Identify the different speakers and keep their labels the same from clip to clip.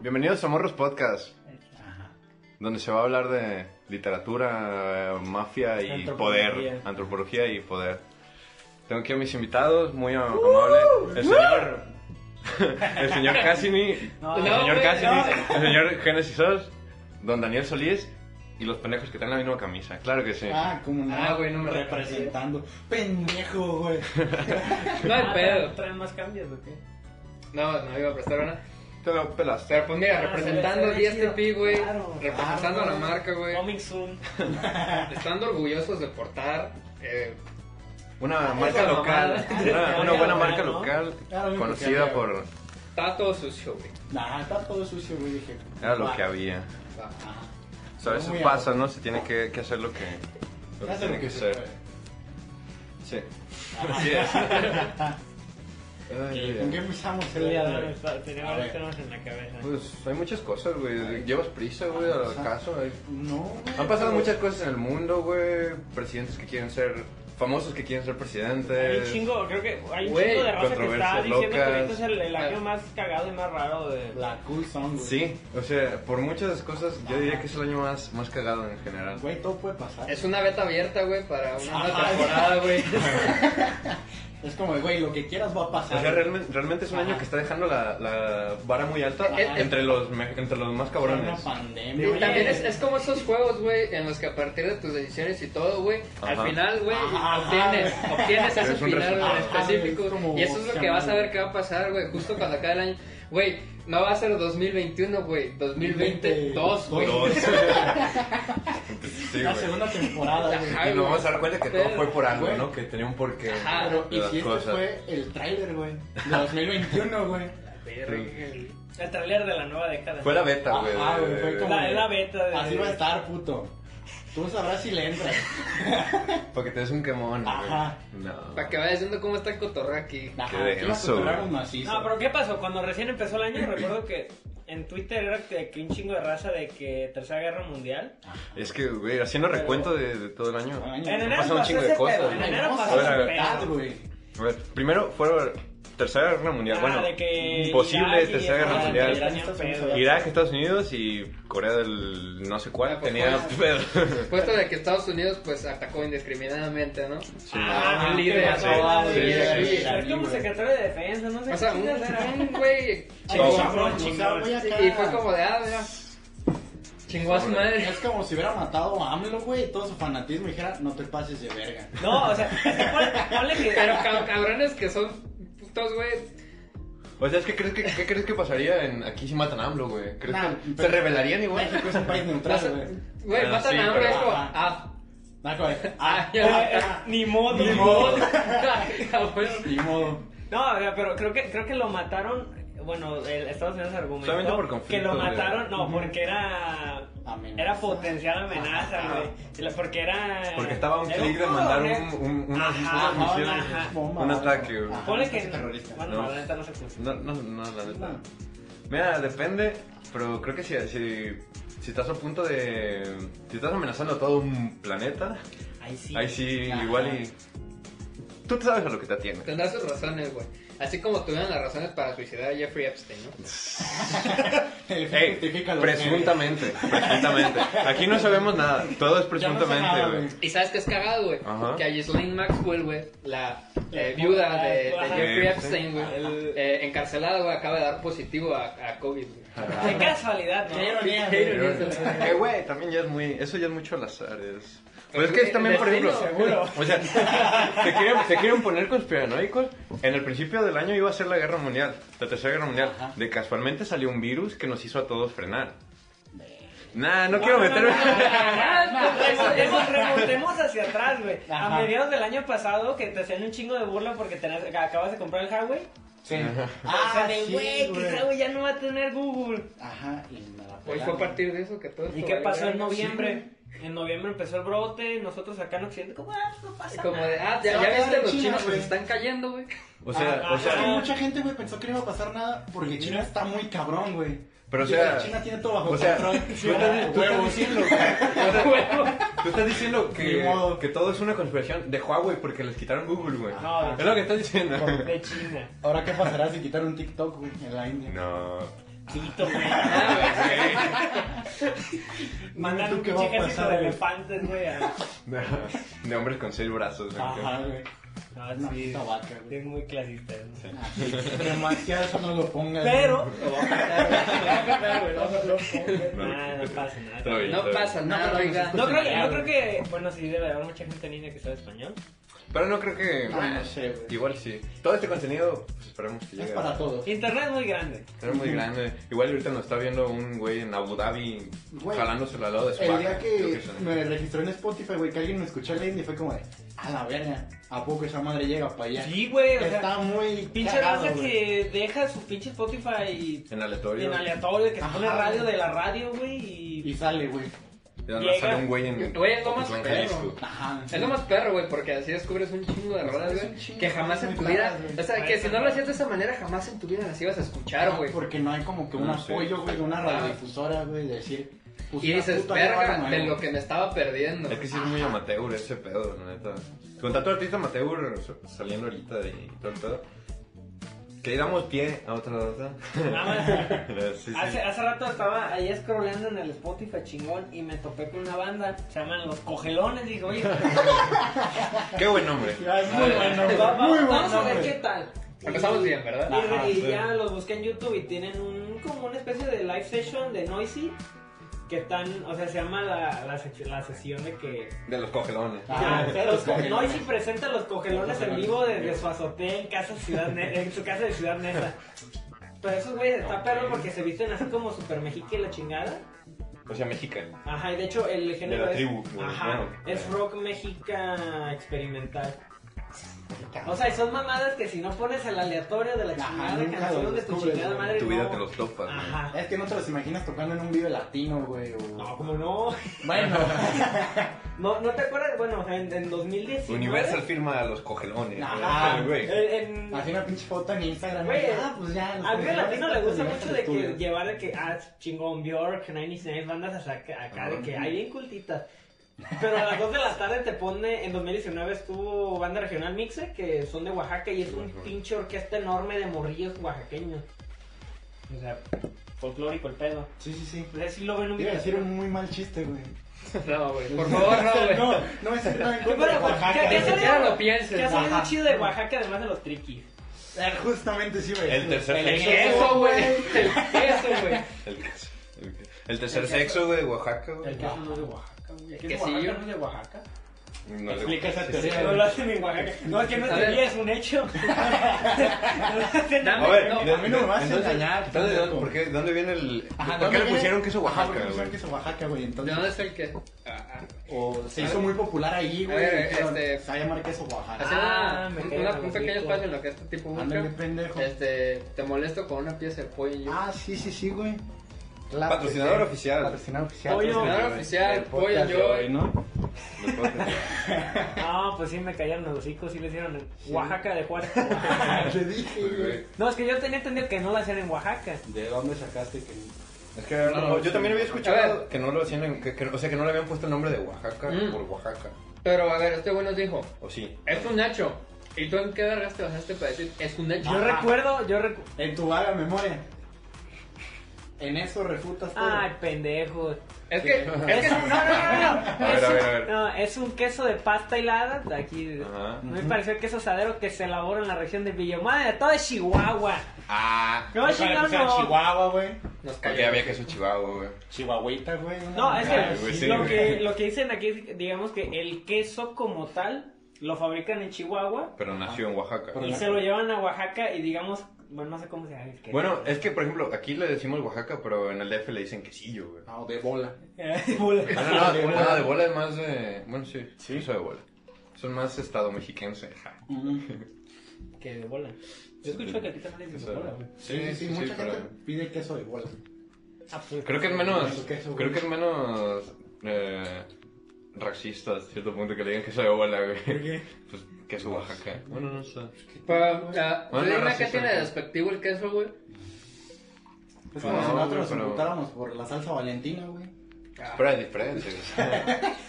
Speaker 1: Bienvenidos a Morros Podcast, donde se va a hablar de literatura, eh, mafia y
Speaker 2: Antropología.
Speaker 1: poder, antropología y poder. Tengo aquí a mis invitados, muy am- amables. El señor, el señor Cassini,
Speaker 2: No,
Speaker 1: el
Speaker 2: no,
Speaker 1: señor
Speaker 2: güey,
Speaker 1: Cassini,
Speaker 2: no.
Speaker 1: el señor Genesis Sos, don Daniel Solís y los pendejos que traen la misma camisa. Claro que sí.
Speaker 3: Ah, como no.
Speaker 4: Ah, güey, no me
Speaker 3: representando. Pendejo, güey.
Speaker 4: No hay
Speaker 2: Ah,
Speaker 4: pedo.
Speaker 2: ¿traen- ¿Traen más cambios o qué?
Speaker 4: No, no iba a prestar una.
Speaker 1: Te lo pelaste.
Speaker 4: Pero pues mira,
Speaker 2: Ah,
Speaker 4: representando
Speaker 2: se ve- se ve
Speaker 4: DSTP, güey.
Speaker 2: chido.
Speaker 4: Representando a la
Speaker 2: Claro.
Speaker 4: marca, güey.
Speaker 2: Coming soon.
Speaker 4: Estando orgullosos de portar. eh,
Speaker 1: Una marca
Speaker 4: mamada.
Speaker 1: local, una, una buena marca local,
Speaker 3: Claro, lo que
Speaker 1: conocida
Speaker 3: había.
Speaker 1: por...
Speaker 4: está todo sucio, güey.
Speaker 3: Nah, está todo sucio, güey. Dije.
Speaker 1: Era lo
Speaker 3: va.
Speaker 1: que había.
Speaker 4: Va.
Speaker 3: Ajá.
Speaker 1: O sea, a veces
Speaker 3: Muy
Speaker 1: pasa, ¿no? Se tiene que, que hacer lo que, lo que
Speaker 3: Ya sé
Speaker 1: tiene
Speaker 3: lo
Speaker 1: que
Speaker 3: que se
Speaker 1: hacer. Sí.
Speaker 3: puede.
Speaker 1: Así es. Ay,
Speaker 3: ¿Con qué
Speaker 1: güey.
Speaker 3: empezamos el día de hoy?
Speaker 2: Tenemos
Speaker 3: A
Speaker 2: varios
Speaker 3: ver.
Speaker 2: temas en la cabeza.
Speaker 1: Pues hay muchas cosas, güey. Llevas prisa, güey, al
Speaker 3: Ajá.
Speaker 1: caso. Hay-
Speaker 3: No. Ah, güey,
Speaker 1: Han pasado
Speaker 3: pero-
Speaker 1: muchas cosas en el mundo, güey. Presidentes que quieren ser... Famosos que quieren ser
Speaker 2: Hay un
Speaker 1: presidentes.
Speaker 2: chingo, creo que hay un
Speaker 4: Güey,
Speaker 2: chingo de raza que está
Speaker 1: controversias
Speaker 2: diciendo que ahorita
Speaker 1: locas.
Speaker 2: es el, el año más cagado y más raro de.
Speaker 3: La cool song, güey.
Speaker 1: Sí, o sea, por muchas cosas yo diría
Speaker 3: Ajá.
Speaker 1: que es el año más, más cagado en general.
Speaker 3: Güey, todo puede pasar.
Speaker 4: Es una beta abierta, güey, para una nueva
Speaker 3: Ajá.
Speaker 4: temporada, güey.
Speaker 3: Es como, güey, lo que quieras va a
Speaker 1: O
Speaker 3: pasar.
Speaker 1: sea, realmente, realmente es un año
Speaker 3: Ajá.
Speaker 1: que está dejando la, la vara muy alta
Speaker 3: Ajá.
Speaker 1: entre los, me- entre los más
Speaker 3: Es una
Speaker 1: cabrones.
Speaker 3: pandemia.
Speaker 4: Y
Speaker 3: güey.
Speaker 4: también es, es como esos juegos, güey, en los que a partir de tus decisiones y todo, güey, al
Speaker 1: Ajá.
Speaker 4: final, güey,
Speaker 3: Ajá,
Speaker 4: obtienes,
Speaker 3: ajá, güey.
Speaker 4: obtienes ese
Speaker 1: Es un
Speaker 4: final
Speaker 1: resultado.
Speaker 4: en específico.
Speaker 3: Ajá, es como
Speaker 4: y eso es lo que vas a
Speaker 3: chamán.
Speaker 4: ver que va a pasar, güey, justo cuando acabe el año. Güey, no va a ser 2021, güey, 2022, güey.
Speaker 3: Dos.
Speaker 1: Sí,
Speaker 3: La
Speaker 1: güey.
Speaker 3: segunda temporada, güey.
Speaker 4: Ajá.
Speaker 1: Y nos vamos a dar cuenta que todo
Speaker 4: Pero-
Speaker 1: fue por algo,
Speaker 3: Güey.
Speaker 1: ¿no? Que tenía un porqué.
Speaker 4: Ajá.
Speaker 3: Pero,
Speaker 1: de
Speaker 3: ¿y
Speaker 1: las
Speaker 3: si este
Speaker 1: cosas.
Speaker 3: fue el tráiler, güey? De 2021, güey.
Speaker 2: El trailer de la nueva década.
Speaker 1: Fue la beta, güey.
Speaker 3: Ajá,
Speaker 1: de-
Speaker 3: Ah, güey, fue como-
Speaker 2: La, es la beta de.
Speaker 3: Así va a estar, puto. Tú sabrás si le entras.
Speaker 1: Para que te des un quemón. güey.
Speaker 3: Ajá.
Speaker 1: No.
Speaker 4: Para que vayas viendo cómo está el cotorreo aquí.
Speaker 3: Ajá,
Speaker 1: Qué
Speaker 3: aquí la
Speaker 1: denso,
Speaker 3: cotorreamos
Speaker 1: güey.
Speaker 3: macizo.
Speaker 2: No, pero ¿qué pasó? Cuando recién empezó el año, recuerdo que en Twitter era que, que un chingo de raza de que Tercera Guerra Mundial.
Speaker 3: Ah,
Speaker 1: Es que, güey, haciendo
Speaker 2: Pero-
Speaker 1: recuento de, de todo el año.
Speaker 3: Ay,
Speaker 2: En
Speaker 3: Pasan
Speaker 2: enero
Speaker 1: un
Speaker 2: pasó
Speaker 1: chingo de
Speaker 2: ese
Speaker 1: cosas.
Speaker 2: pedo, En enero
Speaker 3: Vamos a
Speaker 2: pasó
Speaker 1: A ver,
Speaker 2: ese
Speaker 1: a ver.
Speaker 3: verdad,
Speaker 2: pedo.
Speaker 3: güey.
Speaker 1: A ver, primero fue la Tercera Guerra Mundial.
Speaker 2: Ah,
Speaker 1: bueno,
Speaker 2: de que
Speaker 1: posible
Speaker 2: Irak y
Speaker 1: Tercera Guerra
Speaker 2: Irak,
Speaker 1: Mundial.
Speaker 2: Irak, pedo.
Speaker 1: Irak, Estados Unidos y Corea del no sé cuál
Speaker 4: Ah, pues,
Speaker 1: tenía pedo.
Speaker 4: Puesto de que Estados Unidos, pues, atacó indiscriminadamente, ¿no?
Speaker 1: Sí.
Speaker 2: Ah,
Speaker 4: un
Speaker 2: qué
Speaker 4: líder,
Speaker 2: pasó,
Speaker 4: ¿no?
Speaker 2: güey.
Speaker 4: Sí, sí, sí.
Speaker 2: Es como secretario de defensa, no sé
Speaker 4: O sea,
Speaker 2: qué ¿eh?
Speaker 4: un,
Speaker 2: chingas era.
Speaker 4: un güey
Speaker 2: Chingón,
Speaker 4: chingón.
Speaker 3: chingón,
Speaker 2: chingón.
Speaker 3: o sea, voy acá.
Speaker 4: Y fue como de, ah, mira. Chingó a su madre.
Speaker 3: Es como si hubiera matado a AMLO, güey, y todo su fanatismo y dijera, no te pases de verga.
Speaker 2: No, o sea, es que ponle, ponle que.
Speaker 4: Pero cab- cabrones que son putos, güey.
Speaker 1: O sea, es que crees que, ¿qué crees que pasaría en, aquí si matan a AMLO, güey? ¿Crees
Speaker 3: Nah,
Speaker 1: que se
Speaker 3: pero-
Speaker 1: revelarían igual?
Speaker 3: México es un país
Speaker 4: o
Speaker 3: neutral,
Speaker 4: sea,
Speaker 3: güey.
Speaker 4: Güey,
Speaker 1: Ah,
Speaker 4: matan
Speaker 1: sí,
Speaker 4: a hambre.
Speaker 1: pero-
Speaker 4: Es como,
Speaker 3: Ajá.
Speaker 4: ah,
Speaker 3: No, güey.
Speaker 4: ah,
Speaker 3: Ah,
Speaker 2: Eh,
Speaker 4: ya.
Speaker 2: eh, ni modo.
Speaker 3: Ni modo.
Speaker 4: Ay, cabrón.
Speaker 3: ni modo.
Speaker 2: No, o sea, pero creo que creo que lo mataron. Bueno, el Estados Unidos
Speaker 1: Solamente
Speaker 2: argumentó
Speaker 1: por conflicto,
Speaker 2: que lo
Speaker 1: güey.
Speaker 2: mataron, no, porque era
Speaker 3: Amenaza.
Speaker 2: era potencial amenaza,
Speaker 3: Ajá.
Speaker 2: güey. Y la- Porque era
Speaker 1: Porque estaba a un
Speaker 3: ¿Eh?
Speaker 2: era
Speaker 1: clic de
Speaker 2: juego,
Speaker 1: mandar
Speaker 2: ¿no?
Speaker 1: un, un, unos
Speaker 2: Ajá,
Speaker 1: misiles,
Speaker 2: ajá.
Speaker 3: Bomba,
Speaker 1: un
Speaker 3: güey.
Speaker 1: ataque, güey.
Speaker 3: Ajá.
Speaker 2: Ponle que
Speaker 3: Amenaza terrorista.
Speaker 2: Bueno,
Speaker 1: No.
Speaker 2: la neta no se puso.
Speaker 1: No, no, no, la neta.
Speaker 3: No.
Speaker 1: Mira, depende, pero creo que si, si, si estás a punto de... Si estás amenazando a todo un planeta,
Speaker 2: Ahí sí.
Speaker 1: ahí sí,
Speaker 3: Ajá.
Speaker 1: igual y... Tú te sabes a lo que te atiendes.
Speaker 4: Tendrás sus razones, güey. Así como tuvieron las razones para suicidar a Jeffrey Epstein, ¿no?
Speaker 1: Ey,
Speaker 3: Justifícalo,
Speaker 1: presuntamente, presuntamente. Aquí no sabemos nada, todo es
Speaker 3: güey. Ya no sé
Speaker 1: presuntamente,
Speaker 3: nada,
Speaker 1: güey.
Speaker 3: güey.
Speaker 4: Y sabes que es cagado, güey.
Speaker 1: Ajá.
Speaker 4: Que a Ghislaine Maxwell, güey, la eh,
Speaker 2: La-
Speaker 4: viuda de, de
Speaker 2: Ajá.
Speaker 4: Jeffrey
Speaker 1: Sí.
Speaker 4: Epstein, güey,
Speaker 2: El-
Speaker 4: eh, encarcelada, güey, acaba de dar positivo a, a COVID, güey.
Speaker 2: Qué casualidad, ¿no?
Speaker 3: Qué ironía,
Speaker 4: Qué
Speaker 3: güey.
Speaker 4: ironía.
Speaker 1: Que eh, güey, también ya es muy. Eso ya es mucho al azar. Es... Pues es
Speaker 4: Pero
Speaker 1: que
Speaker 4: el
Speaker 1: es también, por ejemplo.
Speaker 4: destino,
Speaker 1: O sea, se quieren, se quieren poner conspiranoicos. En el principio del año iba a ser la guerra mundial, la tercera guerra mundial.
Speaker 3: Ajá.
Speaker 1: De casualmente salió un virus que nos hizo a todos frenar. Nah, no quiero
Speaker 2: No, no,
Speaker 1: meterme.
Speaker 2: no, no, no, no, Remontemos, remontemos hacia atrás, güey. A
Speaker 3: Ajá.
Speaker 2: mediados del año pasado que te hacían un chingo de burla porque tenías- que acabas de comprar el Huawei.
Speaker 3: Sí. Ah,
Speaker 2: o sea, de
Speaker 3: sí,
Speaker 2: güey, que el Huawei ya no va a tener Google.
Speaker 3: Ajá, y me la
Speaker 4: Hoy
Speaker 3: pelaron.
Speaker 4: fue a partir de eso que todo
Speaker 2: ¿Y
Speaker 4: esto
Speaker 2: qué
Speaker 4: valió
Speaker 2: pasó en
Speaker 4: verga.
Speaker 2: noviembre? En noviembre empezó el brote, nosotros acá en Occidente, como, ah, no pasa
Speaker 4: Como de,
Speaker 2: nada.
Speaker 4: ah,
Speaker 3: Se
Speaker 4: ya,
Speaker 3: va
Speaker 4: ya
Speaker 3: a
Speaker 4: viste
Speaker 3: quedar
Speaker 4: los
Speaker 3: China,
Speaker 4: chinos que
Speaker 3: güey.
Speaker 4: se están cayendo, güey.
Speaker 1: O sea,
Speaker 2: Ah,
Speaker 1: o
Speaker 3: Es que
Speaker 1: sea.
Speaker 3: mucha gente, güey, pensó que no iba a pasar nada porque China está muy cabrón, güey.
Speaker 1: Pero, o
Speaker 3: Digo,
Speaker 1: sea,
Speaker 3: China tiene todo bajo
Speaker 1: O sea,
Speaker 3: control.
Speaker 1: tú estás, tú estás
Speaker 3: ah, Huevos.
Speaker 1: diciendo, güey, tú estás diciendo
Speaker 3: Ni
Speaker 1: que,
Speaker 3: modo.
Speaker 1: que todo es una conspiración de Huawei porque les quitaron Google, güey.
Speaker 2: No,
Speaker 1: es lo que estás diciendo.
Speaker 2: De China.
Speaker 3: Ahora, ¿qué pasará si quitar un TikTok, güey, en la India?
Speaker 1: No.
Speaker 2: Pito, güey. Mandan
Speaker 3: ¿Tú
Speaker 2: un
Speaker 3: qué va
Speaker 2: pinche
Speaker 3: a
Speaker 2: ejército
Speaker 3: pasar,
Speaker 2: de
Speaker 3: güey?
Speaker 2: elefantes, güey. a-
Speaker 1: De hombres con seis brazos. güey.
Speaker 3: Ajá, güey.
Speaker 2: Ah,
Speaker 3: Una
Speaker 2: sí.
Speaker 3: puta vaca, güey.
Speaker 2: Es muy clasista. ¿no?
Speaker 1: Sí.
Speaker 3: Ah, sí, Pero más que a eso no lo pongas.
Speaker 2: Pero.
Speaker 3: güey.
Speaker 2: Lo vamos a matar, güey. Lo vamos a matar, güey. Lo vamos a matar. Nah, no pasa nada.
Speaker 1: Está bien.
Speaker 4: No pasa
Speaker 3: No,
Speaker 4: nada,
Speaker 3: pero
Speaker 4: oiga.
Speaker 2: No creo, que, no creo que. Bueno, sí, debe haber mucha gente en India que sabe español.
Speaker 1: Pero no creo que.
Speaker 3: Ah, no sé, güey.
Speaker 1: Igual sí. Todo este contenido, pues esperemos que
Speaker 3: Es
Speaker 1: llegue.
Speaker 3: para
Speaker 1: a-
Speaker 3: todos.
Speaker 2: Internet es muy grande.
Speaker 1: Era muy grande. Igual ahorita nos está viendo un güey en Abu Dhabi
Speaker 3: Güey,
Speaker 1: jalándoselo al lado de su
Speaker 3: El
Speaker 1: vaca,
Speaker 3: día
Speaker 1: creo
Speaker 3: que
Speaker 1: es en-
Speaker 3: me registró en Spotify, güey, que alguien me escuchó la indie, fue como de, a la verga, ¿a poco esa madre llega para allá?
Speaker 2: Sí, güey. O sea,
Speaker 3: Está muy
Speaker 2: pinche
Speaker 3: cagado,
Speaker 2: raza
Speaker 3: güey.
Speaker 2: que deja su pinche Spotify y
Speaker 1: En aleatorio.
Speaker 2: en aleatorio, que se
Speaker 3: Ajá,
Speaker 2: pone radio
Speaker 3: güey.
Speaker 2: de la radio, güey. Y...
Speaker 3: Y sale, güey.
Speaker 1: Y además
Speaker 2: Llega-
Speaker 1: sale un güey en.
Speaker 4: Güey, es lo más
Speaker 1: Ocotlán,
Speaker 4: perro.
Speaker 1: Jalisco.
Speaker 3: Ajá.
Speaker 4: Es lo más perro, güey, porque así descubres un chingo de rolas,
Speaker 3: Pues Es un
Speaker 4: güey,
Speaker 3: chingo,
Speaker 4: que jamás
Speaker 3: güey,
Speaker 4: en tu
Speaker 3: muy
Speaker 4: vida,
Speaker 3: raras, güey. Pues
Speaker 4: o sea, que si no lo hacías de esa manera, jamás en tu vida las ibas a escuchar, güey.
Speaker 3: Ah, Porque no hay como que un
Speaker 1: No sé.
Speaker 3: apoyo, güey, de una
Speaker 4: Ah.
Speaker 3: radiodifusora, güey, de decir, pues,
Speaker 4: Y
Speaker 3: una
Speaker 4: dices,
Speaker 3: puta lleva
Speaker 4: verga,
Speaker 3: algo
Speaker 4: de
Speaker 3: nuevo".
Speaker 4: lo que me estaba perdiendo.
Speaker 1: Es que sí es muy amateur ese pedo, la neta. Con tanto artista amateur s- saliendo ahorita y todo el pedo. Que ahí damos pie a otra data.
Speaker 2: Nada más.
Speaker 1: Sí, sí.
Speaker 2: Hace, hace rato estaba ahí scrolleando en el Spotify chingón y me topé con una banda, se llaman Los Cogelones, dije, oye, pues,
Speaker 1: Qué buen nombre.
Speaker 3: Ya, es muy bueno, güey,
Speaker 2: va- va-
Speaker 3: muy bueno.
Speaker 2: vamos a ver
Speaker 3: güey.
Speaker 2: qué tal.
Speaker 4: Empezamos bien,
Speaker 2: Y,
Speaker 4: ¿verdad?
Speaker 3: Ajá,
Speaker 2: y
Speaker 1: sí.
Speaker 2: ya los busqué en YouTube y tienen un, como una especie de live session de Noisy que están, o sea, se llama la, la, sec- la sesión de que...
Speaker 1: De los cogelones.
Speaker 3: Ah,
Speaker 2: Ya,
Speaker 3: los
Speaker 2: los co-
Speaker 3: cogelones.
Speaker 2: Noisy presenta a los cogelones en vivo desde su azotea en, casa ciudad Ne- en su casa de Ciudad Neta. Pero esos güeyes está perro porque se visten así como super mexica y la chingada.
Speaker 1: O sea, mexicano.
Speaker 2: Ajá, y de hecho el género
Speaker 1: la
Speaker 2: es,
Speaker 1: tribu,
Speaker 2: ajá,
Speaker 1: bueno,
Speaker 2: es
Speaker 1: claro.
Speaker 2: rock mexica experimental. O sea, y son mamadas que si no pones el aleatorio de la
Speaker 3: Ajá,
Speaker 2: chingada
Speaker 3: nunca lo
Speaker 2: canción de tu
Speaker 3: descubres,
Speaker 2: chingada
Speaker 3: güey.
Speaker 2: madre,
Speaker 1: Tu vida
Speaker 2: no.
Speaker 1: te los topas. güey.
Speaker 2: Ajá.
Speaker 3: Es que no te los imaginas tocando en un vive latino, güey. o-
Speaker 2: No, como no.
Speaker 3: Bueno,
Speaker 2: No, ¿no te acuerdas, bueno, en, en 2019.
Speaker 1: Universal firma a los cogelones.
Speaker 3: Ajá.
Speaker 1: güey.
Speaker 2: En, Eh, en-
Speaker 3: hace una pinche foto en Instagram.
Speaker 2: Güey,
Speaker 3: ah, pues ya. los
Speaker 2: al Río
Speaker 3: cogelones
Speaker 2: Latino le
Speaker 3: están
Speaker 2: gusta
Speaker 3: en
Speaker 2: mucho de
Speaker 3: el
Speaker 2: que
Speaker 3: estudio.
Speaker 2: llevar de que, ah, chingón, Bjork, 99, bandas hasta acá, acá
Speaker 3: Ah.
Speaker 2: de que hay bien cultitas. Pero a las 2 de la tarde te pone, en 2019 estuvo Banda Regional Mixe, que son de Oaxaca y es un pinche orquesta enorme de morrillos oaxaqueños. O sea, folclórico el pedo.
Speaker 3: Sí, sí, sí.
Speaker 2: Entonces sí Pues lo ven un
Speaker 3: Iba a
Speaker 2: video.
Speaker 3: decir un muy mal chiste, güey.
Speaker 4: No, güey, por favor, no, güey.
Speaker 3: No, no es nada
Speaker 2: Pero,
Speaker 3: en contra de
Speaker 2: pues,
Speaker 3: Oaxaca.
Speaker 2: ¿qué- qué
Speaker 4: Ni
Speaker 3: güey.
Speaker 2: sería?
Speaker 4: siquiera lo pienses.
Speaker 2: ¿Qué hacen
Speaker 3: Ajá.
Speaker 2: bien chido de Oaxaca además de los triquis?
Speaker 3: Eh, Justamente sí, güey.
Speaker 1: El tercer
Speaker 4: El
Speaker 1: sexo.
Speaker 4: queso, Oh, güey. El queso, güey.
Speaker 1: El, el- el tercer sexo, güey, Oaxaca, güey.
Speaker 2: El queso no es de Oaxaca, güey. ¿El
Speaker 4: Que
Speaker 2: queso
Speaker 4: sí,
Speaker 2: Oaxaca
Speaker 4: yo-
Speaker 2: no es de Oaxaca?
Speaker 1: No le-
Speaker 3: Explica esa teoría.
Speaker 2: No lo hacen en Oaxaca. No, es que no es
Speaker 4: A
Speaker 2: teoría,
Speaker 4: ver.
Speaker 2: es un hecho. No lo hacen en
Speaker 4: Dame-
Speaker 1: A ver,
Speaker 4: No,
Speaker 1: de-
Speaker 3: a mí no me vas a
Speaker 1: entonces,
Speaker 3: engañar,
Speaker 1: ¿dónde,
Speaker 3: pendejo.
Speaker 1: dónde, por qué, ¿Dónde viene el.?
Speaker 3: Ajá,
Speaker 1: ¿Por
Speaker 3: ¿dónde
Speaker 1: qué le
Speaker 3: viene?
Speaker 1: pusieron queso
Speaker 3: Ajá, ¿por
Speaker 1: Oaxaca,
Speaker 3: qué le pusieron
Speaker 1: güey?
Speaker 3: queso Oaxaca, güey?
Speaker 4: ¿De
Speaker 3: Entonces,
Speaker 4: dónde está el queso? Ah, ah.
Speaker 3: o se
Speaker 4: A
Speaker 3: hizo
Speaker 4: ver.
Speaker 3: muy popular ahí, güey.
Speaker 4: A ver,
Speaker 3: y dijeron,
Speaker 4: este-
Speaker 3: Se va a llamar queso Oaxaca.
Speaker 4: Hacer
Speaker 2: Ah,
Speaker 4: una-
Speaker 2: me
Speaker 4: un-
Speaker 2: quedan
Speaker 4: una-
Speaker 2: a
Speaker 4: un
Speaker 2: los
Speaker 4: pequeño
Speaker 2: ricos.
Speaker 4: espacio en lo que es este tipo
Speaker 3: Ándale,
Speaker 4: busca.
Speaker 3: pendejo.
Speaker 4: Este, te molesto con una pieza de pollo y yo.
Speaker 3: Ah, sí, sí, sí, güey. Claro
Speaker 1: Patrocinador
Speaker 3: que sí.
Speaker 1: oficial.
Speaker 3: Patrocinador oficial.
Speaker 2: Pollo.
Speaker 4: Patrocinador oficial, pollo yo.
Speaker 3: ¿no?
Speaker 1: Los podcast.
Speaker 2: No, pues sí me cayeron los hocicos, sí le hicieron en Oaxaca de Juárez.
Speaker 3: Te dije,
Speaker 1: pues,
Speaker 3: güey.
Speaker 2: No, es que yo tenía entendido que no la hacían en Oaxaca.
Speaker 3: ¿De dónde sacaste que.?
Speaker 1: Es que no,
Speaker 4: No,
Speaker 1: yo también había
Speaker 4: a
Speaker 1: escuchado
Speaker 4: ver.
Speaker 1: que no lo hacían, en- que, que- o sea, que no le habían puesto el nombre de Oaxaca
Speaker 4: Mm.
Speaker 1: por Oaxaca.
Speaker 4: Pero a ver, este güey nos dijo,
Speaker 1: O sí.
Speaker 4: es un nacho. ¿Y tú en qué vergas te basaste para decir es un nacho?
Speaker 2: Yo
Speaker 3: Ajá.
Speaker 2: recuerdo, yo recuerdo.
Speaker 3: En tu vaga memoria. En eso refutas todo.
Speaker 2: Ay, pendejo.
Speaker 4: Es que, es que
Speaker 2: Es un, no, no, no, no, no.
Speaker 1: A
Speaker 2: Es
Speaker 1: ver, a
Speaker 2: un-
Speaker 1: ver, a ver.
Speaker 2: no, es un queso de pasta hilada. de Aquí.
Speaker 1: Ajá.
Speaker 2: Me pareció el queso asadero que se elabora en la región de Villomada, de todo Chihuahua.
Speaker 1: Ah.
Speaker 2: No,
Speaker 3: Ojalá
Speaker 2: chingado,
Speaker 3: que sea
Speaker 2: no.
Speaker 3: Chihuahua, güey.
Speaker 4: nos
Speaker 1: Porque había
Speaker 4: cayó.
Speaker 1: queso chihuahua, güey.
Speaker 3: Chihuahuita, güey. una
Speaker 2: No, es que,
Speaker 1: Ay, güey, sí.
Speaker 2: lo que lo que dicen aquí es, digamos que el queso como tal lo fabrican en Chihuahua
Speaker 1: Pero nació en Oaxaca.
Speaker 3: Pero
Speaker 2: y se lo llevan a Oaxaca y digamos, bueno, no sé cómo se llama el queso.
Speaker 1: Bueno, es que, por ejemplo, aquí le decimos Oaxaca, pero en el DF le dicen quesillo, güey.
Speaker 3: No, de bola.
Speaker 1: Ah, no, no, de bola, no, de bola es más de... Bueno, sí, sí, eso de bola. Son más estado mexiquense. Ja.
Speaker 2: Que de bola. Yo escucho que a ti también le dicen de bola, güey.
Speaker 3: Sí, sí, sí, mucha
Speaker 1: pero-
Speaker 3: gente pide queso de bola.
Speaker 2: Ah, pues,
Speaker 1: Creo que es menos.
Speaker 3: Menos queso,
Speaker 1: creo
Speaker 3: güey.
Speaker 1: que es menos. Eh, racista, a cierto punto, que le digan queso de bola, güey. Pues queso Oaxaca. Bueno, no sé.
Speaker 4: Pero, o sea,
Speaker 1: Bueno,
Speaker 4: dime
Speaker 1: no,
Speaker 4: qué
Speaker 1: sí,
Speaker 4: tiene
Speaker 1: sí.
Speaker 4: de despectivo el queso, güey.
Speaker 3: Es como
Speaker 1: No,
Speaker 3: si nosotros
Speaker 1: güey,
Speaker 3: nos
Speaker 1: pero-
Speaker 3: emputáramos por la salsa valentina, güey.
Speaker 1: Pero es diferente. güey.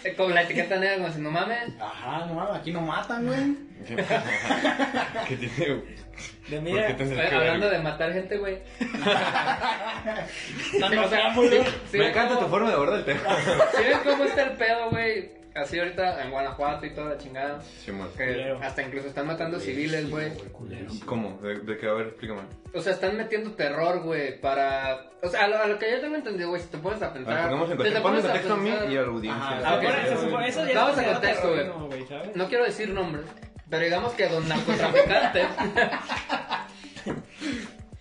Speaker 4: Eh, Con la etiqueta negra, como si no mames.
Speaker 3: Ajá, no mames, aquí no matan, güey.
Speaker 1: ¿Qué tiene?
Speaker 2: De
Speaker 1: ¿Por qué
Speaker 2: mira,
Speaker 1: tendría
Speaker 4: Eh,
Speaker 1: que ver?
Speaker 4: Hablando de matar gente, güey.
Speaker 3: Dando
Speaker 4: O sea,
Speaker 3: preámbulos.
Speaker 4: sí, sí,
Speaker 1: Me encanta
Speaker 4: como-
Speaker 1: tu forma de abordar el tema.
Speaker 4: ¿Sí ven cómo está el pedo, güey? Así ahorita en Guanajuato y toda la chingada.
Speaker 1: Simón.
Speaker 4: Que
Speaker 3: Culero.
Speaker 4: hasta incluso están matando civiles, güey.
Speaker 1: ¿Cómo? ¿De, de qué? A ver, explícame.
Speaker 4: O sea, están metiendo terror, güey, para... O sea, a lo, a lo que yo tengo entendido, güey, si te pones a
Speaker 1: A
Speaker 4: pensar...
Speaker 1: ver, pongamos en
Speaker 4: te- te
Speaker 1: contexto, ponme en
Speaker 4: pones
Speaker 1: contexto a mí
Speaker 4: pensar-
Speaker 1: y a la audiencia.
Speaker 3: Ajá,
Speaker 2: Ah,
Speaker 4: ok.
Speaker 2: bueno, se supone- eso ya
Speaker 4: Vamos
Speaker 2: es
Speaker 4: a
Speaker 2: considerado
Speaker 4: contexto,
Speaker 2: terrorismo,
Speaker 4: güey.
Speaker 2: ¿sabes?
Speaker 4: No quiero decir nombres, pero digamos que los narcotraficantes...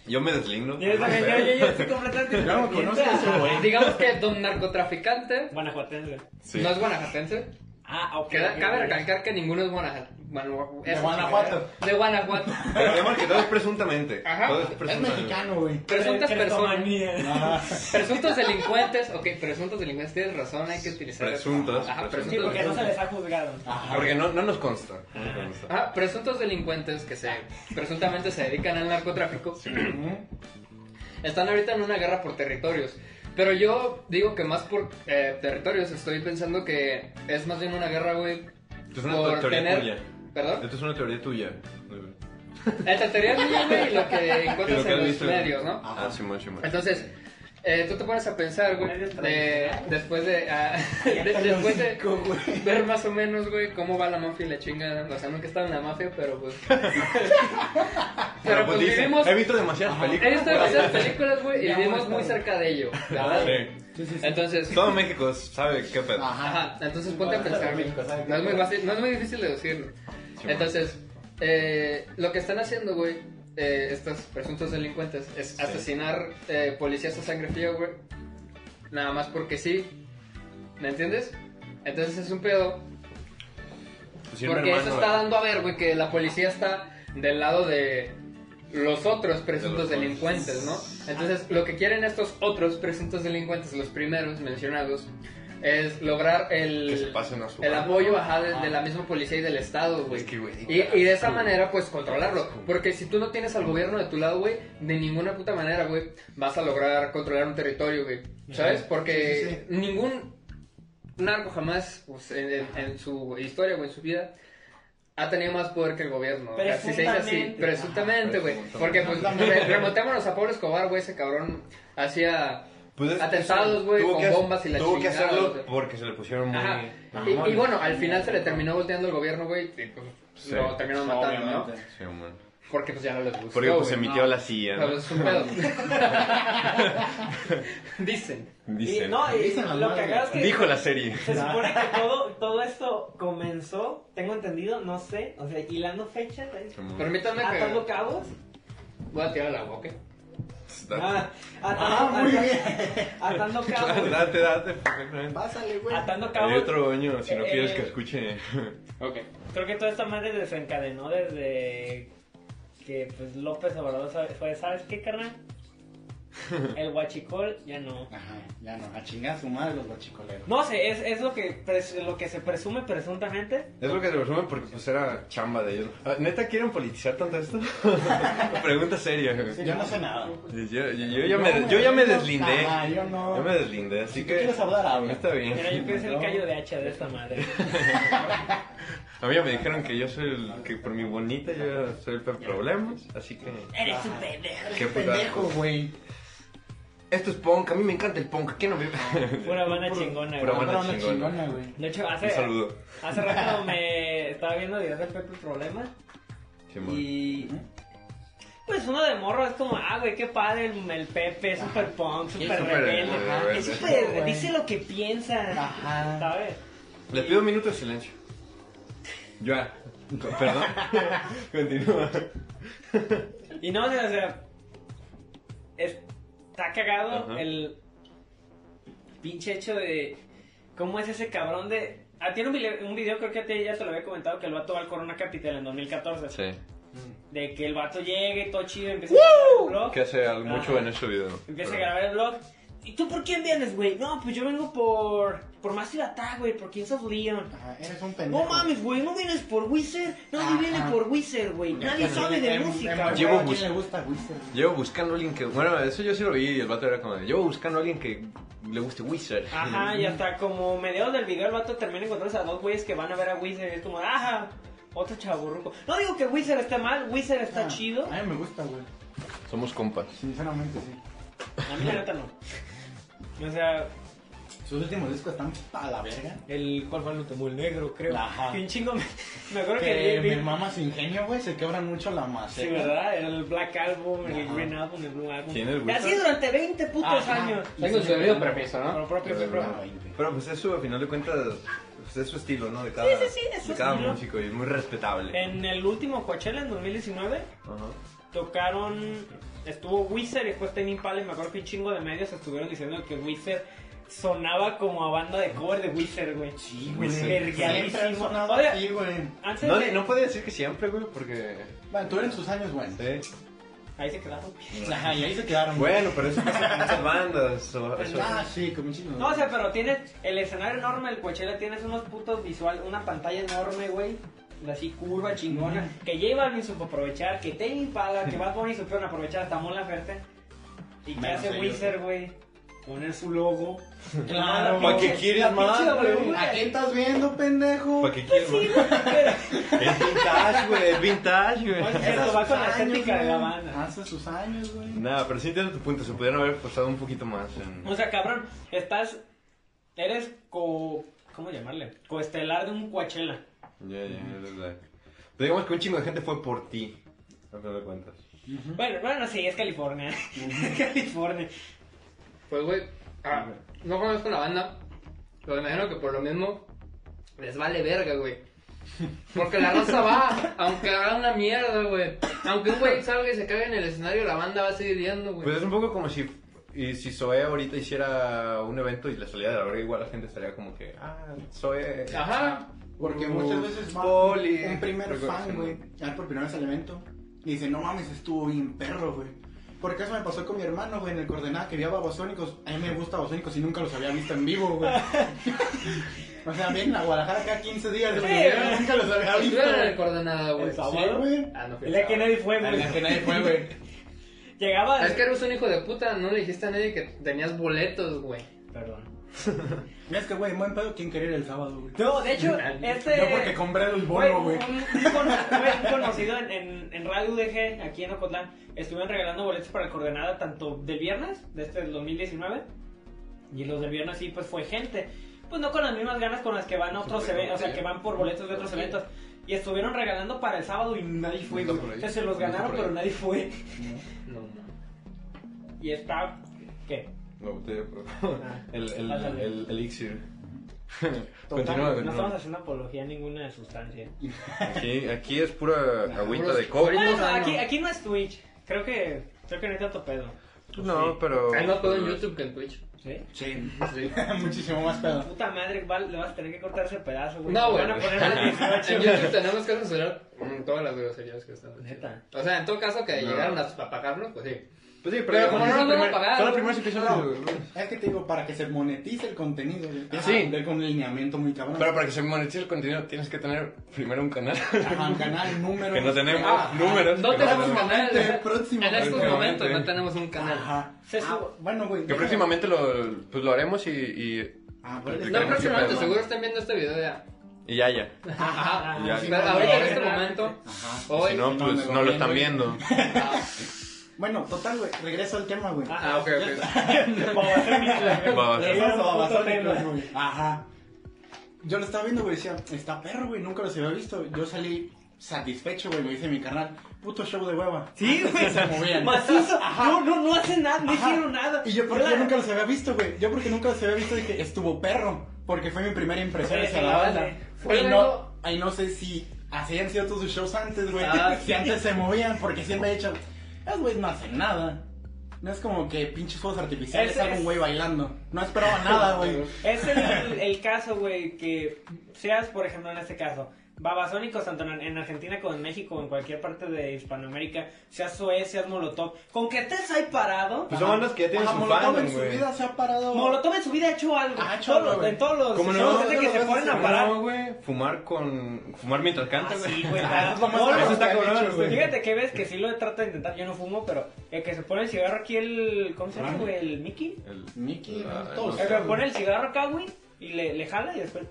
Speaker 1: Yo me deslindo.
Speaker 2: Yo también, yo, yo, yo estoy completamente.
Speaker 3: Yo no me conozco eso, güey.
Speaker 4: digamos que don narcotraficante
Speaker 2: Guanajuatense.
Speaker 1: Sí.
Speaker 4: no es guanajuatense.
Speaker 2: Ah, ok.
Speaker 4: Queda-
Speaker 2: ok,
Speaker 4: cabe
Speaker 2: ok.
Speaker 4: recalcar que ninguno es guanaja- Guanaju-
Speaker 3: De
Speaker 4: esa
Speaker 3: Guanajuato.
Speaker 4: chingadera. De Guanajuato.
Speaker 1: Pero digamos que todo es presuntamente.
Speaker 4: Ajá.
Speaker 1: Todo es
Speaker 3: Es
Speaker 1: presuntamente.
Speaker 3: mexicano, güey.
Speaker 4: Presuntas personas.
Speaker 2: Criptomanía.
Speaker 3: Ah,
Speaker 4: Presuntos delincuentes, ok, presuntos delincuentes, tienes razón, hay que utilizar.
Speaker 1: Presuntos,
Speaker 4: Ajá,
Speaker 1: presuntos.
Speaker 2: Sí,
Speaker 4: presuntos.
Speaker 2: porque no se les ha juzgado.
Speaker 1: Ah, Porque no, no nos consta. No nos consta.
Speaker 4: Ajá, presuntos delincuentes que se presuntamente se dedican al narcotráfico están ahorita en una guerra por territorios. Pero yo digo que más por eh, territorios estoy pensando que es más bien una guerra, güey,
Speaker 1: Esto es una
Speaker 4: por
Speaker 1: teoría
Speaker 4: tener.
Speaker 1: tuya.
Speaker 4: ¿Perdón?
Speaker 1: Esto es una teoría tuya.
Speaker 4: Esta teoría es mía, güey, y lo que
Speaker 1: De
Speaker 4: encuentras
Speaker 1: lo que has
Speaker 4: en los
Speaker 1: visto.
Speaker 4: medios, ¿no?
Speaker 1: Ah, Simón, Simón.
Speaker 4: Entonces, eh, tú te pones a pensar, güey,
Speaker 2: Medios
Speaker 4: de- después de, ah,
Speaker 2: Ya
Speaker 4: de-
Speaker 3: está el
Speaker 4: después de
Speaker 3: hocico, güey.
Speaker 4: ver más o menos, güey, cómo va la mafia y la chingada. O sea, nunca he estado en la mafia, pero pues... pero pues
Speaker 1: dicen,
Speaker 4: vivimos...
Speaker 1: He visto demasiadas
Speaker 3: Ajá.
Speaker 4: He
Speaker 1: películas.
Speaker 4: visto demasiadas películas, güey, y
Speaker 3: Ya
Speaker 4: vivimos
Speaker 3: hemos
Speaker 4: muy
Speaker 3: estado.
Speaker 4: cerca de ello, ¿verdad?
Speaker 1: Sí.
Speaker 3: Sí, sí, sí.
Speaker 4: Entonces...
Speaker 1: Todo México sabe qué pedo.
Speaker 4: Ajá, entonces ponte a
Speaker 3: Bueno,
Speaker 4: pensar, güey.
Speaker 3: también, cosa que-
Speaker 4: No es muy fácil, no es muy difícil deducirlo.
Speaker 1: bueno.
Speaker 4: Entonces, eh, lo que están haciendo, güey, eh, estos presuntos delincuentes, es
Speaker 1: Sí.
Speaker 4: asesinar eh, policías a sangre fría, güey. Nada más porque sí. ¿Me entiendes? Entonces es un pedo.
Speaker 1: Pues, sí, mi
Speaker 4: porque
Speaker 1: hermano,
Speaker 4: eso está
Speaker 1: eh.
Speaker 4: dando a ver, güey, que la policía está del lado de los otros presuntos
Speaker 1: De los
Speaker 4: delincuentes, ¿no? Entonces, lo que quieren estos otros presuntos delincuentes, los primeros mencionados, es lograr el...
Speaker 1: Que se pasen a su
Speaker 4: El
Speaker 1: banda.
Speaker 4: apoyo, ajá, de,
Speaker 3: Ah.
Speaker 4: de la misma policía y del Estado, güey.
Speaker 1: Es que, güey,
Speaker 4: y, y de esa
Speaker 1: asco,
Speaker 4: manera, pues, controlarlo. Porque si tú no tienes al gobierno de tu lado, güey, de ninguna puta manera, güey, vas a lograr controlar un territorio, güey. ¿Sabes? Porque
Speaker 3: Sí, sí,
Speaker 4: ningún narco jamás, pues, en, en- en su historia, güey, en su vida, ha tenido más poder que el gobierno. O sea, si se dice así,
Speaker 2: Presuntamente.
Speaker 4: presuntamente, güey.
Speaker 1: Presuntamente.
Speaker 4: Porque, pues,
Speaker 3: Presuntamente.
Speaker 4: re- remontémonos a Pablo Escobar, güey, ese cabrón hacía...
Speaker 1: Pues es-
Speaker 4: Atentados, güey,
Speaker 1: tuvo
Speaker 4: con
Speaker 1: que hacer-
Speaker 4: bombas y la
Speaker 1: Tuvo que
Speaker 4: chingada,
Speaker 1: hacerlo
Speaker 4: güey.
Speaker 1: porque se le pusieron muy.
Speaker 4: Ajá.
Speaker 1: mamones.
Speaker 4: Y, y bueno, al final se le terminó volteando el gobierno, güey, y pues
Speaker 1: Sí.
Speaker 4: lo terminaron matando, ¿no?
Speaker 3: Obviamente.
Speaker 1: Sí, man.
Speaker 4: Porque pues ya no les gustó.
Speaker 1: Porque pues
Speaker 4: güey.
Speaker 1: emitió
Speaker 3: no.
Speaker 1: la silla.
Speaker 4: Pero
Speaker 1: ¿no?
Speaker 4: es un pedo. Dicen.
Speaker 2: Y,
Speaker 1: Dicen.
Speaker 2: no, y
Speaker 3: Dicen las
Speaker 2: lo
Speaker 3: madres.
Speaker 2: cagado es que.
Speaker 1: Dijo la serie.
Speaker 2: Se supone que todo, todo esto comenzó, tengo entendido, no sé, o sea, hilando fechas, ¿eh?
Speaker 4: Permítanme
Speaker 2: atando
Speaker 4: que
Speaker 2: cabos,
Speaker 4: voy a tirar la boca.
Speaker 2: ah,
Speaker 3: Ah,
Speaker 2: atando,
Speaker 3: muy
Speaker 2: ata-
Speaker 3: bien.
Speaker 2: atando cabos,
Speaker 1: Date, date, perfectamente.
Speaker 3: Pásale, güey.
Speaker 2: atando
Speaker 1: Hay
Speaker 2: cabos.
Speaker 1: otro baño, si no
Speaker 2: Eh,
Speaker 1: quieres
Speaker 2: eh.
Speaker 1: que escuche.
Speaker 4: Ok.
Speaker 2: Creo que toda esta madre desencadenó desde que pues López Obrador sa- fue, ¿sabes qué, carnal? El guachicol ya no.
Speaker 3: Ajá, ya no. A chingar a su madre los guachicoleros.
Speaker 2: No sé, es, es lo, que pres- lo que se presume presuntamente.
Speaker 1: Es lo que se resume porque pues era chamba de ellos. Ah, ¿Neta quieren politizar tanto esto? Pregunta seria. güey.
Speaker 3: Yo no sé nada.
Speaker 1: Yo, yo- yo ya me, yo ya me deslindé.
Speaker 3: Ah, yo no.
Speaker 1: Yo me deslindé, así
Speaker 3: Si tú
Speaker 1: que.
Speaker 3: quieres hablar, habla.
Speaker 1: Está
Speaker 2: Mira, yo
Speaker 1: bien.
Speaker 2: quiero ser el
Speaker 3: No.
Speaker 2: callo de hacha de esta madre.
Speaker 1: A mí ya me dijeron que yo soy el. que por mi bonita yo soy el peor problemas, así que.
Speaker 2: Eres un pendejo.
Speaker 1: Qué puta.
Speaker 3: Pendejo, güey.
Speaker 1: Esto es punk, a mí me encanta el punk, ¿qué no me.?
Speaker 2: Pura banda chingona,
Speaker 1: Pura
Speaker 2: güey.
Speaker 1: banda
Speaker 3: Pero una
Speaker 1: chingona.
Speaker 3: chingona, güey.
Speaker 2: De hecho, hace,
Speaker 1: Un saludo.
Speaker 2: hace rato me estaba viendo videos de Pepe Problema
Speaker 1: Simón.
Speaker 2: y... Pues uno de morro es como, ah, güey, qué padre el, el Pepe, super punk, super
Speaker 1: súper
Speaker 2: rebelde.
Speaker 1: rebelde,
Speaker 2: ajá. Es
Speaker 1: rebelde.
Speaker 2: súper,
Speaker 3: Güey.
Speaker 2: dice lo que piensa,
Speaker 3: Ajá.
Speaker 2: ¿sabes?
Speaker 1: Les pido un minuto de silencio. Ya. Perdón. Continúa.
Speaker 2: Y no, o sea, o sea, está cagado
Speaker 1: Ajá.
Speaker 2: el pinche hecho de cómo es ese cabrón de... Ah, tiene un video, un video, creo que a ti ya te lo había comentado, que el vato va al Corona Capital en 2014.
Speaker 1: Sí.
Speaker 2: De que el vato llegue, todo chido, empieza a grabar el blog.
Speaker 1: Que hace al- mucho
Speaker 2: Ajá.
Speaker 1: en ese video.
Speaker 2: Empieza a
Speaker 1: Pero-
Speaker 2: grabar el blog. ¿Y tú por quién vienes, güey? No, pues yo vengo por... Por Massive Attack, güey, por Kings of Leon.
Speaker 3: Ajá, eres un pendejo.
Speaker 2: No mames, güey, no vienes por Wizard. Nadie
Speaker 3: Ajá.
Speaker 2: viene por Wizard, güey. Nadie sabe de
Speaker 3: En- en- en-
Speaker 2: música,
Speaker 3: ¿A
Speaker 2: güey.
Speaker 1: Llevo
Speaker 3: quién
Speaker 1: bus-
Speaker 3: le gusta Wizard?
Speaker 1: Llevo buscando a alguien que. Bueno, eso yo sí lo vi y el vato era como de. Llevo buscando a alguien que le guste Wizard.
Speaker 2: Ajá, y hasta como mediados del video el vato termina encontrándose a dos güeyes que van a ver a Wizard y es como, ajá, otro chaburruco. No digo que Wizard esté mal, Wizard está
Speaker 3: Ah,
Speaker 2: chido.
Speaker 3: A mí me gusta, güey.
Speaker 1: Somos compas.
Speaker 3: Sinceramente, sí.
Speaker 2: A mí la neta no. O sea,
Speaker 3: Sus últimos discos están pa' la verga.
Speaker 2: el cual fue el último, el negro, creo.
Speaker 3: Ajá.
Speaker 2: Que un chingo me, me acuerdo que
Speaker 3: Que
Speaker 2: vi-
Speaker 3: mi
Speaker 2: vi-
Speaker 3: mamá sin ingenio, güey, se quebran mucho la maceta.
Speaker 2: Sí, ¿verdad? El Black Album, el
Speaker 3: Ajá.
Speaker 2: Green Album, el Blue Album.
Speaker 1: ¿Tiene el
Speaker 2: Y así
Speaker 1: Wilson?
Speaker 2: durante 20 putos
Speaker 3: Ajá.
Speaker 2: años.
Speaker 4: Tengo su debido permiso, ¿no?
Speaker 2: Por propio
Speaker 1: Ah, Pero,
Speaker 2: pero-
Speaker 3: Bueno, 20.
Speaker 1: Pero pues eso, a final de cuentas, pues es su estilo, ¿no? De cada,
Speaker 2: Sí, sí, sí, es su
Speaker 1: de cada
Speaker 2: estilo.
Speaker 1: músico y es muy respetable.
Speaker 2: En el último Coachella, en 2019,
Speaker 1: Ajá.
Speaker 2: tocaron. Estuvo Wizard y después Tame Impala. y Me acuerdo que un chingo de medios estuvieron diciendo que Wizard sonaba como a banda de cover de Wizard, güey.
Speaker 3: Sí,
Speaker 1: güey.
Speaker 3: Siempre han
Speaker 2: Vergueadísimo.
Speaker 3: sonado
Speaker 2: Oye,
Speaker 3: así, güey.
Speaker 2: Antes
Speaker 1: No,
Speaker 2: de-
Speaker 1: no podía decir que siempre, güey, porque...
Speaker 3: Bueno, tú eres sus años, güey.
Speaker 1: Sí.
Speaker 2: Ahí se quedaron.
Speaker 3: Ajá, y ahí se quedaron. güey.
Speaker 1: Bueno, pero eso pasa con muchas bandas. o- eso-
Speaker 3: Ah, sí, con muchísimos.
Speaker 2: No, o sea, pero tienes el escenario enorme, el Coachella, tienes unos putos visual, una pantalla enorme, güey. Así curva, chingona. Que J Balvin supo aprovechar, que Tame Impala, que Bad Bunny supieron aprovechar hasta Mon Laferte. Y que
Speaker 3: Menos
Speaker 2: hace
Speaker 3: ellos,
Speaker 2: Wizard, güey. Poner su logo.
Speaker 3: Claro,
Speaker 2: La
Speaker 1: ¿pa' qué
Speaker 2: pinche-
Speaker 1: quieres
Speaker 2: la pinche
Speaker 1: más,
Speaker 2: W,
Speaker 1: güey?
Speaker 3: ¿A quién estás viendo, pendejo?
Speaker 1: ¿Para qué quieres más?
Speaker 2: Pues Pero-
Speaker 1: Es vintage, güey, es vintage,
Speaker 2: Bueno,
Speaker 1: güey.
Speaker 2: sí. Eso va con la
Speaker 3: Hace sus
Speaker 2: estética
Speaker 3: años,
Speaker 2: de la
Speaker 3: güey.
Speaker 2: banda.
Speaker 3: Hace sus años, güey.
Speaker 1: Nada, pero sí entiendo tu punto, se pudieron haber forzado un poquito más en...
Speaker 2: O sea, cabrón, estás. Eres co. ¿Cómo llamarle? Coestelar de un Coachella.
Speaker 1: Ya, ya, es verdad. Pero digamos que un chingo de gente fue por ti, a final de cuentas.
Speaker 2: Bueno, bueno, sí, es California. California.
Speaker 4: Pues, güey, ah, no conozco la banda, pero me imagino que por lo mismo les vale verga, güey. Porque la raza va, aunque haga una mierda, güey. Aunque un güey salga y se cague en el escenario, la banda va a seguir yendo, güey.
Speaker 1: Pues es un poco como si... Y si Zoe ahorita hiciera un evento y le salía de la verga, igual la gente estaría como que, ah, Zoe...
Speaker 4: Ajá.
Speaker 2: ah,
Speaker 3: Porque
Speaker 1: Uh,
Speaker 3: muchas veces va
Speaker 1: fútbol y-
Speaker 3: un primer
Speaker 1: Recuerdo, sí,
Speaker 3: fan, güey, a ver por primera vez al evento y dice, no mames, estuvo bien perro, güey. Porque eso me pasó con mi hermano, güey, en el coordenada que vi a Babasónicos. A mí me gusta Babasónicos y nunca los había visto en vivo, güey. o sea, bien, a Guadalajara cada 15 días, güey,
Speaker 2: Sí,
Speaker 3: yo
Speaker 2: güey.
Speaker 3: nunca los había visto.
Speaker 4: Estuvieron en el
Speaker 3: güey.
Speaker 4: coordenada, güey.
Speaker 2: El sábado,
Speaker 3: güey.
Speaker 4: Ah, no fui
Speaker 2: El
Speaker 4: el
Speaker 2: día que
Speaker 4: sábado.
Speaker 2: nadie fue,
Speaker 3: Al
Speaker 2: güey.
Speaker 3: día que nadie fue, güey.
Speaker 2: Llegaba.
Speaker 4: Es que eres un hijo de puta, no le dijiste a nadie que tenías boletos, güey.
Speaker 2: Perdón.
Speaker 3: Mira, es que, güey, buen pedo, ¿quién quería ir el sábado, güey?
Speaker 2: No, de hecho, este.
Speaker 3: Yo porque compré el
Speaker 2: Güey,
Speaker 3: bono, güey.
Speaker 2: Un, un cono- güey, un conocido en, en, en Radio UDG, aquí en Ocotlán, estuvieron regalando boletos para el coordenada tanto del viernes, de este del 2019, y los del viernes sí, pues fue gente. Pues no con las mismas ganas con las que van a otros eventos, o sea, que van por boletos de otros eventos. Y estuvieron regalando para el sábado y nadie fue, güey. Entonces se los ganaron, pero nadie fue.
Speaker 4: No, no.
Speaker 2: Y está... ¿Qué?
Speaker 1: No, te pero...
Speaker 2: Ah,
Speaker 1: El, el, el,
Speaker 2: pásale.
Speaker 1: elixir.
Speaker 3: Total,
Speaker 1: continúa,
Speaker 2: No estamos
Speaker 1: continúa.
Speaker 2: haciendo apología a ninguna sustancia.
Speaker 1: Aquí, aquí es pura agüita
Speaker 4: puros
Speaker 1: de cobre.
Speaker 4: Ahorita
Speaker 2: Bueno,
Speaker 4: no.
Speaker 2: aquí, aquí no es Twitch. Creo que... Creo que no hay tanto pedo.
Speaker 1: Pues No, pero... pues,
Speaker 4: Hay más pedo en YouTube que en Twitch.
Speaker 2: ¿Sí?
Speaker 3: Sí,
Speaker 4: Sí.
Speaker 3: muchísimo más pedo.
Speaker 2: Puta madre, Val, le vas a tener que cortar ese pedazo, güey.
Speaker 4: No,
Speaker 2: Te
Speaker 4: güey.
Speaker 2: Van a poner a
Speaker 4: En
Speaker 2: 18.
Speaker 4: YouTube tenemos que censurar mm, todas las groserías que están.
Speaker 2: Neta.
Speaker 4: O sea, en todo caso que
Speaker 1: No.
Speaker 4: llegaron a, a pagarnos, pues sí.
Speaker 1: Pues sí, pero,
Speaker 4: Pero como
Speaker 1: es
Speaker 4: no
Speaker 1: el
Speaker 4: nos van a
Speaker 1: primer-
Speaker 4: pagar,
Speaker 1: Son los
Speaker 4: güey.
Speaker 1: primeros episodios. güey.
Speaker 3: Es que te digo, para que se monetice el contenido, güey. tienes
Speaker 1: Sí.
Speaker 3: que cumplir con un lineamiento muy cabrón.
Speaker 1: Pero para que se monetice el contenido tienes que tener primero un canal.
Speaker 3: Ajá, un canal, número.
Speaker 1: que no tenemos
Speaker 3: Ah,
Speaker 1: números.
Speaker 4: No
Speaker 1: que
Speaker 4: tenemos
Speaker 1: tenemos.
Speaker 4: canal.
Speaker 3: Próximamente, próximo.
Speaker 4: En estos
Speaker 1: Próximamente.
Speaker 4: momentos no tenemos un canal.
Speaker 3: Ajá.
Speaker 2: Se
Speaker 3: Ah,
Speaker 2: sube.
Speaker 3: bueno, güey.
Speaker 1: Que
Speaker 3: déjame-
Speaker 1: próximamente lo, pues lo haremos y, y,
Speaker 3: Ah, pero-
Speaker 1: No, Tenemos
Speaker 4: No,
Speaker 1: que
Speaker 4: próximamente,
Speaker 1: pedo.
Speaker 4: seguro están viendo este video ya.
Speaker 1: y ya, ya.
Speaker 3: Ajá.
Speaker 1: Ya.
Speaker 3: Sí,
Speaker 4: Pero
Speaker 3: no,
Speaker 4: ahorita en
Speaker 3: no,
Speaker 4: este
Speaker 3: no.
Speaker 4: momento,
Speaker 3: Ajá.
Speaker 4: hoy.
Speaker 1: si no,
Speaker 3: no,
Speaker 1: pues
Speaker 3: me
Speaker 1: no lo
Speaker 3: lo
Speaker 1: están
Speaker 3: viendo.
Speaker 1: viendo.
Speaker 4: Ah,
Speaker 3: Bueno, total, güey. Regreso al tema, güey.
Speaker 4: ah, ok, ok.
Speaker 1: Va, va.
Speaker 3: Regreso a
Speaker 2: Puto
Speaker 3: Babasónicos,
Speaker 2: tema.
Speaker 3: güey. Ajá. Yo lo estaba viendo, güey. Decía, está perro, güey. Nunca los había visto. Yo salí satisfecho, güey. Me dice mi canal. Puto show de hueva.
Speaker 2: Sí, güey.
Speaker 3: Se movían.
Speaker 2: Macizo. No, no, no hacen nada, no
Speaker 3: Ajá.
Speaker 2: hicieron nada.
Speaker 3: Y yo porque
Speaker 2: Hola.
Speaker 3: yo nunca los había visto, güey. Yo porque nunca los había visto dije, estuvo perro. Porque fue mi primera impresión
Speaker 2: Sí,
Speaker 3: hacia
Speaker 2: sí,
Speaker 3: la banda.
Speaker 2: vale.
Speaker 4: Fue
Speaker 3: Y
Speaker 4: algo-
Speaker 3: no, ahí no sé si así han sido todos sus shows antes, güey.
Speaker 4: Ah,
Speaker 3: Si
Speaker 4: sí.
Speaker 3: antes se movían, porque siempre he dicho, esos güeyes no hacen nada. No es como que pinches fuegos artificiales,
Speaker 2: Es-
Speaker 3: sale
Speaker 2: es-
Speaker 3: un güey bailando. No esperaba nada, güey.
Speaker 2: Es el, el caso, güey, que seas, por ejemplo, en este caso, babasónicos, tanto en, en Argentina como en México, o en cualquier parte de Hispanoamérica, seas Zoé, seas Molotov, con que estés ahí parado,
Speaker 1: Pues son bandas que ya tienen
Speaker 3: Ajá,
Speaker 1: su
Speaker 3: Molotov
Speaker 1: fandom,
Speaker 3: en su
Speaker 1: güey.
Speaker 3: vida se ha parado.
Speaker 2: Molotov en su vida ha hecho algo.
Speaker 3: Ah, ha hecho
Speaker 2: Todos los-
Speaker 3: algo, güey.
Speaker 2: en todos los
Speaker 1: ¿Cómo no?
Speaker 2: shows de que
Speaker 3: Todos
Speaker 2: se
Speaker 3: los
Speaker 2: ponen a
Speaker 3: veces,
Speaker 2: parar.
Speaker 1: No, güey. Fumar con... Fumar mientras cantas,
Speaker 2: Así,
Speaker 1: güey.
Speaker 2: güey.
Speaker 3: Ah, es lo más
Speaker 2: No,
Speaker 3: cabrón
Speaker 1: eso está
Speaker 3: que han
Speaker 1: cabrón,
Speaker 3: hecho,
Speaker 1: güey.
Speaker 2: Fíjate que ves que sí lo trata de intentar, yo no fumo, pero el que se pone el cigarro aquí, el. ¿Cómo se llama, güey? El Mickey.
Speaker 1: El-
Speaker 3: Mickey,
Speaker 1: Ah,
Speaker 3: no, todos.
Speaker 2: El que pone el cigarro acá, güey, y le, le jala y después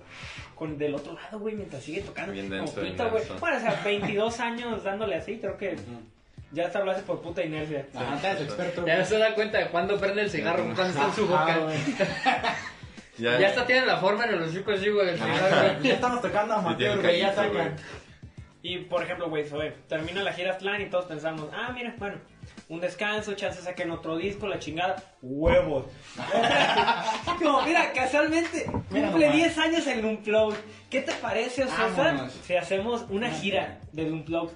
Speaker 2: con del otro lado, güey, mientras sigue tocando.
Speaker 1: Bien
Speaker 2: como
Speaker 1: denso, bien
Speaker 2: pito, güey.
Speaker 1: denso.
Speaker 2: Bueno, o sea, 22 años dándole así, creo que. Ya te hablaste por puta inercia.
Speaker 3: Ah, estás experto.
Speaker 4: Ya no se da cuenta de cuándo prende el cigarro, cuando está en su boca.
Speaker 3: Ah, güey.
Speaker 1: Ya,
Speaker 4: Ya hasta tiene la forma en los chicos chicos del cigarro.
Speaker 3: Ya estamos tocando a
Speaker 1: tiene
Speaker 3: Mateo,
Speaker 1: un
Speaker 3: güey, ya
Speaker 1: callito,
Speaker 3: saca.
Speaker 1: güey.
Speaker 2: Y por ejemplo, güey, Zoe, termina la gira Aztlán y todos pensamos, ah, mira, bueno, un descanso, chance saquen otro disco, la chingada, huevos. Como, mira, casualmente,
Speaker 3: Mira
Speaker 2: cumple
Speaker 3: nomás.
Speaker 2: 10 años el Unplugged. ¿Qué te parece, César,
Speaker 3: Vámonos.
Speaker 2: si hacemos una gira del Unplugged?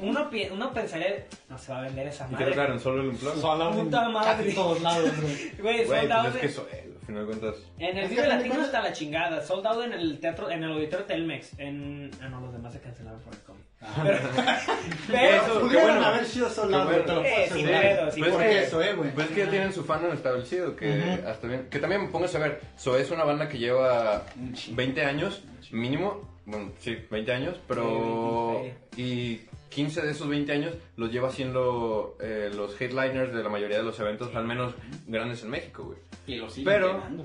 Speaker 2: Uno, pi- uno pensaría, no se va a vender esa
Speaker 1: ¿Y qué
Speaker 2: madre.
Speaker 1: tocaron? ¿Solo el Unplugged?
Speaker 3: Sola, güey,
Speaker 2: Puta madre.
Speaker 3: casi todos lados, güey.
Speaker 2: Güey,
Speaker 1: Güey,
Speaker 2: sold
Speaker 1: pues
Speaker 2: out.
Speaker 1: es que eso, eh, al final de cuentas.
Speaker 2: En el
Speaker 3: Es
Speaker 2: Vive
Speaker 3: que a fin de
Speaker 2: Latino
Speaker 3: cuentas-
Speaker 2: hasta la chingada, soldado en el teatro, en el auditorio Telmex, en... Ah, no, los demás se cancelaron por el COVID.
Speaker 3: Ah.
Speaker 2: Pero...
Speaker 1: Eso,
Speaker 2: pero
Speaker 1: qué
Speaker 3: Pudieron
Speaker 1: bueno.
Speaker 3: haber sido
Speaker 1: Qué
Speaker 3: sola,
Speaker 1: bueno.
Speaker 3: güey, te lo puedo
Speaker 2: Eh, sin
Speaker 3: asegurar.
Speaker 2: pedo, sin
Speaker 1: Pues
Speaker 3: Por
Speaker 1: es que-
Speaker 3: eso, eh, güey.
Speaker 1: Pues es que ya tienen su fan establecido, que
Speaker 3: Ujú.
Speaker 1: hasta bien, que también pónganse a ver, Zoé es una banda que lleva
Speaker 3: Un chingo.
Speaker 1: 20 años, mínimo, bueno, sí, 20 años, pero... Y 15 de esos 20 años los lleva siendo eh, los headliners de la mayoría de los eventos, al menos grandes en México, güey.
Speaker 3: Y lo siguen
Speaker 1: Pero-
Speaker 3: quemando,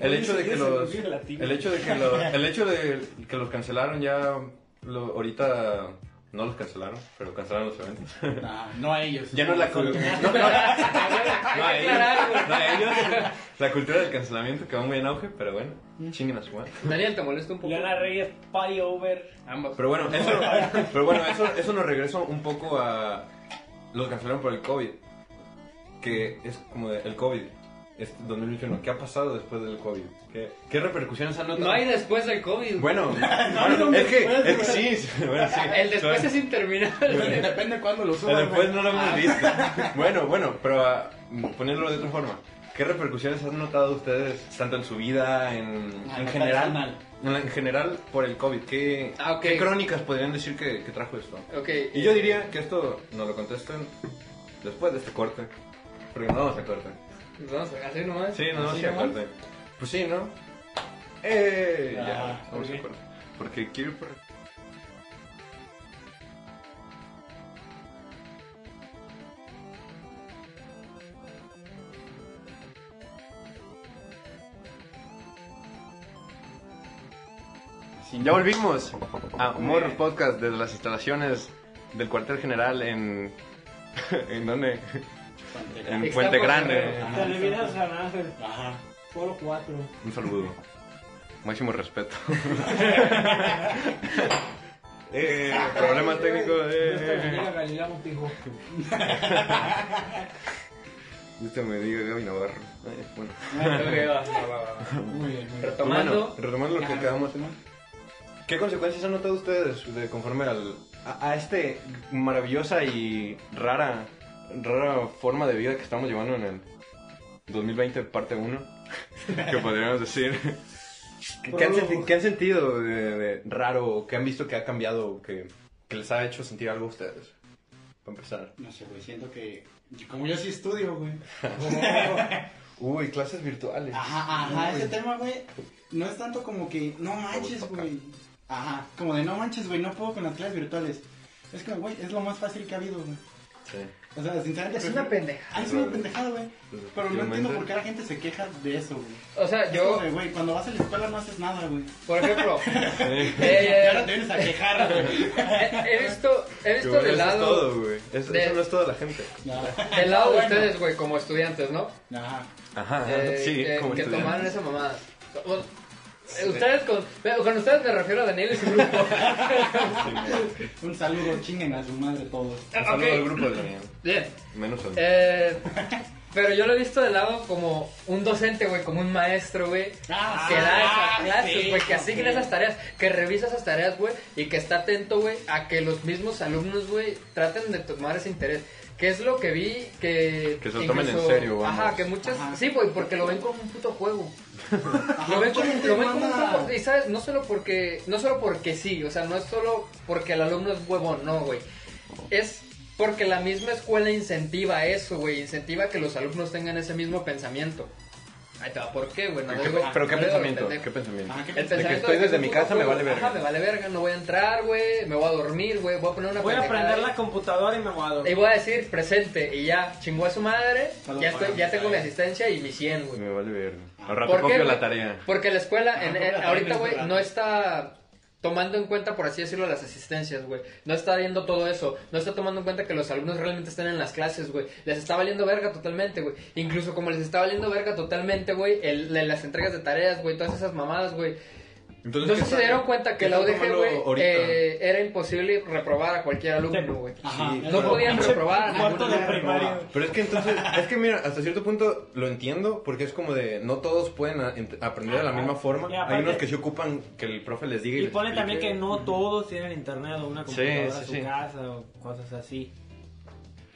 Speaker 1: El hecho de que los... El hecho de que, lo- el hecho de que los cancelaron ya, lo- ahorita no los cancelaron, pero cancelaron los eventos.
Speaker 3: Nah, no a ellos.
Speaker 1: Ya no es la
Speaker 3: Son-
Speaker 1: cultura. No, no,
Speaker 4: Ah, Hay
Speaker 1: no
Speaker 4: que
Speaker 1: a
Speaker 4: aclarar, güey.
Speaker 1: ellos, no a ellos. La cultura del cancelamiento que va muy en auge, pero bueno, chinguen a su madre.
Speaker 4: Daniel, ¿te molesta un poco?
Speaker 2: Leona Reyes, party over.
Speaker 3: Ah,
Speaker 4: Ambas.
Speaker 1: Pero bueno, eso, pero bueno eso, eso nos regresó un poco a. Los cancelaron por el COVID. Que es como de- el COVID. Es 2021. ¿Qué ha pasado después del COVID? ¿Qué, qué repercusiones han notado?
Speaker 4: No hay después del COVID.
Speaker 1: Bueno,
Speaker 3: hay un
Speaker 1: es, que,
Speaker 3: después,
Speaker 1: es que
Speaker 3: güey.
Speaker 1: sí, bueno, sí.
Speaker 4: El después
Speaker 1: Son-
Speaker 4: es interminable.
Speaker 3: Depende cuándo lo
Speaker 1: El
Speaker 3: suban.
Speaker 1: después
Speaker 3: güey.
Speaker 1: no lo hemos visto. Bueno, bueno, pero ah, ponerlo de otra forma. ¿Qué repercusiones han notado ustedes, tanto en su vida, en,
Speaker 3: Ah,
Speaker 1: en
Speaker 3: no,
Speaker 1: general?
Speaker 3: personal.
Speaker 1: En, la- en general, por el COVID. ¿Qué,
Speaker 4: Ah, ok.
Speaker 1: qué crónicas podrían decir que, que trajo esto?
Speaker 4: Ok. eh,
Speaker 1: Y yo diría que esto nos lo contesten después de este corte. Porque no vamos a corte.
Speaker 4: Pues Vamos a hacer nomás.
Speaker 1: Sí, no vamos
Speaker 3: ¿Así
Speaker 1: a
Speaker 3: nomás?
Speaker 1: corte. Pues sí, ¿no? ¡Eh!
Speaker 3: Ah,
Speaker 1: ya, vamos
Speaker 2: ok.
Speaker 1: a corte. Porque quiero ir por...
Speaker 3: Sí,
Speaker 1: Ya volvimos a
Speaker 3: Muy
Speaker 1: Morros
Speaker 3: bien.
Speaker 1: Podcast desde las instalaciones del cuartel general en. ¿En dónde? En
Speaker 4: Ixtapas,
Speaker 1: Puente Grande.
Speaker 4: Guerrero.
Speaker 3: Ajá,
Speaker 2: Televisa
Speaker 3: exacto.
Speaker 2: San Ángel,
Speaker 3: Ajá.
Speaker 2: solo cuatro.
Speaker 1: Un saludo. Máximo respeto. eh, problema técnico.
Speaker 2: Dios te bendiga,
Speaker 1: Eh.
Speaker 2: Galilea Montijo.
Speaker 1: Dios te Este me diga Gaby Navarro. Eh, bueno.
Speaker 4: Ah, Ok, va, va, va, va.
Speaker 3: Muy bien, muy bien.
Speaker 4: Retomando.
Speaker 1: Bueno, retomando lo que
Speaker 3: Ajá,
Speaker 1: acabamos.
Speaker 3: ¿no?
Speaker 1: ¿Qué consecuencias han notado ustedes de conforme al, a, a este maravillosa y rara, rara forma de vida que estamos llevando en el 2020 parte 1? que podríamos decir. ¿Qué, qué han, senti- qué han sentido de, de raro? o ¿Qué han visto que ha cambiado? o Que, que les ha hecho sentir algo a ustedes? Para empezar.
Speaker 3: No sé, güey, siento que... Como yo sí estudio, güey.
Speaker 1: Uy, clases virtuales.
Speaker 3: Ajá, ajá,
Speaker 1: Uy.
Speaker 3: ese tema, güey, no es tanto como que no manches,
Speaker 1: tocar.
Speaker 3: güey. Ajá, como de no manches, güey, no puedo con las clases virtuales. Es como, güey, es lo más fácil que ha habido, güey.
Speaker 1: Sí.
Speaker 3: O sea, sinceramente...
Speaker 4: Es una pendeja.
Speaker 3: Ah, es una pendejada, güey. Pero no entiendo
Speaker 1: Efectivamente.
Speaker 3: por qué la gente se queja de eso, güey.
Speaker 4: O sea,
Speaker 3: Es como
Speaker 4: yo,
Speaker 3: de, Güey, cuando vas a la escuela no haces nada, güey.
Speaker 4: por ejemplo,
Speaker 1: Sí.
Speaker 4: eh,
Speaker 3: Ahora te vienes a quejar, güey.
Speaker 4: he, he visto, he
Speaker 1: Que
Speaker 4: visto
Speaker 1: bueno,
Speaker 4: del
Speaker 1: eso es
Speaker 4: lado,
Speaker 1: todo, güey. Eso,
Speaker 4: de-
Speaker 1: eso no es toda la gente.
Speaker 3: Ajá.
Speaker 4: del lado de
Speaker 3: Ah, Bueno.
Speaker 4: ustedes, güey, como estudiantes, ¿no?
Speaker 3: Ajá.
Speaker 1: Ajá,
Speaker 4: Eh,
Speaker 1: sí,
Speaker 4: que,
Speaker 1: como
Speaker 4: que
Speaker 1: estudiante.
Speaker 4: tomaron esa mamada. O- Ustedes con, pero con ustedes me refiero a Daniel y su grupo.
Speaker 3: Un saludo, chinguen a su madre todos.
Speaker 2: Ah,
Speaker 1: Un saludo
Speaker 4: Ok.
Speaker 1: al grupo de
Speaker 4: Bien.
Speaker 1: Menos al
Speaker 4: Eh, pero yo lo he visto del lado como un docente, güey, como un maestro, güey.
Speaker 3: Ah,
Speaker 4: que da
Speaker 3: ah,
Speaker 4: esas clases,
Speaker 3: sí,
Speaker 4: güey, que asigna
Speaker 3: ok.
Speaker 4: esas tareas, que revisa esas tareas, güey, y que está atento, güey, a que los mismos alumnos, güey, traten de tomar ese interés. Que es lo que vi que...
Speaker 1: Que se lo tomen en serio, vamos.
Speaker 4: Ajá, que muchas...
Speaker 3: Ajá.
Speaker 4: Sí, güey, porque lo ven como un puto juego.
Speaker 3: Ajá,
Speaker 4: Lo ven como,
Speaker 3: mucha gente
Speaker 4: lo ven como un
Speaker 3: manda-
Speaker 4: juego, y sabes, no solo porque, no solo porque sí, o sea, no es solo porque el alumno es huevón, no, güey. Es porque la misma escuela incentiva eso, güey, incentiva que los alumnos tengan ese mismo pensamiento. Ahí te va, ¿por qué, güey? No
Speaker 1: ¿Qué-
Speaker 2: Ah,
Speaker 4: digo-
Speaker 1: pero qué
Speaker 4: no digo
Speaker 1: pensamiento,
Speaker 4: pendejo.
Speaker 1: qué pensamiento.
Speaker 3: Ajá, ¿qué
Speaker 4: El
Speaker 3: pensamiento?
Speaker 4: pensamiento
Speaker 1: estoy
Speaker 4: es
Speaker 1: desde
Speaker 4: un
Speaker 1: mi
Speaker 4: puto
Speaker 1: casa, me
Speaker 4: juego.
Speaker 1: vale
Speaker 4: Ajá,
Speaker 1: verga.
Speaker 4: me vale verga, no voy a entrar, güey, me voy a dormir, güey, voy a poner una
Speaker 2: Voy a
Speaker 4: pendejada
Speaker 2: prender
Speaker 4: ahí.
Speaker 2: la computadora y me voy a
Speaker 4: Y
Speaker 2: dormir.
Speaker 4: voy a decir presente y ya, chingó a su madre,
Speaker 3: Saludos
Speaker 4: ya, estoy-
Speaker 3: para
Speaker 4: ya
Speaker 3: mi
Speaker 4: tengo mi
Speaker 3: tarea.
Speaker 4: asistencia y mi 100, güey.
Speaker 1: Me vale ver. Al
Speaker 2: Ah.
Speaker 4: ¿Por
Speaker 1: rato
Speaker 4: qué,
Speaker 1: copio
Speaker 4: güey?
Speaker 1: la tarea. Ah,
Speaker 4: Porque la escuela, en-
Speaker 3: Ajá,
Speaker 4: en-
Speaker 3: la tarea
Speaker 4: ahorita,
Speaker 3: del
Speaker 4: güey,
Speaker 3: rato.
Speaker 4: no está tomando en cuenta, por así decirlo, las asistencias, güey. No está viendo todo eso. No está tomando en cuenta que los alumnos realmente están en las clases, güey. Les está valiendo verga totalmente, güey. Incluso como les está valiendo verga totalmente, güey, el- el- las entregas de tareas, güey, todas esas mamadas, güey.
Speaker 1: Entonces,
Speaker 4: No
Speaker 1: ¿qué
Speaker 4: sé si se
Speaker 1: está-
Speaker 4: dieron cuenta
Speaker 1: qué
Speaker 4: que la
Speaker 1: está
Speaker 4: UDG,
Speaker 1: tomando
Speaker 4: güey,
Speaker 1: ahorita?
Speaker 4: eh, era imposible reprobar a cualquier alumno, güey. Eh, No podían reprobar a
Speaker 2: Cuarto
Speaker 4: ninguno.
Speaker 2: de
Speaker 3: ninguno.
Speaker 2: primaria.
Speaker 1: Pero es que entonces, es que mira, hasta cierto punto lo entiendo, porque es como de, no todos pueden a- ent- aprender de la misma forma.
Speaker 2: Y
Speaker 1: Hay
Speaker 2: aparte-
Speaker 1: unos que se ocupan que el profe les diga.
Speaker 2: Y
Speaker 1: les
Speaker 2: pone también que
Speaker 1: explique.
Speaker 2: no todos tienen internet o una
Speaker 1: Sí,
Speaker 2: computadora
Speaker 1: sí,
Speaker 2: en su
Speaker 1: sí.
Speaker 2: casa o cosas así.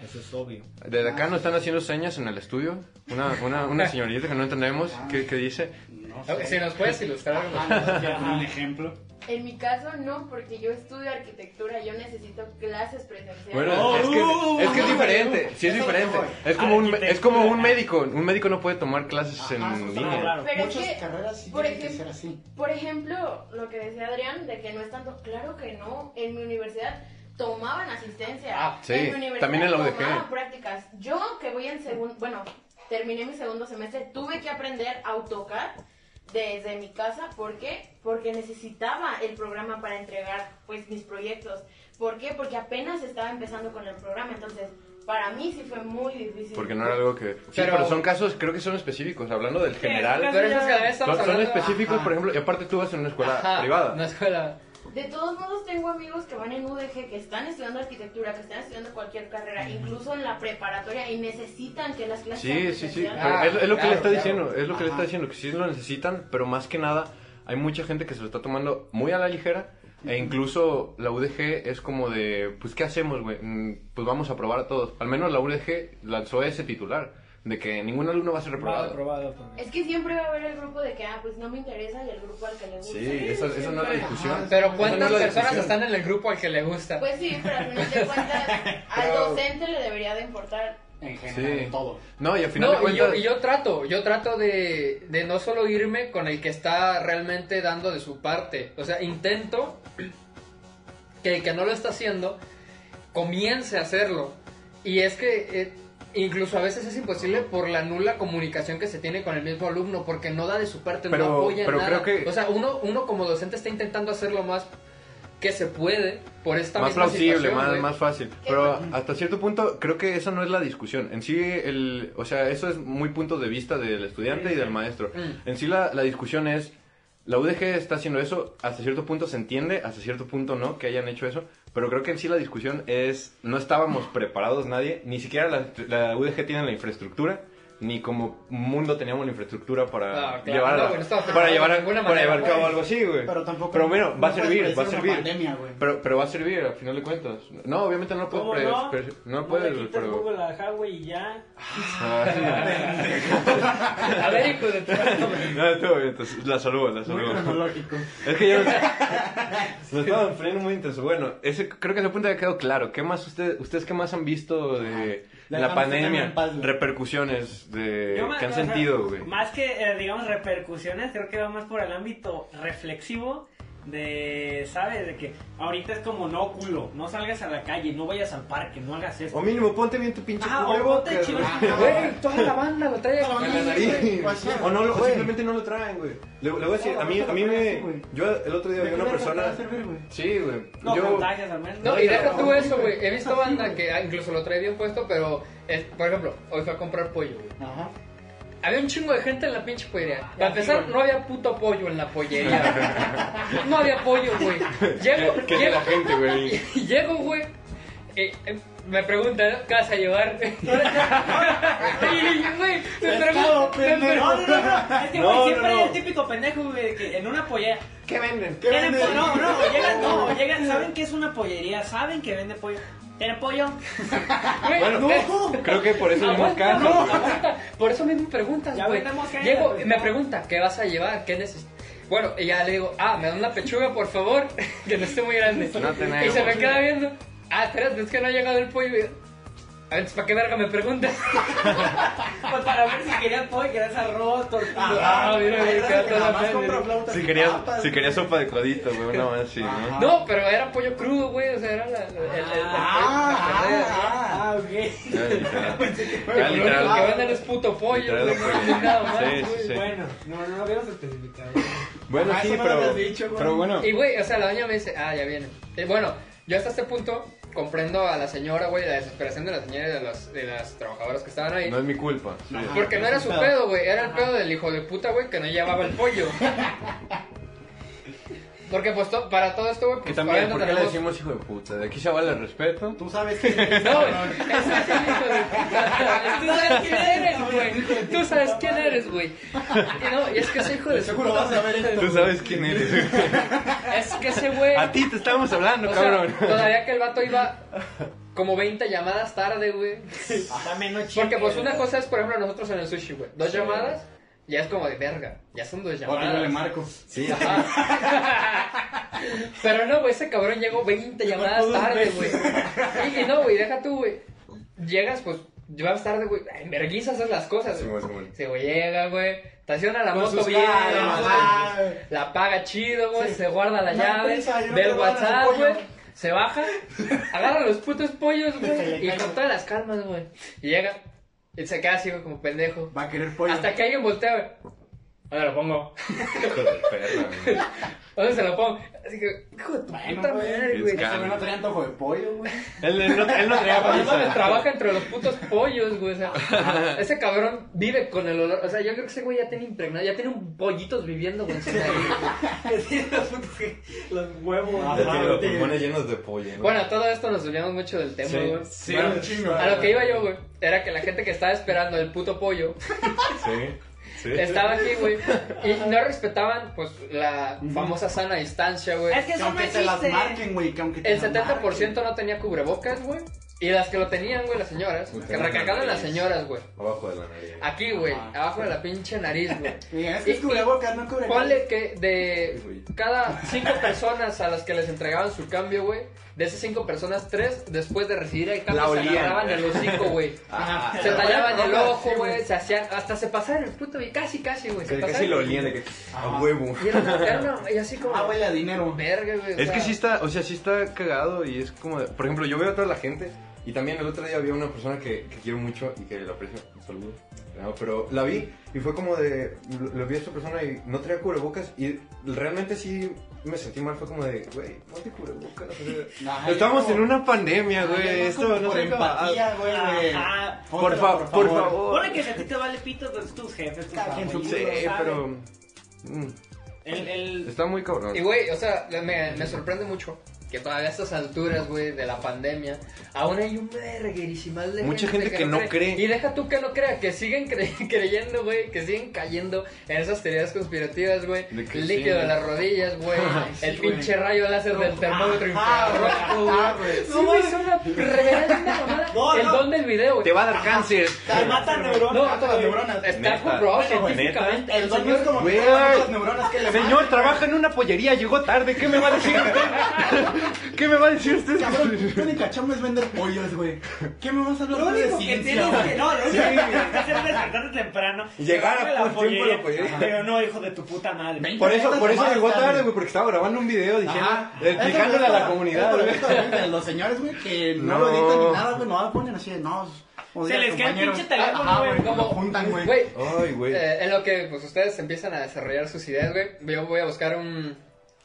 Speaker 2: Eso es obvio.
Speaker 1: Desde
Speaker 2: Ah,
Speaker 1: acá nos están haciendo señas en el estudio. Una, una, una señorita que no entendemos,
Speaker 2: Ah.
Speaker 1: que, que dice,
Speaker 3: No
Speaker 4: Ok, Si
Speaker 3: sé.
Speaker 4: nos puedes ilustrar, güey.
Speaker 3: Ajá, no sé, algún ejemplo.
Speaker 5: En mi caso no, porque yo estudio arquitectura, yo necesito clases presenciales.
Speaker 1: Bueno,
Speaker 2: Oh,
Speaker 1: es, que, es que es
Speaker 3: uh,
Speaker 1: diferente, sí es
Speaker 3: eso
Speaker 1: diferente.
Speaker 3: voy.
Speaker 1: Es como, un,
Speaker 2: Arquitectura.
Speaker 1: es como un médico, un médico no puede tomar clases en
Speaker 3: Ajá, eso está
Speaker 1: línea.
Speaker 2: raro.
Speaker 5: Pero es
Speaker 3: Muchas
Speaker 5: que,
Speaker 3: carreras sí
Speaker 5: por
Speaker 3: tienen que
Speaker 5: ejemplo-
Speaker 3: ser así.
Speaker 5: Por ejemplo, lo que decía Adrián, de que no es tanto, claro que no, en mi universidad tomaban asistencia.
Speaker 4: Ah,
Speaker 1: sí,
Speaker 5: mi universidad
Speaker 1: también en la UDG.
Speaker 5: tomaban prácticas. Yo que voy en segundo, bueno, terminé mi segundo semestre, tuve que aprender AutoCAD desde mi casa, ¿por qué? Porque necesitaba el programa para entregar pues mis proyectos. ¿Por qué? Porque apenas estaba empezando con el programa, entonces para mí sí fue muy difícil.
Speaker 1: Porque no era algo que... Sí,
Speaker 4: Pero-
Speaker 1: pero, son casos, creo que son específicos, hablando del
Speaker 2: Sí,
Speaker 1: general.
Speaker 2: son
Speaker 4: Pero esas que estamos
Speaker 1: Son, son
Speaker 4: hablando...
Speaker 1: específicos,
Speaker 3: ajá.
Speaker 1: por ejemplo, y aparte tú vas en una escuela
Speaker 4: Ajá,
Speaker 1: privada.
Speaker 4: Una escuela...
Speaker 5: De todos modos, tengo amigos que van en UDG, que están estudiando arquitectura, que están estudiando cualquier carrera, incluso en la preparatoria, y necesitan que las clases
Speaker 1: Sí,
Speaker 5: sean
Speaker 1: sí, sí.
Speaker 5: presenciales.
Speaker 1: pero
Speaker 4: Ah,
Speaker 1: es, es lo que
Speaker 4: claro,
Speaker 1: le está
Speaker 4: claro.
Speaker 1: diciendo, es lo que le
Speaker 3: Ajá.
Speaker 1: está diciendo, que sí lo necesitan, pero más que nada hay mucha gente que se lo está tomando muy a la ligera. E incluso la UDG es como de, pues, ¿qué hacemos, güey? Mm, Pues vamos a probar a todos. Al menos la UDG lanzó ese titular, de que ningún alumno va a ser reprobado.
Speaker 2: Probado, probado.
Speaker 5: Es que siempre va a haber el grupo de que, ah, pues no me interesa, y el grupo al que le gusta.
Speaker 1: Sí, esa, esa no es la discusión.
Speaker 4: Pero ¿cuántas
Speaker 1: Esa no es la
Speaker 4: personas
Speaker 1: discusión.
Speaker 4: están en el grupo al que le gusta?
Speaker 5: Pues sí, pero al final de cuentas, al
Speaker 3: Claro.
Speaker 5: docente le debería de importar.
Speaker 3: En general,
Speaker 1: Sí.
Speaker 3: todo.
Speaker 1: No, y al final
Speaker 4: No,
Speaker 1: de
Speaker 4: y
Speaker 1: cuentas...
Speaker 4: yo, y yo trato, yo trato de, de no solo irme con el que está realmente dando de su parte. O sea, intento que el que no lo está haciendo comience a hacerlo. Y es que eh, incluso a veces es imposible por la nula comunicación que se tiene con el mismo alumno, porque no da de su parte, no
Speaker 1: Pero-
Speaker 4: apoya
Speaker 1: pero
Speaker 4: nada.
Speaker 1: creo que-
Speaker 4: O sea, uno, uno como docente está intentando hacer lo más que se puede por esta
Speaker 1: más
Speaker 4: misma
Speaker 1: plausible,
Speaker 4: situación,
Speaker 1: más,
Speaker 4: güey.
Speaker 1: más fácil. Pero hasta cierto punto creo que esa no es la discusión. En sí, el, o sea, eso es muy punto de vista del estudiante y del maestro.
Speaker 4: Mm.
Speaker 1: En sí la, la discusión es, la UDG está haciendo eso, hasta cierto punto se entiende, hasta cierto punto no, que hayan hecho eso. Pero creo que en sí la discusión es, no estábamos preparados nadie, ni siquiera la, la UDG tiene la infraestructura. Ni como mundo teníamos la infraestructura para
Speaker 4: Ah, claro.
Speaker 1: llevar, a
Speaker 4: No,
Speaker 1: la-
Speaker 4: güey, no estaba
Speaker 1: para
Speaker 4: preparado
Speaker 1: llevar,
Speaker 4: de
Speaker 1: a-
Speaker 4: ninguna
Speaker 1: para llevar a
Speaker 4: manera,
Speaker 1: cabo
Speaker 4: güey.
Speaker 1: algo así, güey.
Speaker 3: Pero tampoco.
Speaker 1: Pero bueno, va a
Speaker 3: no puedes
Speaker 1: servir, va a
Speaker 3: predecir una
Speaker 1: servir.
Speaker 3: pandemia, güey.
Speaker 1: Pero, pero va a servir, al final de cuentas. No, obviamente no lo puedes
Speaker 2: ¿Cómo
Speaker 1: pre-
Speaker 2: no?
Speaker 1: pre-
Speaker 2: No,
Speaker 1: No puedes,
Speaker 2: le quitas
Speaker 1: pero...
Speaker 2: Google a Huawei y ya.
Speaker 1: Ah,
Speaker 4: A ver, hijo de tu-
Speaker 1: no, estuvo bien, entonces, la saludo, la
Speaker 3: Muy
Speaker 1: saludo.
Speaker 3: cronológico.
Speaker 1: Es que yo... Nos estaban enfriando muy intenso. Bueno, ese, creo que ese punto ya quedó claro. ¿Qué más usted, ¿Ustedes qué más han visto de
Speaker 3: La
Speaker 1: la
Speaker 3: dejamos en
Speaker 1: pandemia?
Speaker 3: paz, güey.
Speaker 1: Repercusiones de...
Speaker 2: Yo me-
Speaker 1: que han
Speaker 2: o sea,
Speaker 1: sentido, güey.
Speaker 2: Más que, eh, digamos, repercusiones, creo que va más por el ámbito reflexivo de, ¿sabes? De que ahorita es como no culo, no salgas a la calle, no vayas al parque, no hagas esto.
Speaker 1: O mínimo, ponte bien tu pinche
Speaker 2: Ah, o
Speaker 1: huevo.
Speaker 2: ponte
Speaker 1: que-
Speaker 2: chido.
Speaker 4: Güey, toda la banda lo trae
Speaker 3: Toda la
Speaker 1: En la nariz. O no lo- o simplemente no lo traen, güey. Le, le voy a decir, a mí, a mí me... Yo el otro día vi a una persona... Sí, güey.
Speaker 2: No
Speaker 1: yo...
Speaker 2: contagias al menos.
Speaker 4: No, y deja tú
Speaker 2: Pero-
Speaker 4: eso, güey. He visto banda que ah, incluso lo trae bien puesto, pero, es- por ejemplo, hoy fue a comprar pollo, güey. Ah,
Speaker 3: Ajá.
Speaker 4: Había un chingo de gente en la pinche pollería. Para empezar, no había puto pollo en la pollería. güey. No había pollo, güey. Llego,
Speaker 1: Que es de la
Speaker 4: llego,
Speaker 1: gente, güey.
Speaker 4: llego, güey. eh, eh, me preguntan, ¿qué vas a llevar? Y yo, güey, me
Speaker 3: Pescado,
Speaker 4: preguntan. me
Speaker 2: No, no,
Speaker 4: preguntan-
Speaker 2: no, no. Es que,
Speaker 1: No,
Speaker 2: güey,
Speaker 1: no,
Speaker 2: siempre
Speaker 1: no.
Speaker 2: hay el típico pendejo, güey, que en una polla.
Speaker 1: ¿Qué venden?
Speaker 3: ¿Qué
Speaker 2: Tienen
Speaker 3: venden?
Speaker 2: po- No, no, llegan, no, llegan, saben que es una pollería, saben que vende pollo. ¿Tiene pollo?
Speaker 4: Güey,
Speaker 1: Bueno,
Speaker 4: eh,
Speaker 1: creo que por eso es más
Speaker 4: Aguanta,
Speaker 1: caro.
Speaker 4: Ah, no, aguanta. Por eso mismo preguntas,
Speaker 2: Ya
Speaker 4: güey.
Speaker 2: vendemos gente,
Speaker 4: Llego
Speaker 2: pues,
Speaker 4: y me
Speaker 2: no.
Speaker 4: pregunta, ¿qué vas a llevar? ¿Qué necesitas? Bueno, y ya le digo, ah, me dan una pechuga, por favor, que no esté muy grande.
Speaker 1: No tenemos.
Speaker 4: Y se me queda viendo, ah, espera, es que no ha llegado el pollo. Y yo, A ver, ¿para qué verga me preguntas?
Speaker 1: Ah.
Speaker 2: Pues para ver si querías pollo, querías arroz, tortillas.
Speaker 4: Ah, mira, mira, qué toda madre.
Speaker 1: Si quería, si quería sopa de codito, güey, una más así,
Speaker 3: Ah,
Speaker 1: ¿no?
Speaker 3: Ajá.
Speaker 4: No, pero era pollo crudo, güey, o sea, era la... la- el- el- el-
Speaker 2: Ah,
Speaker 4: la carrera, ¿no?
Speaker 2: Ah, ok.
Speaker 1: Ya, literal.
Speaker 4: Lo
Speaker 1: Ya,
Speaker 4: único
Speaker 1: literal.
Speaker 4: que venden es puto pollo,
Speaker 1: Literal,
Speaker 4: güey,
Speaker 1: lo pollo.
Speaker 4: no hay nada más,
Speaker 1: Sí, sí,
Speaker 4: güey.
Speaker 1: sí.
Speaker 2: Bueno, no, no lo habíamos especificado.
Speaker 1: Bueno,
Speaker 3: Ah,
Speaker 1: sí,
Speaker 3: eso no lo
Speaker 1: pero,
Speaker 3: habías dicho, güey.
Speaker 1: pero bueno.
Speaker 4: Y güey, o sea, la doña me dice, ah, ya viene. Y bueno, yo hasta este punto comprendo a la señora, güey, la desesperación de la señora y de las, de las trabajadoras que estaban ahí.
Speaker 1: No es mi culpa. sí.
Speaker 3: Ajá.
Speaker 4: Porque no era su pedo, güey, era el pedo del hijo de puta, güey, que no llevaba el pollo. Porque pues to- para todo esto, güey,
Speaker 1: Que
Speaker 4: pues
Speaker 1: también,
Speaker 4: obviamente
Speaker 1: ¿por qué le
Speaker 4: tenemos-
Speaker 1: decimos hijo de puta? De aquí se vale el respeto.
Speaker 3: Tú sabes que eres,
Speaker 4: No, güey.
Speaker 3: cabrón.
Speaker 4: Ese es el hijo de puta. Tú sabes quién eres, güey. Tú sabes quién eres, güey. Y no, y es que ese hijo de su
Speaker 3: Seguro
Speaker 4: puta
Speaker 3: vas a ver
Speaker 4: madre,
Speaker 3: esto.
Speaker 1: Tú sabes quién eres.
Speaker 4: Es que ese güey.
Speaker 1: A ti te estábamos hablando,
Speaker 4: o sea,
Speaker 1: cabrón.
Speaker 4: todavía que el vato iba como 20 llamadas tarde, güey.
Speaker 2: Ah,
Speaker 3: Ajá, menos chido.
Speaker 4: Porque pues una cosa es, por ejemplo, nosotros en el sushi, güey. Dos llamadas, ya es como de verga. Ya son dos
Speaker 3: Ahora yo le
Speaker 4: llamadas.
Speaker 3: marco.
Speaker 1: Sí,
Speaker 4: Ah. Pero no, güey, ese cabrón llegó 20 llamadas
Speaker 3: marcó dos
Speaker 4: tarde, güey.
Speaker 3: veces.
Speaker 4: Y, y no, güey, deja tú, güey. Llegas, pues, llevas tarde, güey. Enverguizas esas las cosas,
Speaker 1: Sí,
Speaker 4: güey.
Speaker 1: bueno, sí, bueno.
Speaker 4: Se güey, llega, güey. Estaciona la
Speaker 3: Con
Speaker 4: moto
Speaker 3: sus
Speaker 4: bien,
Speaker 3: caras,
Speaker 4: güey.
Speaker 3: ah.
Speaker 4: La paga chido, güey.
Speaker 3: Sí.
Speaker 4: Se guarda la
Speaker 3: No,
Speaker 4: llave.
Speaker 3: prisa, yo no
Speaker 4: ve el
Speaker 3: quiero ganas de
Speaker 4: WhatsApp,
Speaker 3: pollo.
Speaker 4: güey. Se baja, agarra los putos pollos,
Speaker 3: Se
Speaker 4: güey.
Speaker 3: le
Speaker 4: Y
Speaker 3: cae,
Speaker 4: con
Speaker 3: güey.
Speaker 4: todas las calmas, güey. Y llega. Y se queda así, güey, como pendejo.
Speaker 3: Va a querer pollo.
Speaker 4: Hasta que alguien voltea, güey. Ahora lo pongo.
Speaker 1: hijo de perra,
Speaker 4: ¿Dónde se lo pongo? Así que, hijo de tu
Speaker 3: Bueno,
Speaker 4: puta
Speaker 3: güey,
Speaker 4: madre,
Speaker 1: es
Speaker 4: güey.
Speaker 1: que-
Speaker 3: Ese güey no tenía antojo de pollo, güey.
Speaker 1: Él, él no, él no traía
Speaker 4: No mames,
Speaker 1: panza.
Speaker 4: trabaja entre los putos pollos, güey. O sea, ese cabrón vive con el olor. O sea, yo creo que ese güey ya tiene impregnado, ya tiene un pollitos viviendo, güey. en su nariz, güey.
Speaker 2: Sí, los putos que- los huevos.
Speaker 3: Ah,
Speaker 1: Ya tiene los
Speaker 3: sí.
Speaker 1: pulmones llenos de pollo. ¿no?
Speaker 4: Bueno, todo esto nos olvidamos mucho del tema, güey.
Speaker 1: sí,
Speaker 3: Bueno,
Speaker 1: sí,
Speaker 3: chingo.
Speaker 4: A lo que iba yo, güey, era que la gente que estaba esperando el puto pollo
Speaker 1: sí, sí.
Speaker 4: estaba aquí, güey, y no respetaban, pues, la famosa sana distancia, güey.
Speaker 2: Es que
Speaker 3: Que
Speaker 2: eso no
Speaker 3: aunque te las
Speaker 2: existe.
Speaker 3: marquen, güey. Que aunque te
Speaker 4: El
Speaker 3: las
Speaker 4: 70% no tenía cubrebocas, güey. Y las que lo tenían, güey, las señoras.
Speaker 1: Ustedes
Speaker 4: Que recargaban las
Speaker 1: nariz.
Speaker 4: señoras, güey.
Speaker 1: Abajo de la nariz.
Speaker 4: Aquí, güey.
Speaker 3: Ajá.
Speaker 4: Abajo de la pinche nariz, güey.
Speaker 3: marquen. Digan, Es que es
Speaker 4: Y-
Speaker 3: cubrebocas, no cubrebocas.
Speaker 4: Ponle que de
Speaker 1: Sí, güey.
Speaker 4: cada cinco personas a las que les entregaban su cambio, güey, de esas cinco personas, tres, después de recibir el
Speaker 1: La
Speaker 4: cambio, se
Speaker 1: olían.
Speaker 4: agarraban el hocico, güey.
Speaker 1: Ah,
Speaker 4: Se tallaban el
Speaker 3: Ajá,
Speaker 4: ojo,
Speaker 3: sí,
Speaker 4: güey, se hacían, hasta se pasaron el puto, güey, casi, casi, güey. se
Speaker 1: que casi
Speaker 4: pasaron.
Speaker 1: lo olían de que a huevo.
Speaker 4: Y era, era una- y así como,
Speaker 3: Ah, huele a dinero.
Speaker 4: verga, güey. o
Speaker 1: Es que
Speaker 4: sea,
Speaker 1: sí está, o sea, sí está cagado y es como, de- por ejemplo, yo veo a toda la gente y también el otro día había una persona que, que quiero mucho y que la aprecio, un saludo, ¿no? pero la vi y fue como de, lo, lo vi a esta persona y no traía cubrebocas y realmente sí me sentí mal, fue como de, güey, ponte cubrebocas. o sea,
Speaker 3: Ajá,
Speaker 1: estamos
Speaker 3: como-
Speaker 1: en una pandemia,
Speaker 3: Ay,
Speaker 1: Ah, güey,
Speaker 3: no, como
Speaker 1: esto no
Speaker 3: por
Speaker 1: se acaba.
Speaker 3: empatía, güey. de-
Speaker 2: Ajá.
Speaker 1: Por,
Speaker 3: Póntelo,
Speaker 1: fa- por favor.
Speaker 2: Ponle que si a ti te vale pito, pues tus jefes, tus
Speaker 3: Cada quien su
Speaker 2: abuelitos,
Speaker 1: Sí,
Speaker 2: ¿sabes?
Speaker 1: pero mm,
Speaker 2: El, el...
Speaker 1: está muy cabrón.
Speaker 4: Y, güey, o sea, me, me sorprende mucho que todavía a estas alturas, güey, de la pandemia, aún hay un verguerisimal de
Speaker 1: Mucha gente que no cree.
Speaker 4: Y deja tú que no crea, que siguen cre- creyendo, güey, que siguen cayendo en esas teorías conspirativas, güey.
Speaker 1: De que
Speaker 4: El
Speaker 1: sí,
Speaker 4: líquido de
Speaker 1: güey.
Speaker 4: las rodillas, güey.
Speaker 3: sí,
Speaker 4: el
Speaker 3: güey.
Speaker 4: pinche rayo láser del termómetro infrarrojo, güey.
Speaker 3: Ah, güey.
Speaker 4: No, güey, es una reverenda mamada.
Speaker 3: No,
Speaker 4: el
Speaker 3: no.
Speaker 4: don del video, güey.
Speaker 1: Te va a dar cáncer.
Speaker 2: Te matan neuronas.
Speaker 4: No,
Speaker 3: Mata
Speaker 4: güey,
Speaker 3: neuronas.
Speaker 4: Está
Speaker 1: Neta.
Speaker 4: comprobado
Speaker 3: Bueno, güey,
Speaker 4: científicamente.
Speaker 3: El don no es como
Speaker 1: Güey.
Speaker 3: que tenga muchas neuronas que le
Speaker 1: Señor,
Speaker 3: marquen,
Speaker 1: trabaja en una pollería, llegó tarde, ¿qué me va a decir usted? ¿Qué me va a decir usted?
Speaker 3: Cabrón, tu única chamba es vender pollos, güey. ¿Qué me vas a hablar
Speaker 2: Lo
Speaker 3: tú de
Speaker 2: único que
Speaker 3: ciencia,
Speaker 2: tienes que.
Speaker 3: güey?
Speaker 2: No, lo único que tienes que hacer es despertarte temprano.
Speaker 1: Llegar a
Speaker 2: llevarte la
Speaker 1: buen tiempo a la
Speaker 2: pollería,
Speaker 1: pollería.
Speaker 2: Pero no, hijo de tu puta madre.
Speaker 1: Por eso, por eso
Speaker 3: Basta,
Speaker 1: llegó tarde,
Speaker 3: güey.
Speaker 1: güey, porque estaba grabando un video diciendo, eh,
Speaker 3: Ajá.
Speaker 1: explicándole a la comunidad,
Speaker 3: Es
Speaker 1: güey.
Speaker 3: por eso, güey, de Los señores, güey, que
Speaker 1: No.
Speaker 3: no, lo editan ni nada, güey, no lo ponen así de no. o
Speaker 2: Se
Speaker 3: sea,
Speaker 2: les cae el
Speaker 3: compañeros.
Speaker 2: pinche teléfono,
Speaker 3: Ajá,
Speaker 2: güey.
Speaker 3: güey, como
Speaker 4: Como-
Speaker 3: juntan, güey.
Speaker 4: Güey,
Speaker 1: Ay, güey.
Speaker 4: Eh, en lo que pues ustedes empiezan a desarrollar sus ideas, güey. Yo voy a buscar un,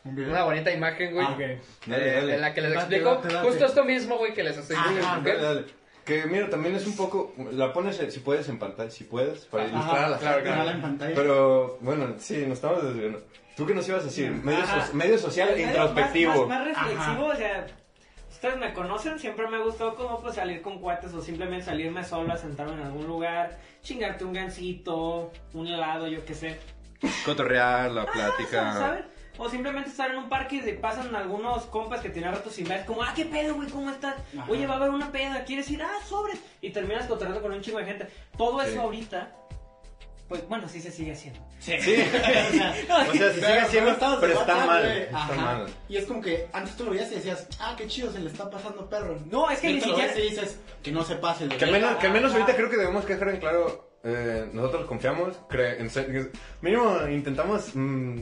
Speaker 3: Un video.
Speaker 4: una bonita imagen, güey.
Speaker 3: Ah, ok.
Speaker 4: eh,
Speaker 1: Dale, dale. Ah,
Speaker 4: En la que les
Speaker 3: Date,
Speaker 4: explico
Speaker 3: date, date. Ah,
Speaker 4: justo esto mismo, güey, que les estoy
Speaker 3: Ajá,
Speaker 4: diciendo. Eh,
Speaker 1: Dale, dale. Que mira, también es un poco, la pones eh, si puedes en pantalla, si puedes, para ilustrar a la
Speaker 4: claro,
Speaker 1: gente.
Speaker 3: Dale en pantalla.
Speaker 1: Pero, bueno, sí, nos estamos desviando. ¿Tú qué nos ibas a decir? Medio,
Speaker 2: Ajá.
Speaker 1: so- medio social e
Speaker 2: Medio
Speaker 1: introspectivo.
Speaker 2: Pues, Más, más- más reflexivo, o sea, ustedes me conocen, siempre me gustó como pues salir con cuates o simplemente salirme solo a sentarme en algún lugar, chingarte un gancito, un helado, yo qué sé.
Speaker 1: Cotorrear, la plática.
Speaker 2: ¿Saben? O simplemente estar en un parque y se pasan algunos compas que tienen rato sin ver, como, ah, qué pedo, güey, ¿cómo estás?
Speaker 3: Ajá.
Speaker 2: Oye, va a haber una peda, ¿quieres ir? Ah, sobres. Y terminas cotorreando con un chingo de gente. Todo
Speaker 1: Sí.
Speaker 2: eso ahorita, pues bueno, sí se sigue haciendo.
Speaker 1: Sí. o sea, se sigue
Speaker 3: Pero-
Speaker 1: haciendo,
Speaker 3: estabas
Speaker 1: pero
Speaker 3: de
Speaker 1: está
Speaker 3: WhatsApp,
Speaker 1: mal.
Speaker 3: güey.
Speaker 1: Está
Speaker 3: Ajá.
Speaker 1: mal.
Speaker 3: Y es como que antes tú lo veías y decías, ah, qué chido se le está pasando perro.
Speaker 2: No, es que
Speaker 3: Y
Speaker 2: ni
Speaker 3: te lo
Speaker 2: siquiera-
Speaker 3: ves Y dices, que no se pase. de
Speaker 1: Que al
Speaker 3: verga.
Speaker 1: menos, que al menos ahorita creo que debemos que dejar en claro, eh, nosotros confiamos, cre- en ser- mínimo intentamos mm,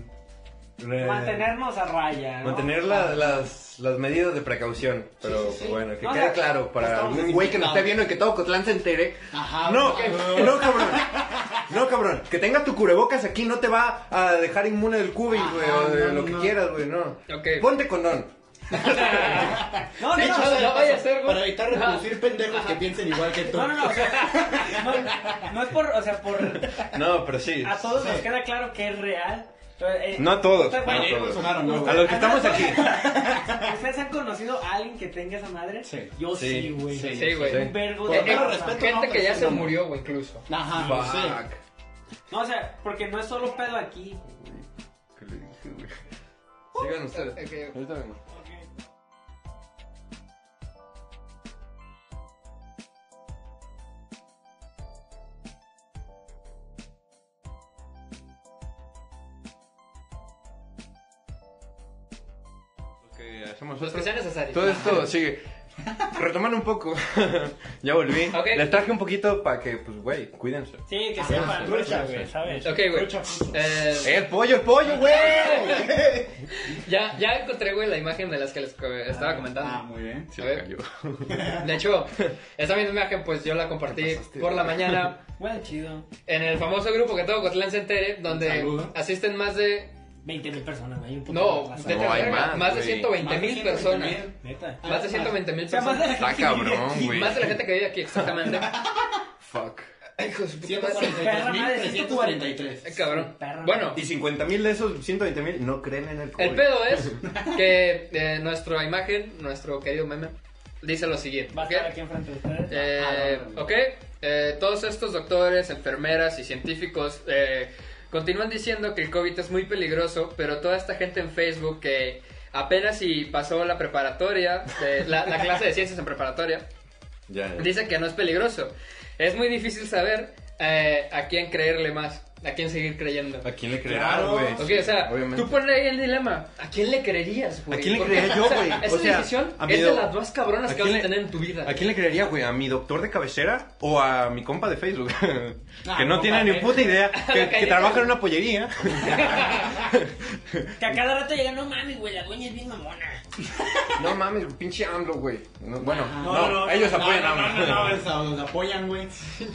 Speaker 1: Re-
Speaker 2: Mantenernos a raya. ¿no?
Speaker 1: Mantener la- las, las medidas de precaución. Pero
Speaker 3: sí, sí.
Speaker 1: bueno, que
Speaker 2: No,
Speaker 1: quede
Speaker 2: no,
Speaker 1: claro para
Speaker 2: estamos
Speaker 1: algún güey que nos
Speaker 4: desinfectados.
Speaker 1: esté viendo y que todo Cotlán se entere.
Speaker 3: Ajá,
Speaker 1: no,
Speaker 3: güey.
Speaker 1: que- no, cabrón. No, cabrón. Que tenga tu cubrebocas aquí no te va a dejar inmune del cubi,
Speaker 3: Ajá,
Speaker 1: güey, o de
Speaker 3: no,
Speaker 1: lo
Speaker 3: no,
Speaker 1: que
Speaker 3: no.
Speaker 1: quieras, güey, no.
Speaker 4: Ok.
Speaker 1: Ponte condón.
Speaker 2: No, no,
Speaker 3: Sí,
Speaker 2: no,
Speaker 4: no,
Speaker 3: chavo,
Speaker 4: no vaya a ser, güey.
Speaker 3: Para evitar reproducir pendejos que piensen igual que tú.
Speaker 2: no, no, no, o sea, no, no es por, o sea, por, a
Speaker 1: No, pero sí.
Speaker 2: todos nos queda claro que es real. Entonces, eh,
Speaker 1: No a todos,
Speaker 2: usted-
Speaker 1: pues, no
Speaker 2: bueno,
Speaker 1: a todos.
Speaker 3: Bolsonaro, no, güey.
Speaker 1: A los que estamos aquí.
Speaker 2: ¿Ustedes han conocido a alguien que tenga esa madre?
Speaker 3: Sí.
Speaker 2: Yo
Speaker 1: Sí.
Speaker 2: sí, güey.
Speaker 3: Sí.
Speaker 4: Sí, güey.
Speaker 2: Un vergo
Speaker 3: Por
Speaker 2: de
Speaker 4: Eh, eh,
Speaker 3: todo
Speaker 2: cosas.
Speaker 3: respeto,
Speaker 4: gente
Speaker 3: no,
Speaker 4: que ya
Speaker 3: sí,
Speaker 4: se
Speaker 3: no.
Speaker 4: murió, güey, incluso.
Speaker 3: Ajá, pues no sé.
Speaker 1: Fuck.
Speaker 2: No, o sea, porque no es solo pedo aquí.
Speaker 1: ¿Qué le dije, güey? Sigan ustedes.
Speaker 4: Ok.
Speaker 1: Ahorita vengo. Ok, hacemos
Speaker 4: Los que
Speaker 1: otro.
Speaker 4: sea necesario.
Speaker 1: Todo esto sigue. Retomando un poco, ya volví.
Speaker 4: Ok.
Speaker 1: Les traje un poquito para que, pues, güey, cuídense.
Speaker 2: Sí, que sepan.
Speaker 3: Lucha, güey,
Speaker 2: ¿sabes?
Speaker 4: Ok, güey.
Speaker 3: Lucha,
Speaker 4: Eh,
Speaker 1: ¡El pollo, el pollo, güey!
Speaker 4: ya, ya encontré, güey, la imagen de las que les co- estaba
Speaker 3: Ah,
Speaker 4: comentando.
Speaker 3: muy bien.
Speaker 1: Se
Speaker 4: A
Speaker 1: me
Speaker 4: ver.
Speaker 1: cayó.
Speaker 4: De hecho, esa misma imagen, pues yo la compartí por la mañana.
Speaker 2: Bueno, chido.
Speaker 4: En el famoso grupo que todo Cotlán se entere, donde
Speaker 3: Saludo.
Speaker 4: asisten más de.
Speaker 2: 20 mil personas, güey. un puto
Speaker 4: No,
Speaker 2: raza.
Speaker 4: vete a
Speaker 1: No,
Speaker 4: la
Speaker 1: hay
Speaker 4: verga,
Speaker 1: más,
Speaker 4: más de
Speaker 1: güey.
Speaker 4: 120 mil personas.
Speaker 2: Neta.
Speaker 4: Más de 120 mil
Speaker 2: O sea, más
Speaker 4: personas.
Speaker 2: de la
Speaker 1: Está
Speaker 2: gente que vive
Speaker 1: cabrón,
Speaker 2: aquí.
Speaker 1: güey.
Speaker 4: Más de la gente que vive aquí, exactamente.
Speaker 1: Fuck.
Speaker 4: Ay, hijo de su puta madre.
Speaker 3: 143.343.
Speaker 4: Ay, cabrón.
Speaker 2: Perra.
Speaker 4: Bueno,
Speaker 1: Y 50 mil de esos 120 mil no creen en el COVID.
Speaker 4: el pedo es que eh, nuestra imagen, nuestro querido meme, dice lo siguiente.
Speaker 2: Va a
Speaker 4: ¿ok?
Speaker 2: estar aquí enfrente de ustedes.
Speaker 4: Eh,
Speaker 3: Ah, no, no, no.
Speaker 4: ok, eh, todos estos doctores, enfermeras y científicos eh, continúan diciendo que el COVID es muy peligroso, pero toda esta gente en Facebook que apenas si pasó la preparatoria, eh, la, la clase de ciencias en preparatoria,
Speaker 1: Ya, ya.
Speaker 4: dice que no es peligroso. Es muy difícil saber eh, a quién creerle más, a quién seguir creyendo.
Speaker 1: ¿A quién le creerás,
Speaker 3: Claro.
Speaker 1: güey?
Speaker 4: Ok, o sea,
Speaker 1: Obviamente.
Speaker 4: tú pones ahí el dilema. ¿A quién le creerías, güey?
Speaker 1: ¿A quién le
Speaker 4: Porque,
Speaker 1: creería yo,
Speaker 4: o sea,
Speaker 1: güey?
Speaker 4: Esa
Speaker 1: O sea,
Speaker 4: decisión
Speaker 1: a mi
Speaker 4: es de
Speaker 1: do-
Speaker 4: las más cabronas
Speaker 1: ¿A
Speaker 4: que vas a
Speaker 1: quién le-
Speaker 4: tener en tu vida.
Speaker 1: ¿A quién le creería, güey? ¿A mi doctor de cabecera o a mi compa de Facebook?
Speaker 3: Ah,
Speaker 1: que no
Speaker 3: compa,
Speaker 1: tiene ni
Speaker 3: güey.
Speaker 1: puta idea. Que, que
Speaker 4: calle,
Speaker 1: trabaja en
Speaker 4: güey.
Speaker 1: una pollería.
Speaker 2: Que a cada rato llega, no mames, güey, la dueña es bien mamona.
Speaker 1: No mames, pinche AMLO, güey. No, bueno,
Speaker 3: Ah,
Speaker 1: no, ellos apoyan a
Speaker 3: no,
Speaker 1: AMLO.
Speaker 3: no, no, no, esa- los apoyan, güey.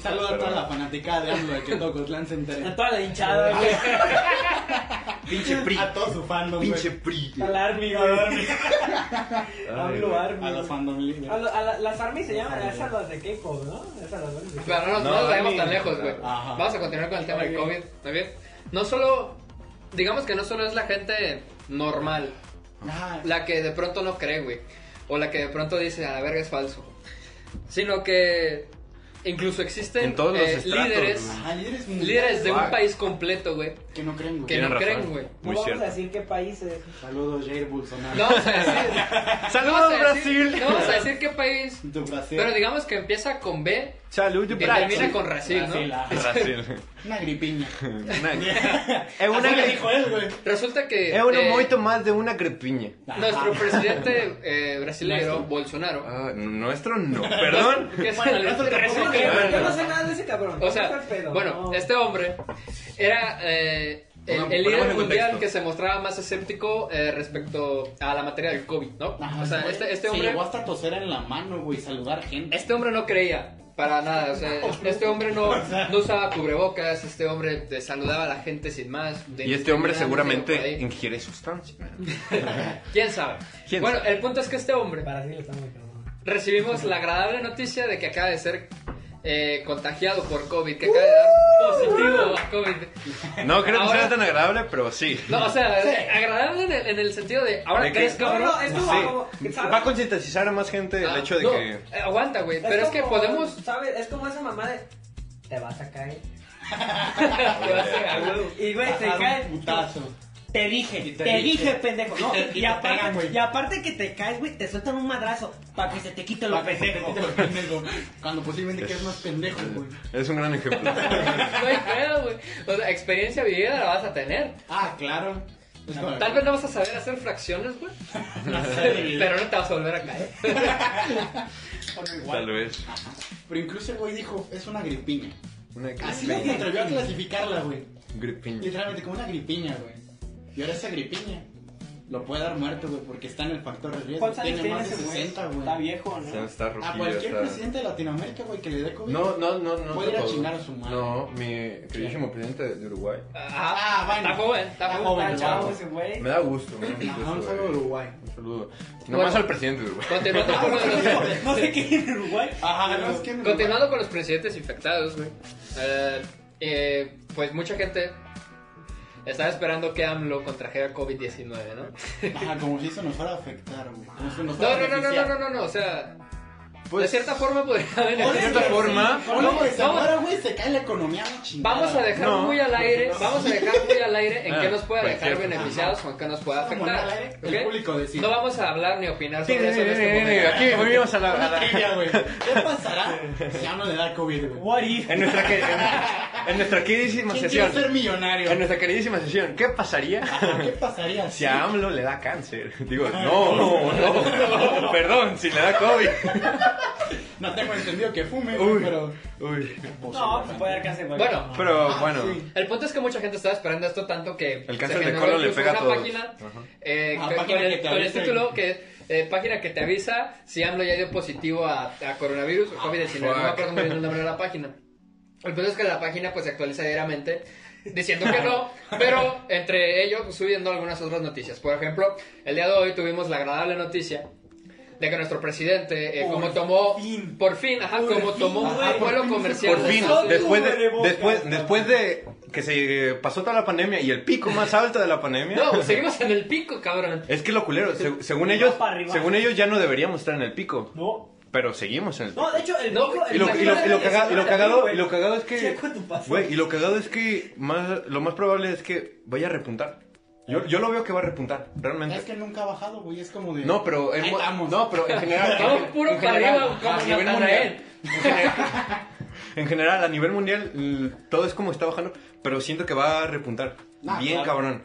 Speaker 3: Saludos a toda la fanaticada de AMLO de que Tocotlán se
Speaker 2: A
Speaker 3: entere.
Speaker 2: toda la hinchada, güey.
Speaker 1: Pinche PRI.
Speaker 3: A todo su fandom, güey.
Speaker 1: Pinche PRI.
Speaker 2: Al army, güey.
Speaker 1: Ay,
Speaker 2: Hablo
Speaker 1: güey.
Speaker 2: army.
Speaker 3: A los
Speaker 2: güey.
Speaker 3: fandom
Speaker 2: A
Speaker 3: líderes.
Speaker 2: lo- a la- las army se llaman esas las de K-pop, ¿no? Esas las army de K-pop.
Speaker 4: Pero no nos, no
Speaker 1: No,
Speaker 4: nos vayamos
Speaker 1: ni-
Speaker 4: tan lejos, güey.
Speaker 3: Ajá.
Speaker 4: Vamos a continuar con el tema del
Speaker 2: Ok.
Speaker 4: COVID, ¿está bien? No solo, digamos que no solo es la gente normal,
Speaker 3: Ajá.
Speaker 4: la que de pronto no cree, güey. O la que de pronto dice, a la verga es falso. Sino que incluso existen
Speaker 1: En todos los
Speaker 4: eh,
Speaker 1: estratos,
Speaker 4: líderes,
Speaker 1: güey.
Speaker 3: Ajá, ah, líderes mundiales
Speaker 4: líderes de un
Speaker 1: Fuck.
Speaker 4: país completo, güey.
Speaker 3: Que no creen,
Speaker 4: Que
Speaker 3: güey.
Speaker 1: Tienen
Speaker 4: no
Speaker 1: razón.
Speaker 4: creen, güey.
Speaker 2: No
Speaker 1: Muy
Speaker 2: vamos
Speaker 1: cierto.
Speaker 2: a decir qué países.
Speaker 3: Saludos, Jair Bolsonaro.
Speaker 4: No vamos a decir... no
Speaker 1: Saludos,
Speaker 4: vamos a decir-
Speaker 1: Brasil.
Speaker 4: No vamos a decir qué país.
Speaker 3: De Brasil.
Speaker 4: Pero digamos que empieza con B
Speaker 1: Salud,
Speaker 4: y
Speaker 1: Brasil.
Speaker 4: termina con Brasil,
Speaker 3: Brasil,
Speaker 4: ¿no?
Speaker 3: ajá.
Speaker 1: Brasil.
Speaker 3: Una gripiña.
Speaker 1: Una- Es
Speaker 3: Así
Speaker 1: una
Speaker 3: le dijo él, güey.
Speaker 4: Resulta que...
Speaker 1: Es uno
Speaker 4: eh,
Speaker 1: moito más de una crepiña.
Speaker 4: Nuestro
Speaker 3: Ajá.
Speaker 4: presidente eh, brasileño, Bolsonaro.
Speaker 1: Ah, nuestro no, perdón.
Speaker 4: que es-
Speaker 3: Bueno, nosotros
Speaker 4: resulta
Speaker 3: tampoco
Speaker 4: que-
Speaker 3: creemos.
Speaker 2: Yo no sé nada de ese cabrón.
Speaker 4: o
Speaker 2: No sé
Speaker 4: sea,
Speaker 2: el pedo,
Speaker 4: bueno,
Speaker 2: no.
Speaker 4: este hombre era eh, el,
Speaker 1: Bueno, ponemos
Speaker 4: el líder
Speaker 1: en
Speaker 4: mundial
Speaker 1: contexto.
Speaker 4: que se mostraba más escéptico eh, respecto a la materia del COVID, ¿no?
Speaker 3: Ajá,
Speaker 4: o sea,
Speaker 3: güey.
Speaker 4: este, este
Speaker 3: Se
Speaker 4: hombre
Speaker 3: llevó hasta toser en la mano, güey, saludar gente.
Speaker 4: este hombre no creía para nada, o sea, este hombre no, no usaba cubrebocas, este hombre te saludaba a la gente sin más. de-
Speaker 1: Y este hombre
Speaker 4: de- por
Speaker 1: seguramente
Speaker 4: ahí.
Speaker 1: ingiere sustancia.
Speaker 4: ¿Quién sabe?
Speaker 1: ¿Quién
Speaker 4: bueno,
Speaker 1: sabe?
Speaker 4: el punto es que este hombre
Speaker 2: Brasil está muy cabrón.
Speaker 4: recibimos la agradable noticia de que acaba de ser eh, contagiado por COVID, que acaba de dar positivo a COVID.
Speaker 1: No creo que
Speaker 4: Ahora-
Speaker 1: sea tan agradable, pero sí.
Speaker 4: No, o sea, agradable en el, en el sentido de ahora
Speaker 1: ¿De qué?
Speaker 4: crees cabrón.
Speaker 2: No, no, es como- como-
Speaker 1: Sí. Va a concientizar a más gente
Speaker 4: Ah,
Speaker 1: el hecho de
Speaker 4: no,
Speaker 1: que.
Speaker 4: eh, aguanta, güey, pero es que
Speaker 2: como-
Speaker 4: podemos.
Speaker 2: ¿Sabes? Es como esa mamá de. Te vas a caer.
Speaker 4: Ah,
Speaker 1: Oye,
Speaker 2: Y güey, se
Speaker 3: Ajá,
Speaker 2: cae.
Speaker 3: un putazo.
Speaker 2: Te dije, te,
Speaker 3: Y te
Speaker 2: dije,
Speaker 3: dije.
Speaker 2: pendejo. No,
Speaker 3: Y te- y
Speaker 2: y,
Speaker 3: te
Speaker 2: aparte,
Speaker 3: pegan, güey.
Speaker 2: y aparte que te caes, güey, te sueltan un madrazo para que se te quite lo
Speaker 3: Para que se te
Speaker 2: pendejo.
Speaker 3: quite lo pendejo. Cuando posiblemente que es más pendejo, güey.
Speaker 1: Es un gran ejemplo.
Speaker 4: No hay pedo, güey. O sea, experiencia vivida la vas a tener.
Speaker 3: Ah, claro. Es como-
Speaker 4: Tal vez no vas a saber hacer fracciones, güey.
Speaker 3: No sé,
Speaker 4: Pero no te vas a volver a caer.
Speaker 3: pero igual.
Speaker 1: Tal vez.
Speaker 3: Pero incluso el güey dijo, es una gripiña.
Speaker 1: Una
Speaker 3: Así se
Speaker 1: gripiña.
Speaker 3: atrevió a clasificarla, güey.
Speaker 1: Gripiña.
Speaker 3: Literalmente, como una gripiña, güey. Y ahora ese Agripiña lo puede dar muerto, güey, porque está en el factor de riesgo.
Speaker 2: ¿Cuántos años
Speaker 3: Tiene
Speaker 2: tiene
Speaker 3: más de
Speaker 2: ese güey?
Speaker 3: 60,
Speaker 2: Está
Speaker 3: güey.
Speaker 2: viejo,
Speaker 1: Se
Speaker 2: ¿no?
Speaker 1: está
Speaker 3: A
Speaker 1: rojillo,
Speaker 3: cualquier
Speaker 1: está...
Speaker 3: presidente de Latinoamérica, güey, que le dé COVID.
Speaker 1: No, no, no, no.
Speaker 3: Puede ir a
Speaker 1: todos.
Speaker 3: chingar a su madre.
Speaker 1: No, mi queridísimo presidente de Uruguay.
Speaker 4: Ah,
Speaker 3: bueno.
Speaker 4: Está joven, está
Speaker 3: Está
Speaker 4: joven.
Speaker 3: joven,
Speaker 2: Está
Speaker 3: el
Speaker 2: chavo
Speaker 3: chavo.
Speaker 2: ese güey.
Speaker 1: Me da gusto, me da
Speaker 3: Ajá,
Speaker 1: gusto,
Speaker 3: un saludo
Speaker 1: güey.
Speaker 3: de Uruguay.
Speaker 1: Un saludo. No
Speaker 4: Bueno.
Speaker 1: más al presidente de Uruguay.
Speaker 4: Continuando con los,
Speaker 2: No sé qué en Uruguay.
Speaker 3: Ajá, no, es que en Uruguay-
Speaker 4: continuando con los presidentes infectados, güey. Eh, eh, pues mucha gente estaba esperando que AMLO contrajera COVID-19, ¿no?
Speaker 3: Ajá, como si eso nos fuera a afectar, güey. Como si nos fuera
Speaker 4: No, no, no, no,
Speaker 3: a
Speaker 4: no,
Speaker 3: beneficiar.
Speaker 4: no, no, no, o sea,
Speaker 1: Pues-
Speaker 4: de cierta forma podría haber...
Speaker 1: De cierta forma,
Speaker 3: Uno, güey, se
Speaker 4: No.
Speaker 3: muera, güey, se cae la economía a la chingada.
Speaker 4: Vamos a dejar
Speaker 1: No,
Speaker 4: muy al aire, vamos a dejar muy al aire en
Speaker 1: Ah,
Speaker 4: qué nos pueda
Speaker 1: pues,
Speaker 4: dejar
Speaker 1: cierto.
Speaker 4: beneficiados o en qué nos pueda
Speaker 3: Vamos a poner
Speaker 4: afectar.
Speaker 3: al aire,
Speaker 4: ¿ok?
Speaker 3: El público decide.
Speaker 4: No vamos a hablar ni opinar
Speaker 1: Sí, sí,
Speaker 4: sobre
Speaker 1: sí,
Speaker 4: eso en
Speaker 1: sí,
Speaker 4: este
Speaker 1: sí,
Speaker 4: momento.
Speaker 1: Aquí volvimos a la. a la-
Speaker 3: Trivia, güey. ¿Qué pasará si a uno le da COVID, güey?
Speaker 2: What if?
Speaker 1: En nuestra, que- en- en nuestra queridísima
Speaker 3: ¿Quién quiere ser
Speaker 1: sesión.
Speaker 3: millonario?
Speaker 1: En nuestra queridísima sesión, ¿qué pasaría
Speaker 3: Ajá, ¿Qué pasaría
Speaker 1: si a AMLO le da cáncer? Digo, no, no, no, perdón, si le da COVID.
Speaker 3: No tengo entendido que fume, güey,
Speaker 1: Uy,
Speaker 3: pero...
Speaker 1: uy.
Speaker 2: No, se puede dar cáncer, güey.
Speaker 4: Bueno,
Speaker 1: Pero bueno,
Speaker 3: sí.
Speaker 4: El punto es que mucha gente estaba esperando esto tanto que
Speaker 1: El cáncer de
Speaker 4: generó
Speaker 1: colon le
Speaker 4: incluso
Speaker 1: pega a
Speaker 4: una
Speaker 1: todos.
Speaker 4: página,
Speaker 1: Ajá.
Speaker 4: eh,
Speaker 3: Ah,
Speaker 4: que-
Speaker 3: página
Speaker 4: con, el,
Speaker 3: que te
Speaker 4: con el
Speaker 3: avisa.
Speaker 4: título que es eh, página que te avisa si AMLO ya dio positivo a, a coronavirus o COVID-19. No me
Speaker 1: fuck.
Speaker 4: acuerdo muy bien el nombre de la página. El punto es que la página pues se actualiza diariamente diciendo que no, pero entre ellos pues, subiendo algunas otras noticias. Por ejemplo, el día de hoy tuvimos la agradable noticia de que nuestro presidente, eh,
Speaker 3: Por
Speaker 4: como tomó,
Speaker 3: fin.
Speaker 4: por fin, ajá,
Speaker 2: Por
Speaker 4: como
Speaker 2: fin,
Speaker 4: tomó un
Speaker 2: ajá, por
Speaker 4: vuelo
Speaker 3: fin se-
Speaker 4: comercial.
Speaker 1: por fin,
Speaker 4: desde-
Speaker 1: después de, después, después de que se pasó toda la pandemia y el pico más alto de la pandemia.
Speaker 4: No, pues, seguimos en el pico, cabrón.
Speaker 1: Es que lo culero, se- según
Speaker 2: Va
Speaker 1: ellos,
Speaker 2: para arriba.
Speaker 1: según ellos ya no deberíamos estar en el pico,
Speaker 2: No.
Speaker 1: pero seguimos en el pico.
Speaker 2: No, de hecho, el
Speaker 4: No,
Speaker 2: pico- el
Speaker 1: Y lo,
Speaker 2: pico
Speaker 1: y lo- y lo
Speaker 2: debe de
Speaker 1: caga- y lo
Speaker 2: ser
Speaker 1: cagado,
Speaker 2: negativo,
Speaker 1: y lo cagado es que.
Speaker 2: Checo tu pasaporte.
Speaker 1: Güey, y lo cagado es que más, lo más probable es que vaya a repuntar. Yo, yo lo veo que va a repuntar, realmente.
Speaker 3: Es que nunca ha bajado, güey, es como de...
Speaker 1: No, pero en,
Speaker 3: Ahí
Speaker 1: mo-
Speaker 3: vamos.
Speaker 1: no, pero en general.
Speaker 4: Vamos
Speaker 1: en-
Speaker 4: puro
Speaker 1: en
Speaker 4: para
Speaker 1: general,
Speaker 4: arriba, como
Speaker 1: a nivel
Speaker 4: Natanael.
Speaker 1: mundial. En general, en general, a nivel mundial, mm, todo es como está bajando, pero siento que va a repuntar.
Speaker 3: Ah,
Speaker 1: Bien,
Speaker 3: claro.
Speaker 1: cabrón.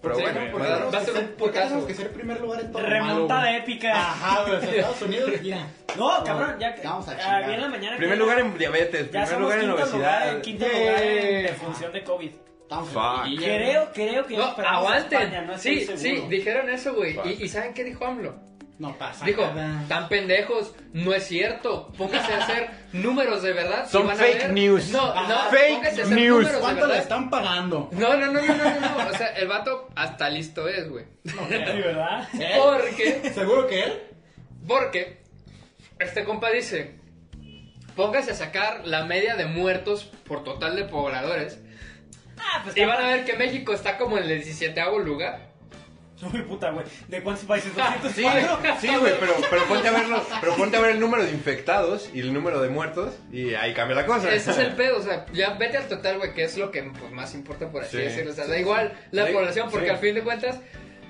Speaker 1: Pero
Speaker 4: Sí,
Speaker 1: bueno, pues,
Speaker 4: güey,
Speaker 3: ¿Por qué
Speaker 1: va a-
Speaker 4: claro.
Speaker 3: tenemos
Speaker 4: Va a
Speaker 3: que
Speaker 4: ser
Speaker 3: ser-
Speaker 4: un
Speaker 3: por qué
Speaker 4: putazo,
Speaker 3: tenemos
Speaker 4: güey.
Speaker 3: que ser primer lugar en todo malo,
Speaker 2: Remontada
Speaker 3: güey?
Speaker 2: épica.
Speaker 3: Ajá, güey, o sea, Estados Unidos, mira.
Speaker 2: No, cabrón, ya que.
Speaker 3: Vamos a
Speaker 2: ah,
Speaker 3: chingar.
Speaker 2: vi en la mañana.
Speaker 1: primer
Speaker 2: que-
Speaker 1: lugar en diabetes,
Speaker 2: Ya
Speaker 1: primer
Speaker 2: somos
Speaker 1: lugar en
Speaker 2: quinto lugar,
Speaker 1: obesidad.
Speaker 2: en quinto lugar en
Speaker 1: Yay.
Speaker 2: defunción de COVID.
Speaker 3: Estamos en
Speaker 1: Fuck.
Speaker 3: liguilla, güey.
Speaker 2: Creo, creo que
Speaker 4: No,
Speaker 2: ya superamos a
Speaker 4: aguanten.
Speaker 2: España, no estoy
Speaker 4: sí, sí,
Speaker 2: seguro.
Speaker 4: dijeron eso, güey. Y,
Speaker 1: Fuck.
Speaker 4: ¿Y saben qué dijo AMLO?
Speaker 3: No pasa
Speaker 4: Dijo,
Speaker 3: nada.
Speaker 4: tan pendejos, no es cierto. Pónganse a hacer números de verdad. y
Speaker 1: Son
Speaker 4: van a
Speaker 1: fake
Speaker 4: ver".
Speaker 1: news.
Speaker 4: No, no,
Speaker 3: Ajá.
Speaker 1: Fake
Speaker 4: pónganse a hacer
Speaker 1: news.
Speaker 4: números de
Speaker 3: ¿Cuánto le
Speaker 4: verdad.
Speaker 3: están pagando?
Speaker 4: No, no, no, no, no, no, no. O sea, el vato hasta listo es, güey.
Speaker 2: Sí, ¿verdad?
Speaker 3: ¿Eh?
Speaker 4: Porque,
Speaker 3: ¿Seguro que él?
Speaker 4: porque, este compa dice, póngase a sacar la media de muertos por total de pobladores.
Speaker 2: Ah, pues
Speaker 4: Y van a ver que México está como en el 17 lugar.
Speaker 2: Soy puta, güey. ¿De cuántos países?
Speaker 1: Sí,
Speaker 2: 204.
Speaker 1: sí, güey, pero, pero ponte a verlo, pero ponte a ver el número de infectados y el número de muertos y ahí cambia la cosa.
Speaker 4: Ese es el pedo, o sea, ya vete al total, güey, que es lo que pues, más importa por así
Speaker 1: Sí.
Speaker 4: decirlo. O sea, da igual la
Speaker 1: Sí,
Speaker 4: población, porque
Speaker 1: sí.
Speaker 4: al fin de cuentas,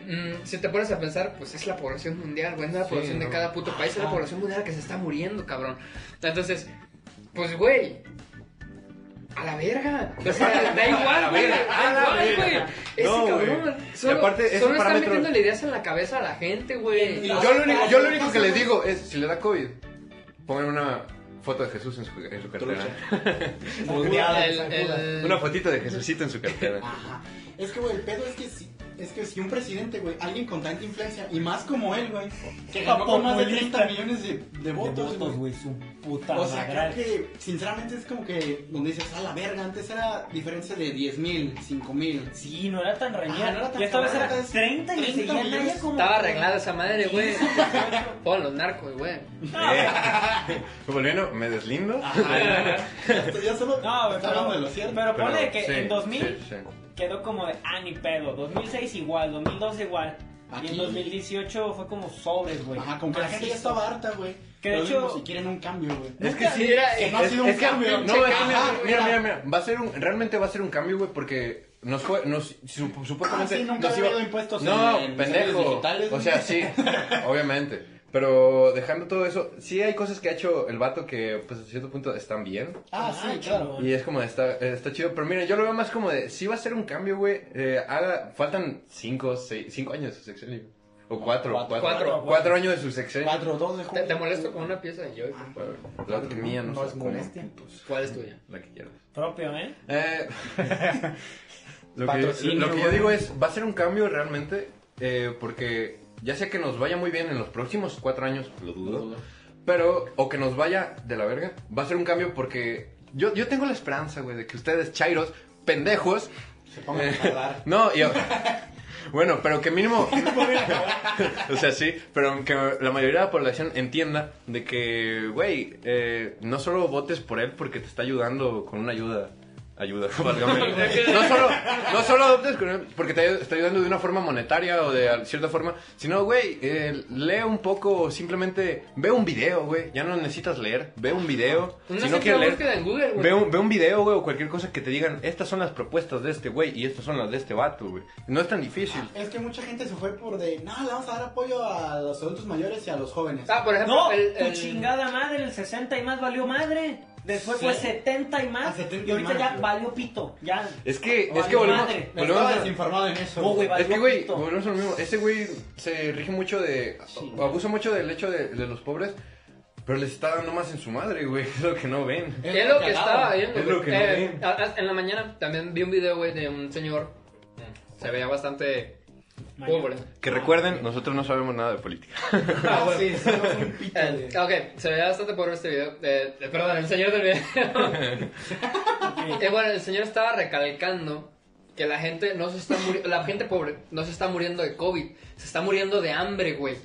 Speaker 4: mm, si te pones a pensar, pues es la población mundial, güey, no es la
Speaker 1: Sí,
Speaker 4: población de
Speaker 1: no.
Speaker 4: cada puto país, es la población mundial que se está muriendo, cabrón. Entonces, pues, güey. A la verga. O sea, da igual,
Speaker 1: la
Speaker 4: güey.
Speaker 1: verga, a la
Speaker 4: Da igual, güey.
Speaker 1: verga.
Speaker 4: Ese
Speaker 1: No, güey.
Speaker 4: cabrón.
Speaker 1: Y
Speaker 4: Solo,
Speaker 1: aparte, ese
Speaker 4: solo está
Speaker 1: parámetro-
Speaker 4: metiéndole ideas en la cabeza a la gente, güey.
Speaker 1: Yo lo único, yo lo único que les digo es, si le da COVID, pongan una foto de Jesús en su, en su cartera.
Speaker 3: Bugueada,
Speaker 4: El-
Speaker 3: esa
Speaker 4: el-
Speaker 3: bugueada.
Speaker 1: Una fotito de Jesucito en su cartera.
Speaker 3: Ajá. Es que, güey, el pedo es que si, es que si un presidente, güey, alguien con tanta influencia, y más como él, güey, que ganó con más de
Speaker 2: Populista.
Speaker 3: 30 millones de, de
Speaker 2: De votos,
Speaker 3: votos, güey.
Speaker 2: güey, su puta
Speaker 3: O sea, creo
Speaker 2: madre.
Speaker 3: que, sinceramente, es como que donde dices, a la verga, antes era diferencia de 10 mil, 5 mil.
Speaker 2: Sí, no era tan reñida.
Speaker 4: Ah,
Speaker 3: Ajá, no era tan
Speaker 2: y esta vez
Speaker 3: cabrón,
Speaker 2: era
Speaker 3: entonces,
Speaker 2: 30 y le
Speaker 3: 30
Speaker 2: seguían
Speaker 3: millones.
Speaker 2: nadie como.
Speaker 4: Estaba arreglada esa madre, güey.
Speaker 2: Sí,
Speaker 4: Pon los narcos, güey.
Speaker 3: Ah.
Speaker 1: Eh, Volviendo, me deslindo.
Speaker 3: Hasta ya solo
Speaker 2: No, güey,
Speaker 3: está hablando de lo
Speaker 2: pero,
Speaker 3: cierto.
Speaker 2: pero ponle que
Speaker 1: sí,
Speaker 2: en 2000
Speaker 1: sí, sí.
Speaker 2: quedó como de, ah, ni pedo. 2006 igual, 2012 igual. Y
Speaker 3: Aquí-
Speaker 2: en 2018 fue como sobres, güey.
Speaker 3: Ajá, como que la gente ya
Speaker 2: Macizo.
Speaker 3: estaba harta, güey.
Speaker 2: Que de
Speaker 3: Pero
Speaker 2: hecho-
Speaker 3: digo, si quieren un cambio, güey.
Speaker 1: Es que
Speaker 4: Nunca
Speaker 1: sí,
Speaker 4: hubiera-
Speaker 1: es-
Speaker 3: no ha sido
Speaker 1: es
Speaker 3: un
Speaker 1: que-
Speaker 3: cambio,
Speaker 1: No,
Speaker 4: pinche
Speaker 1: es que mira,
Speaker 4: cambio,
Speaker 1: mira,
Speaker 4: güey.
Speaker 1: mira, mira, va a ser un, realmente va a ser un cambio, güey, porque nos fue, nos, sup- supuestamente...
Speaker 3: Ah, sí, nunca
Speaker 1: nos
Speaker 3: había habido impuestos
Speaker 1: No,
Speaker 3: en- en servicios
Speaker 1: pendejo,
Speaker 3: digitales,
Speaker 1: o
Speaker 3: güey.
Speaker 1: sea, sí, obviamente, pero dejando todo eso, sí hay cosas que ha hecho el vato que, pues, a cierto punto están bien,
Speaker 3: Ah, sí, claro.
Speaker 1: y es como, está, está chido, pero mira, yo lo veo más como de, sí va a ser un cambio, güey, eh, haga, faltan cinco, seis, cinco años de su sexenio, o cuatro, cuatro,
Speaker 3: Cuatro,
Speaker 4: cuatro.
Speaker 1: cuatro años de su sexenio.
Speaker 3: 4, 2 de
Speaker 4: Te,
Speaker 3: junio.
Speaker 4: te molesto con una pieza de yo.
Speaker 1: La otra mía, no,
Speaker 3: No
Speaker 1: sé
Speaker 3: es
Speaker 1: cómo,
Speaker 3: molestia.
Speaker 1: putos,
Speaker 2: ¿eh?
Speaker 4: ¿Cuál es tuya?
Speaker 1: la que quieras.
Speaker 2: Propio, ¿eh?
Speaker 1: Eh, Lo que,
Speaker 3: Patrocinio,
Speaker 1: lo que yo
Speaker 3: güey.
Speaker 1: digo es, va a ser un cambio realmente, eh, porque ya sea que nos vaya muy bien en los próximos cuatro años, lo dudo, pero, o que nos vaya de la verga, va a ser un cambio porque yo, yo tengo la esperanza, güey, de que ustedes, chairos, pendejos, eh,
Speaker 3: Se pongan a tardar.
Speaker 1: no, yo... Bueno, pero que mínimo... o sea, sí, pero que la mayoría de la población entienda de que, güey, eh, no solo votes por él porque te está ayudando con una ayuda. Ayuda, válgame. No solo, no solo adoptes con él porque te está ayudando de una forma monetaria o de cierta forma, sino, güey, eh, lee un poco, simplemente ve un video, güey. Ya no necesitas leer, ve un video.
Speaker 4: Pues Una
Speaker 1: si no
Speaker 4: simple
Speaker 1: quieres leer,
Speaker 4: búsqueda en Google, güey.
Speaker 1: Ve un, ve un video, güey, o cualquier cosa que te digan, estas son las propuestas de este güey y estas son las de este vato, güey. No es tan difícil.
Speaker 3: Es que mucha gente se fue por de, no, le vamos a dar apoyo a los adultos mayores y a los jóvenes.
Speaker 4: Ah, por ejemplo,
Speaker 2: No,
Speaker 4: el,
Speaker 2: tu
Speaker 4: el-
Speaker 2: chingada madre, el 60 y más valió madre. Después
Speaker 4: Sí.
Speaker 2: fue 70 y
Speaker 3: Ah,
Speaker 2: más.
Speaker 3: 70 y
Speaker 2: y ahorita
Speaker 3: más,
Speaker 2: ya
Speaker 3: güey.
Speaker 2: valió pito. Ya.
Speaker 1: Es que, es
Speaker 2: Vale
Speaker 1: que volvemos,
Speaker 2: madre.
Speaker 1: volvemos
Speaker 3: Estaba
Speaker 1: a-
Speaker 3: desinformado en eso.
Speaker 2: No, güey,
Speaker 1: Es que,
Speaker 2: valió
Speaker 1: güey,
Speaker 2: pito.
Speaker 1: volvemos a lo mismo. Este güey se rige mucho de.
Speaker 3: Sí.
Speaker 1: o Abusa mucho del hecho de, de los pobres, pero les está dando más en su madre, güey. Es lo que no ven.
Speaker 4: Es lo que estaba viendo.
Speaker 1: Es lo
Speaker 4: güey.
Speaker 1: que no
Speaker 4: Eh,
Speaker 1: ven.
Speaker 4: a- a- en la mañana también vi un video, güey, de un señor. mm, Se veía bastante pobre.
Speaker 1: Que recuerden, nosotros no sabemos nada de política.
Speaker 3: Ah, sí, sí, no, un pito,
Speaker 4: Eh,
Speaker 3: güey.
Speaker 4: ok, se veía bastante pobre este video. Eh, eh, perdón, el señor del video. Eh, bueno, el señor estaba recalcando que la gente no se está muriendo. La gente pobre no se está muriendo de COVID. Se está muriendo de hambre, güey.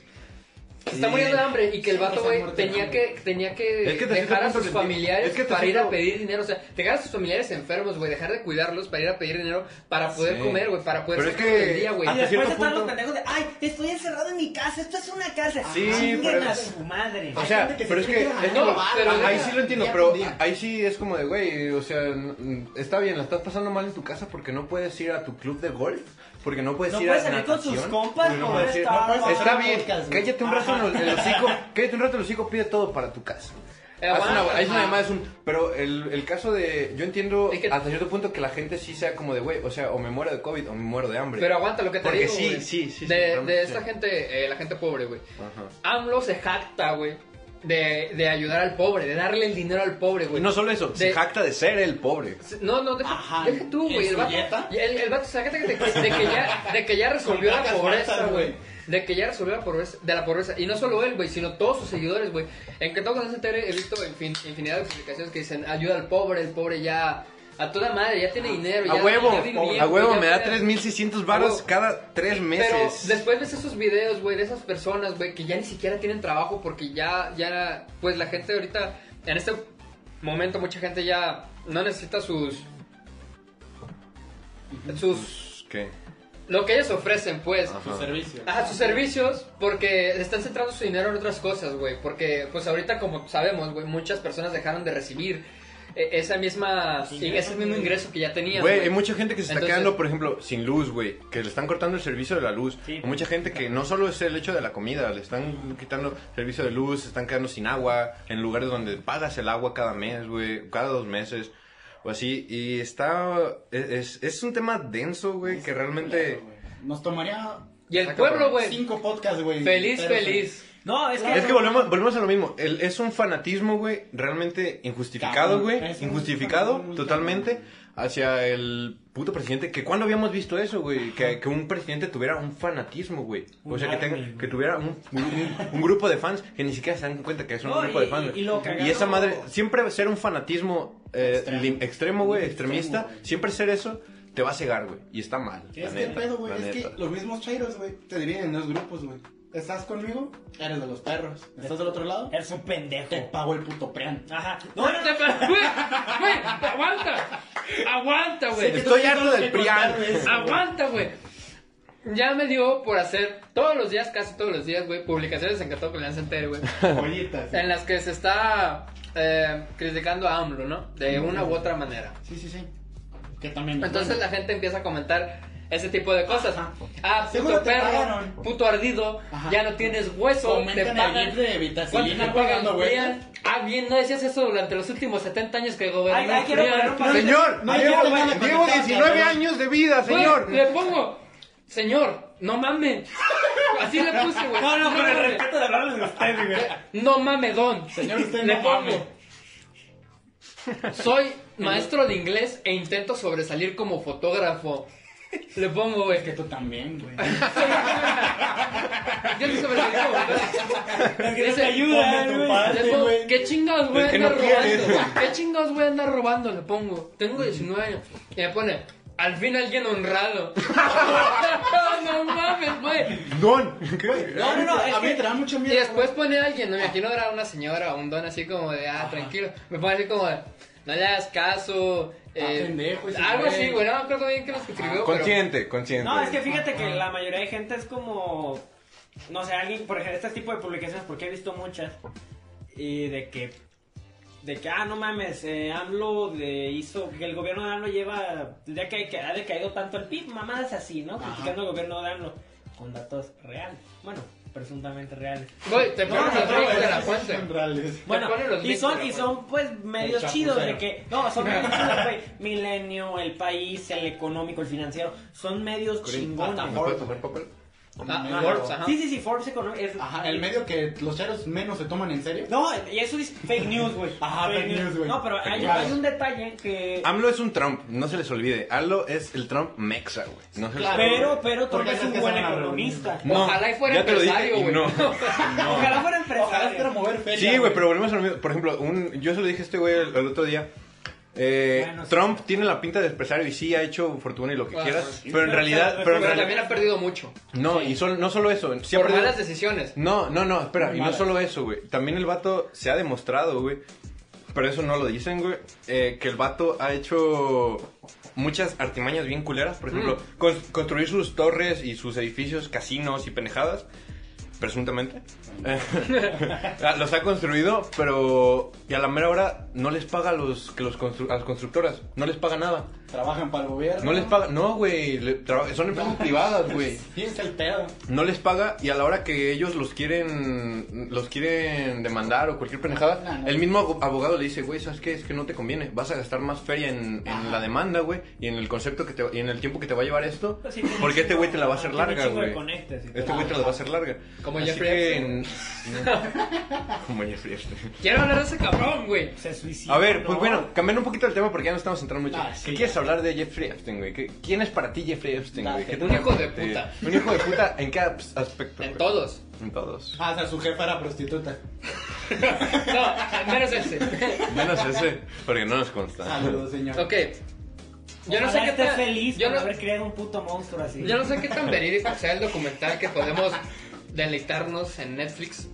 Speaker 4: Se está
Speaker 1: Sí.
Speaker 4: muriendo de hambre y que el
Speaker 3: Sí,
Speaker 4: vato,
Speaker 3: está
Speaker 4: güey,
Speaker 3: muerto de
Speaker 4: tenía
Speaker 3: hambre.
Speaker 4: que, tenía que,
Speaker 1: Es que te
Speaker 4: dejar
Speaker 1: siento
Speaker 4: a
Speaker 1: punto
Speaker 4: sus
Speaker 1: que-
Speaker 4: familiares
Speaker 1: es que te
Speaker 4: para ir
Speaker 1: siento-
Speaker 4: a pedir dinero. O sea, dejar a sus familiares enfermos, güey, dejar de cuidarlos para ir a pedir dinero para poder
Speaker 1: Sí.
Speaker 4: comer, güey, para poder
Speaker 1: Pero es
Speaker 4: sacar
Speaker 1: que-
Speaker 4: el día, güey. Eh,
Speaker 1: Ah,
Speaker 2: Y
Speaker 1: Hasta
Speaker 2: después
Speaker 1: cierto
Speaker 2: están los
Speaker 1: punto.
Speaker 2: pendejos de, ay, estoy encerrado en mi casa, esto es una casa.
Speaker 1: Sí, Ah,
Speaker 2: Chinguen
Speaker 1: pero-
Speaker 2: a su madre.
Speaker 1: O sea,
Speaker 3: gente que
Speaker 1: pero es
Speaker 3: se
Speaker 1: que.
Speaker 3: quiere
Speaker 1: es
Speaker 4: ganar,
Speaker 1: como-
Speaker 4: no, pero
Speaker 1: ah, ahí
Speaker 4: neta,
Speaker 1: sí lo entiendo,
Speaker 3: día
Speaker 1: pero
Speaker 3: con día.
Speaker 1: ahí sí es como de, güey, o sea, mm, está bien, la estás pasando mal en tu casa porque no puedes ir a tu club de golf, porque no puedes
Speaker 2: No
Speaker 1: ir
Speaker 2: puedes
Speaker 1: a
Speaker 2: salir con sus
Speaker 1: natación,
Speaker 2: compas,
Speaker 1: porque no
Speaker 2: no
Speaker 1: puedes
Speaker 2: puedes
Speaker 1: ir-
Speaker 2: estar-
Speaker 1: no puedes- Está
Speaker 3: hacer
Speaker 1: bien,
Speaker 3: podcast, güey.
Speaker 1: cállate un rato en el el hocico, cállate un rato en el hocico, pide todo para tu casa.
Speaker 4: Eh,
Speaker 1: Haz una-
Speaker 4: bueno,
Speaker 1: haz una
Speaker 4: ajá.
Speaker 1: llamada, es un- pero el, el caso de. Yo entiendo
Speaker 4: Es que-
Speaker 1: hasta cierto punto que la gente sí sea como de, güey, o sea, o me muero de COVID o me muero de hambre.
Speaker 4: Pero aguanta lo que te
Speaker 1: Porque
Speaker 4: digo,
Speaker 1: sí,
Speaker 4: güey.
Speaker 1: sí, sí, sí,
Speaker 4: De,
Speaker 1: realmente
Speaker 4: de
Speaker 1: sí.
Speaker 4: esta gente, eh, la gente pobre, güey.
Speaker 1: Ajá.
Speaker 4: AMLO se jacta, güey, de, de ayudar al pobre, de darle el dinero al pobre, güey.
Speaker 1: No solo eso, se
Speaker 4: De-
Speaker 1: jacta de ser el pobre.
Speaker 4: No, no, deja,
Speaker 3: Ajá.
Speaker 4: deja tú, güey.
Speaker 3: ¿En
Speaker 4: El
Speaker 3: su
Speaker 4: vato,
Speaker 3: dieta?
Speaker 4: y el, el vato, sácate de, que- de que ya, de que ya resolvió
Speaker 3: Con
Speaker 4: la
Speaker 3: vacas
Speaker 4: pobreza,
Speaker 3: muertas,
Speaker 4: güey.
Speaker 3: güey.
Speaker 4: De que ya resolvió la pobreza, de la pobreza. Y no solo él, güey, sino todos sus seguidores, güey. En que todo cuando se entere, he visto en fin- infinidad de publicaciones que dicen, ayuda al pobre, el pobre ya... A toda madre, ya tiene dinero,
Speaker 1: A
Speaker 4: ya,
Speaker 1: huevo,
Speaker 4: ya vive bien,
Speaker 1: a
Speaker 4: güey,
Speaker 1: huevo,
Speaker 4: ya
Speaker 1: me da
Speaker 4: puede-
Speaker 1: 3600 varos
Speaker 4: huevo.
Speaker 1: cada 3
Speaker 4: Pero
Speaker 1: meses.
Speaker 4: después ves esos videos, güey, de esas personas, güey, que ya ni siquiera tienen trabajo porque ya, ya, pues la gente ahorita, en este momento mucha gente ya no necesita sus, sus,
Speaker 1: ¿Qué?
Speaker 4: lo que ellos ofrecen, pues.
Speaker 1: Ajá.
Speaker 3: Su servicio.
Speaker 4: Ajá, sus servicios, porque están centrando su dinero en otras cosas, güey. Porque, pues ahorita, como sabemos, güey, muchas personas dejaron de recibir eh, esa misma, ese mismo ingreso que ya tenían.
Speaker 1: Güey,
Speaker 4: güey.
Speaker 1: hay mucha gente que se está
Speaker 4: Entonces-
Speaker 1: quedando, por ejemplo, sin luz, güey. Que le están cortando el servicio de la luz.
Speaker 2: Sí.
Speaker 1: Hay mucha gente que no solo es el hecho de la comida, le están quitando servicio de luz, se están quedando sin agua, en lugares donde pagas el agua cada mes, güey, cada dos meses, o así. Y está. e-, Es, es- es un tema denso, güey, que realmente.
Speaker 3: Nos tomaría
Speaker 4: Y el
Speaker 1: Está
Speaker 4: pueblo,
Speaker 1: cabrón.
Speaker 4: güey,
Speaker 3: cinco podcasts, güey.
Speaker 4: feliz,
Speaker 3: Pero,
Speaker 4: feliz.
Speaker 2: No, es que.
Speaker 1: Es que volvemos, volvemos a lo mismo. El- es un fanatismo, güey, realmente injustificado,
Speaker 3: Cabrón,
Speaker 1: güey.
Speaker 3: es un
Speaker 1: Injustificado
Speaker 3: fanatismo muy
Speaker 1: totalmente hacia el puto presidente. Que cuando habíamos visto eso, güey. Que, que un presidente tuviera un fanatismo, güey. O
Speaker 2: Un
Speaker 1: sea, que, tenga-
Speaker 2: army,
Speaker 1: que tuviera un, un- un grupo de fans que ni siquiera se dan cuenta que es un
Speaker 2: No,
Speaker 1: grupo
Speaker 2: y-
Speaker 1: de fans. güey.
Speaker 2: y lo cagado-
Speaker 1: esa madre, siempre va a ser un fanatismo eh,
Speaker 3: Extremo.
Speaker 1: lim- extremo, güey, extremista.
Speaker 3: güey.
Speaker 1: Siempre ser eso te va a cegar, güey. Y está mal. la
Speaker 3: Es que el
Speaker 1: neta,
Speaker 3: pedo, güey,
Speaker 1: la
Speaker 3: es que
Speaker 1: neta.
Speaker 3: los mismos chairos, güey, te dividen en dos grupos, güey. ¿Estás conmigo? Eres de los perros. ¿Estás del otro lado?
Speaker 2: Eres un
Speaker 3: Te
Speaker 2: pendejo.
Speaker 3: pago el puto prean.
Speaker 2: Ajá. No,
Speaker 3: Ah,
Speaker 4: No,
Speaker 2: no,
Speaker 4: te- güey, güey, aguanta, aguanta, güey.
Speaker 3: Sí,
Speaker 1: Estoy
Speaker 3: Entonces,
Speaker 1: harto
Speaker 3: no
Speaker 1: del
Speaker 3: sé
Speaker 1: PRIAN.
Speaker 3: contar eso.
Speaker 4: Aguanta, güey. Ya me dio por hacer todos los días, casi todos los días, güey, publicaciones en Cató Lanza Entero, güey.
Speaker 3: Pollitas.
Speaker 4: En las que se está eh, criticando a AMLO, ¿no? De una u otra manera.
Speaker 3: Sí, sí, sí. Que también.
Speaker 4: Entonces la gente empieza a comentar ese tipo de cosas.
Speaker 3: Ajá.
Speaker 4: Ah,
Speaker 3: Seguro
Speaker 4: puto
Speaker 3: te
Speaker 4: perro,
Speaker 3: pagaron.
Speaker 4: puto ardido,
Speaker 3: Ajá.
Speaker 4: ya no tienes hueso, te
Speaker 3: Aumentan el
Speaker 4: pagan.
Speaker 3: rifle de
Speaker 4: ¿Cuánto te
Speaker 3: vitacilina
Speaker 4: pagan,
Speaker 3: pagando, güey.
Speaker 4: Brian? Ah, bien, no decías eso durante los últimos 70 años que gobernó.
Speaker 2: Ay, ay, quiero
Speaker 4: Brian.
Speaker 2: poner un par-
Speaker 1: Señor,
Speaker 3: No,
Speaker 1: llevo,
Speaker 3: yo no me
Speaker 1: llevo
Speaker 3: conectaba,
Speaker 1: 19
Speaker 3: cabrón.
Speaker 1: años de vida,
Speaker 4: Güey,
Speaker 1: señor.
Speaker 4: Le pongo, señor, no mames. Así le puse, güey.
Speaker 2: no, no, con el
Speaker 4: mames.
Speaker 2: respeto de hablarles de ustedes, güey.
Speaker 4: No mamedón.
Speaker 3: Señor, usted
Speaker 4: le
Speaker 3: no
Speaker 4: pongo.
Speaker 3: mame.
Speaker 4: Soy maestro de inglés e intento sobresalir como fotógrafo. Le pongo, güey.
Speaker 3: Que tú también, güey.
Speaker 4: Yo no sobresalí como
Speaker 2: Es que no
Speaker 4: Ese-
Speaker 2: te ayuda,
Speaker 3: ponme tu
Speaker 2: güey.
Speaker 3: padre.
Speaker 4: Le
Speaker 3: Ay,
Speaker 4: pongo,
Speaker 3: güey.
Speaker 4: ¿Qué chingados voy a
Speaker 1: Es que
Speaker 4: andar
Speaker 1: no quieres.
Speaker 4: robando? ¿Qué chingados voy a andar robando? Le pongo. Tengo 19 años. Y me pone. Al fin alguien honrado. no mames, güey.
Speaker 1: ¡Don! ¿Qué?
Speaker 2: No, no, no, es
Speaker 3: A mí
Speaker 2: que-
Speaker 3: te da mucho
Speaker 4: Y
Speaker 3: miedo.
Speaker 4: después pone a alguien, no me imagino era una señora o un don así como de, ah, tranquilo. Me pone así como de, no le hagas caso. eh,
Speaker 3: pendejo ese
Speaker 4: algo
Speaker 3: güey.
Speaker 4: así, güey. No me acuerdo bien que lo
Speaker 1: Ah,
Speaker 4: escribió. pero
Speaker 1: Consciente, consciente.
Speaker 2: No, es que fíjate que la mayoría de gente es como. No sé, alguien, por ejemplo, este tipo de publicaciones, porque he visto muchas. Y de que. De que, ah, no mames, eh, AMLO de hizo. Que el gobierno de AMLO lleva. Ya que, que ha decaído tanto el PIB, mamadas así, ¿no?
Speaker 3: Ajá.
Speaker 2: Criticando el gobierno de AMLO. Con datos reales. Bueno, presuntamente reales.
Speaker 4: Güey, te
Speaker 3: No,
Speaker 4: pones
Speaker 2: no,
Speaker 4: los
Speaker 2: no,
Speaker 4: links de la
Speaker 3: esos
Speaker 4: fuente.
Speaker 3: son reales.
Speaker 2: Bueno,
Speaker 4: ponen los
Speaker 2: y
Speaker 4: links,
Speaker 2: son,
Speaker 4: pero
Speaker 2: y
Speaker 4: bueno.
Speaker 2: son pues medios
Speaker 3: El
Speaker 2: chidos de
Speaker 3: chapucero.
Speaker 2: que, no, son medios chidos, güey, Milenio, el país, el económico, el financiero, son medios chingones.
Speaker 1: ¿No puedes poner papel?
Speaker 4: Ah,
Speaker 3: Medio-
Speaker 4: Forbes, ajá.
Speaker 2: Sí, sí, sí, Forbes Economic es...
Speaker 3: Ajá, el medio que los cheros menos se toman en serio.
Speaker 2: No, y eso es fake news, güey.
Speaker 3: Ajá, fake news, güey. Ah,
Speaker 2: No, pero
Speaker 3: Fake
Speaker 2: hay,
Speaker 3: news.
Speaker 2: hay un detalle que...
Speaker 1: AMLO es un Trump, no se les olvide. AMLO es el Trump mexa, güey. No se les
Speaker 4: Claro.
Speaker 2: Pero, pero Trump
Speaker 3: Porque
Speaker 2: es
Speaker 3: esas
Speaker 2: un
Speaker 3: que
Speaker 2: buen
Speaker 3: son las
Speaker 2: economista.
Speaker 1: No,
Speaker 4: Ojalá y fuera
Speaker 1: ya te lo dije
Speaker 4: empresario,
Speaker 1: y
Speaker 4: güey.
Speaker 1: no.
Speaker 2: Ojalá fuera
Speaker 3: Ojalá fuera
Speaker 2: empresario.
Speaker 3: mover feria.
Speaker 1: Sí, güey, pero volvemos a lo mismo. Por ejemplo, un, yo se lo dije a este güey el, el otro día. Eh,
Speaker 2: Bueno, sí.
Speaker 1: Trump tiene la pinta de empresario y sí ha hecho fortuna y lo que
Speaker 4: Ah,
Speaker 1: quieras,
Speaker 4: sí.
Speaker 1: pero en
Speaker 2: Pero,
Speaker 1: realidad,
Speaker 2: pero,
Speaker 1: pero en
Speaker 4: Pero también
Speaker 1: realidad,
Speaker 4: ha perdido mucho.
Speaker 1: no y sol- no solo eso, sí ha
Speaker 4: Por
Speaker 1: perdido-
Speaker 4: malas decisiones.
Speaker 1: no, no, no, espera,
Speaker 3: Muy
Speaker 1: y no
Speaker 3: malas.
Speaker 1: solo eso, güey, también el vato se ha demostrado, güey, pero eso no lo dicen, güey, eh, que el vato ha hecho muchas artimañas bien culeras, por ejemplo,
Speaker 3: Mm.
Speaker 1: con- construir sus torres y sus edificios, casinos y pendejadas, presuntamente. Ah, los ha construido, pero y a la mera hora no les paga a, los, que los constru- a las constructoras, no les paga nada.
Speaker 3: Trabajan para el gobierno.
Speaker 1: No les paga, no, güey, le- traba- son empresas privadas, güey.
Speaker 3: Sí, es el pedo.
Speaker 1: No les paga y a la hora que ellos los quieren los quieren demandar o cualquier pendejada,
Speaker 3: Ah, No, no.
Speaker 1: el mismo abo- abogado le dice, güey, ¿sabes qué? Es que no te conviene, vas a gastar más feria en, en
Speaker 3: Ajá.
Speaker 1: la demanda, güey, y en el concepto que te va- y en el tiempo que te va a llevar esto,
Speaker 2: Pues sí, tiene
Speaker 1: porque este
Speaker 2: un
Speaker 1: güey te la va a hacer
Speaker 2: chingo- tiene un
Speaker 1: larga,
Speaker 2: chingo de
Speaker 1: güey.
Speaker 2: conectes y
Speaker 1: Este
Speaker 2: todo.
Speaker 1: güey te la va a hacer larga.
Speaker 4: Como
Speaker 1: Así
Speaker 4: Jeffrey
Speaker 1: que-
Speaker 4: Epstein.
Speaker 1: Como Jeffrey Epstein.
Speaker 4: Quiero hablar de ese cabrón, güey.
Speaker 2: Se suicidó.
Speaker 1: A ver, pues
Speaker 2: ¿no?
Speaker 1: bueno, cambiando un poquito el tema porque ya nos estamos entrando mucho.
Speaker 3: Ah, sí,
Speaker 1: ¿Qué
Speaker 3: ya.
Speaker 1: quieres hablar de Jeffrey Epstein, güey? ¿Qué- ¿Quién es para ti Jeffrey Epstein, güey?
Speaker 3: Date.
Speaker 1: ¿Qué te
Speaker 4: Un hijo de
Speaker 1: parece?
Speaker 4: puta.
Speaker 1: ¿Un hijo de puta en qué as- aspecto?
Speaker 4: En
Speaker 1: güey?
Speaker 4: todos.
Speaker 1: En todos.
Speaker 3: Ah, o sea, su jefa era prostituta.
Speaker 4: No, menos ese.
Speaker 1: Menos ese, porque no nos consta.
Speaker 3: Saludos, señor.
Speaker 4: Ok. Yo no sé qué
Speaker 2: Ojalá esté
Speaker 4: tan-
Speaker 2: feliz
Speaker 4: Yo
Speaker 2: por
Speaker 4: no,
Speaker 2: haber creado un puto monstruo así.
Speaker 4: yo no sé qué tan verídico sea el documental que podemos deleitarnos en Netflix.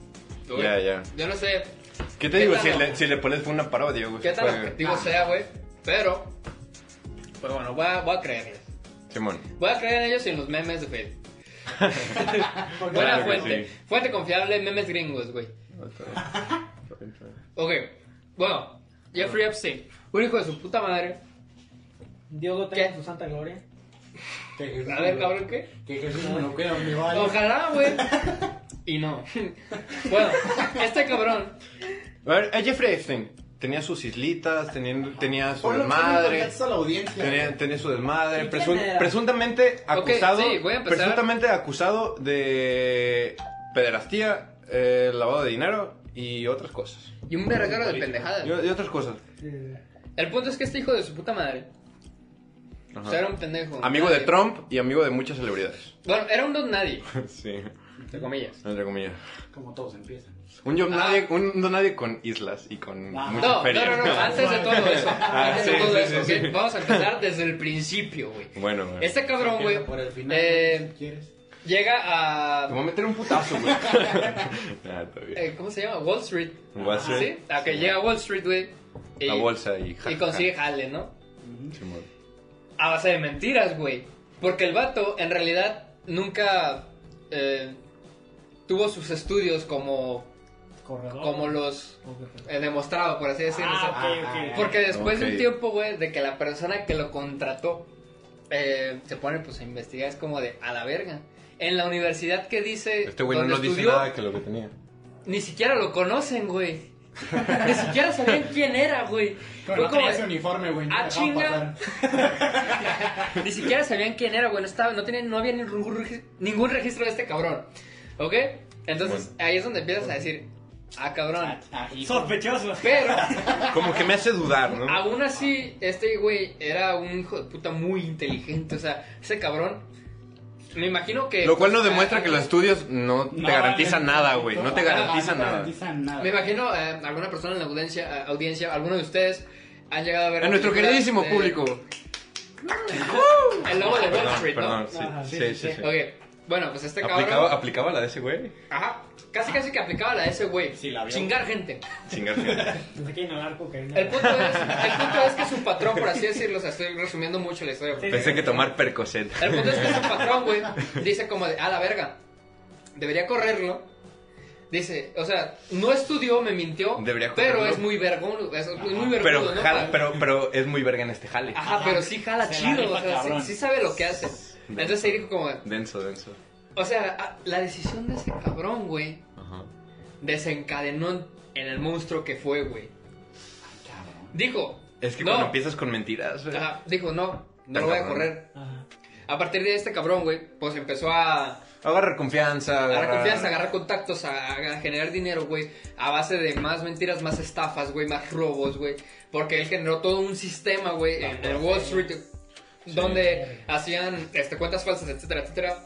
Speaker 4: güey.
Speaker 1: Ya, ya.
Speaker 4: Yo no sé
Speaker 1: ¿Qué te digo?
Speaker 4: tal
Speaker 1: Si
Speaker 4: lo-
Speaker 1: le, si le pones fue una parodia, güey.
Speaker 4: qué tan
Speaker 1: Pues Fue-
Speaker 4: objetivo sea, güey. Pero, pues bueno, voy a, voy a creerles.
Speaker 1: Simón.
Speaker 4: Voy a creer en ellos y en los memes de Facebook.
Speaker 3: Porque-
Speaker 4: Buena
Speaker 1: Claro que
Speaker 4: fuente.
Speaker 1: sí.
Speaker 4: Fuente confiable, memes gringos, güey. Ok. Bueno, Jeffrey Epstein. Un hijo de su puta madre.
Speaker 2: Dios lo
Speaker 4: ¿Qué?
Speaker 2: tenga en su santa gloria.
Speaker 3: Que Jesús
Speaker 4: A
Speaker 3: me
Speaker 4: ver,
Speaker 3: lo-
Speaker 4: cabrón, ¿qué?
Speaker 3: Que Jesús me lo cuida, mi vale.
Speaker 4: Ojalá, güey. Y no. Bueno, este cabrón.
Speaker 1: A ver, eh, Jeffrey Epstein tenía sus islitas, tenía, tenía su
Speaker 3: Ponlo en
Speaker 1: desmadre.
Speaker 3: contexto a la audiencia.
Speaker 1: Tenía, tenía su desmadre,
Speaker 2: ¿Y
Speaker 1: presun-
Speaker 2: quién era?
Speaker 1: presuntamente acusado,
Speaker 4: sí, voy a empezar.
Speaker 1: presuntamente acusado de pederastía, eh, lavado de dinero y otras cosas.
Speaker 4: Y un verguero de pendejadas.
Speaker 1: Y, y otras cosas.
Speaker 4: El punto es que este hijo de su puta madre. O sea, era un pendejo.
Speaker 1: Amigo
Speaker 4: nadie.
Speaker 1: de Trump y amigo de muchas celebridades.
Speaker 4: Bueno, era un don nadie,
Speaker 1: Sí,
Speaker 4: entre comillas.
Speaker 1: entre comillas.
Speaker 3: Como todos empiezan.
Speaker 1: Un yo
Speaker 4: Ah.
Speaker 1: nadie, un don nadie con islas y con
Speaker 3: Ah.
Speaker 1: mucha
Speaker 4: No, no,
Speaker 1: feria.
Speaker 4: no, no, antes de todo eso.
Speaker 1: Ah,
Speaker 4: antes de
Speaker 1: sí,
Speaker 4: todo
Speaker 1: sí,
Speaker 4: eso,
Speaker 1: sí,
Speaker 4: ok,
Speaker 1: sí.
Speaker 4: Vamos a empezar desde el principio, güey.
Speaker 1: Bueno, güey.
Speaker 4: Este cabrón, güey,
Speaker 3: Empieza Por el final.
Speaker 4: eh,
Speaker 3: si quieres.
Speaker 4: llega
Speaker 1: Te
Speaker 4: a.
Speaker 1: voy a meter un putazo, güey. Nah, está bien.
Speaker 4: eh, ¿Cómo se llama? Wall Street. Ah,
Speaker 1: Wall Street.
Speaker 4: ¿Sí? A que llega a Wall Street, güey. y-
Speaker 1: La bolsa y... ja,
Speaker 4: Y
Speaker 1: ja,
Speaker 4: consigue
Speaker 1: ja.
Speaker 4: jale, ¿no?
Speaker 1: Simón.
Speaker 4: A base de mentiras, güey. Porque el vato, en realidad, nunca eh, tuvo sus estudios como,
Speaker 2: Corredor.
Speaker 4: como los eh, demostrado, por así decirlo. O sea,
Speaker 2: Ah, ok, ok.
Speaker 4: Porque después de
Speaker 1: Ok.
Speaker 4: un tiempo, güey, de que la persona que lo contrató eh, se pone pues a investigar, es como de a la verga. En la universidad que dice.
Speaker 1: Este güey no
Speaker 4: donde
Speaker 1: nos dice
Speaker 4: estudió,
Speaker 1: nada que lo que tenía.
Speaker 4: Ni siquiera lo conocen, güey. ni siquiera sabían quién era, güey.
Speaker 3: Pero
Speaker 4: Fue
Speaker 3: no
Speaker 4: como
Speaker 3: traía
Speaker 4: de-
Speaker 3: ese uniforme, güey.
Speaker 4: Ah,
Speaker 3: Dejaban
Speaker 4: chinga.
Speaker 3: pasar.
Speaker 4: Ni siquiera sabían quién era, güey. No, estaba, no, tenían, no había ningún, regi- ningún registro de este cabrón. ¿Ok? Entonces ahí es donde empiezas a decir, Ah, cabrón.
Speaker 3: Ah, hijo.
Speaker 2: Sospechoso.
Speaker 4: Pero,
Speaker 1: Como que me hace dudar, ¿no?
Speaker 4: aún así, este güey era un hijo de puta muy inteligente. O sea, ese cabrón. Me imagino que.
Speaker 1: Lo cual no
Speaker 4: pues,
Speaker 1: demuestra
Speaker 4: ah,
Speaker 1: que los estudios no te
Speaker 3: No,
Speaker 1: garantizan
Speaker 3: no,
Speaker 1: nada, güey. No te
Speaker 3: ah,
Speaker 1: garantizan
Speaker 3: no
Speaker 1: nada.
Speaker 3: garantizan nada.
Speaker 4: Me imagino eh, alguna persona en la audiencia, eh, audiencia, alguno de ustedes han llegado a ver.
Speaker 1: A nuestro
Speaker 4: películas
Speaker 1: queridísimo
Speaker 4: de-
Speaker 1: público.
Speaker 4: El lobo de Wall
Speaker 1: Perdón,
Speaker 4: Street, ¿no?
Speaker 1: perdón, sí,
Speaker 2: Ajá,
Speaker 1: sí, sí,
Speaker 2: sí, sí,
Speaker 1: sí.
Speaker 4: Ok, bueno, pues este cabrón.
Speaker 1: ¿Aplicaba, aplicaba la de ese güey?
Speaker 4: Ajá, casi casi que aplicaba la de ese güey.
Speaker 3: Sí, la vio.
Speaker 4: Chingar gente.
Speaker 1: Chingar gente.
Speaker 2: Pensé que inhalar cocaína.
Speaker 4: El punto, es, el punto es que su patrón, por así decirlo, o sea, estoy resumiendo mucho la historia.
Speaker 2: Sí.
Speaker 1: Pensé que tomar Percocet.
Speaker 4: El punto es que su patrón, güey, dice como de, a la verga, debería correrlo. Dice, o sea, no estudió, me mintió,
Speaker 1: Debería
Speaker 4: pero
Speaker 1: correrlo.
Speaker 4: es muy vergón, es muy vergudo,
Speaker 1: Pero,
Speaker 4: ¿no?
Speaker 1: jala, pero, pero es muy verga en este jale.
Speaker 4: Ajá, pero sí jala
Speaker 3: Se la
Speaker 4: chido,
Speaker 3: rifa,
Speaker 4: o sea, sí,
Speaker 3: cabrón.
Speaker 4: sí sabe lo que hace. Entonces ahí dijo como,
Speaker 1: Denso, denso.
Speaker 4: o sea, ah, la decisión de ese cabrón, güey,
Speaker 1: Ajá.
Speaker 4: desencadenó en el monstruo que fue, güey.
Speaker 3: Cabrón.
Speaker 4: Dijo,
Speaker 1: Es que
Speaker 4: no,
Speaker 1: cuando empiezas con mentiras, güey.
Speaker 4: ajá, dijo, no, no
Speaker 1: Tan
Speaker 4: lo voy a
Speaker 1: cabrón.
Speaker 4: correr.
Speaker 2: Ajá.
Speaker 4: A partir de este cabrón, güey, pues empezó a...
Speaker 1: Agarrar confianza.
Speaker 4: Agarrar confianza, agarrar contactos, a, a generar dinero, güey. A base de más mentiras, más estafas, güey, más robos, güey. Porque él generó todo un sistema,
Speaker 1: Ah,
Speaker 4: güey, en, en Wall Street. Donde hacían este, cuentas falsas, etcétera, etcétera.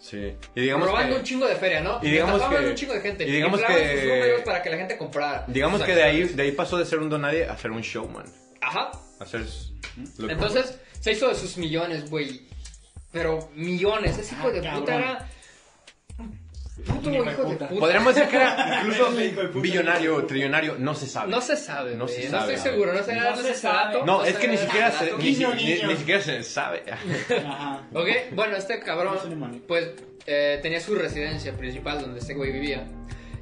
Speaker 1: Sí. Y digamos
Speaker 4: robando
Speaker 1: que,
Speaker 4: un chingo de feria, ¿no?
Speaker 1: y digamos
Speaker 4: Estafaban
Speaker 1: que-
Speaker 4: un chingo de gente.
Speaker 1: y digamos
Speaker 4: inflaban
Speaker 1: que-
Speaker 4: sus números para que la gente comprara.
Speaker 1: digamos
Speaker 4: sus
Speaker 1: que de ahí,
Speaker 4: acciones.
Speaker 1: de ahí pasó de ser un donadie a ser un showman.
Speaker 4: Ajá.
Speaker 1: A ser... lo que-
Speaker 4: Entonces, se hizo de sus millones, güey. Pero millones. Ese hijo
Speaker 3: Ah,
Speaker 4: de puta
Speaker 3: cabrón.
Speaker 4: era... un Puto
Speaker 3: Hijo de
Speaker 4: hijo de
Speaker 3: puta.
Speaker 4: puta.
Speaker 1: Podríamos decir que era
Speaker 3: Hijo de
Speaker 1: incluso
Speaker 3: puta.
Speaker 1: billonario o trillonario, no se sabe.
Speaker 4: No se sabe,
Speaker 1: No
Speaker 4: güey,
Speaker 1: se
Speaker 4: no
Speaker 1: sabe,
Speaker 4: estoy
Speaker 1: güey.
Speaker 4: seguro, no sé
Speaker 2: No
Speaker 4: nada de
Speaker 2: se
Speaker 4: ese
Speaker 2: sabe.
Speaker 4: dato,
Speaker 1: No, es
Speaker 4: sé
Speaker 1: que ni
Speaker 4: nada de
Speaker 1: siquiera,
Speaker 4: ese
Speaker 1: se,
Speaker 4: dato.
Speaker 1: ni,
Speaker 3: Niño,
Speaker 1: ni-
Speaker 3: niño.
Speaker 1: ni siquiera se sabe.
Speaker 3: Ajá.
Speaker 4: Ok, bueno, este
Speaker 3: No se le
Speaker 4: cabrón,
Speaker 3: maneja.
Speaker 4: pues, eh, tenía su residencia principal donde este güey vivía.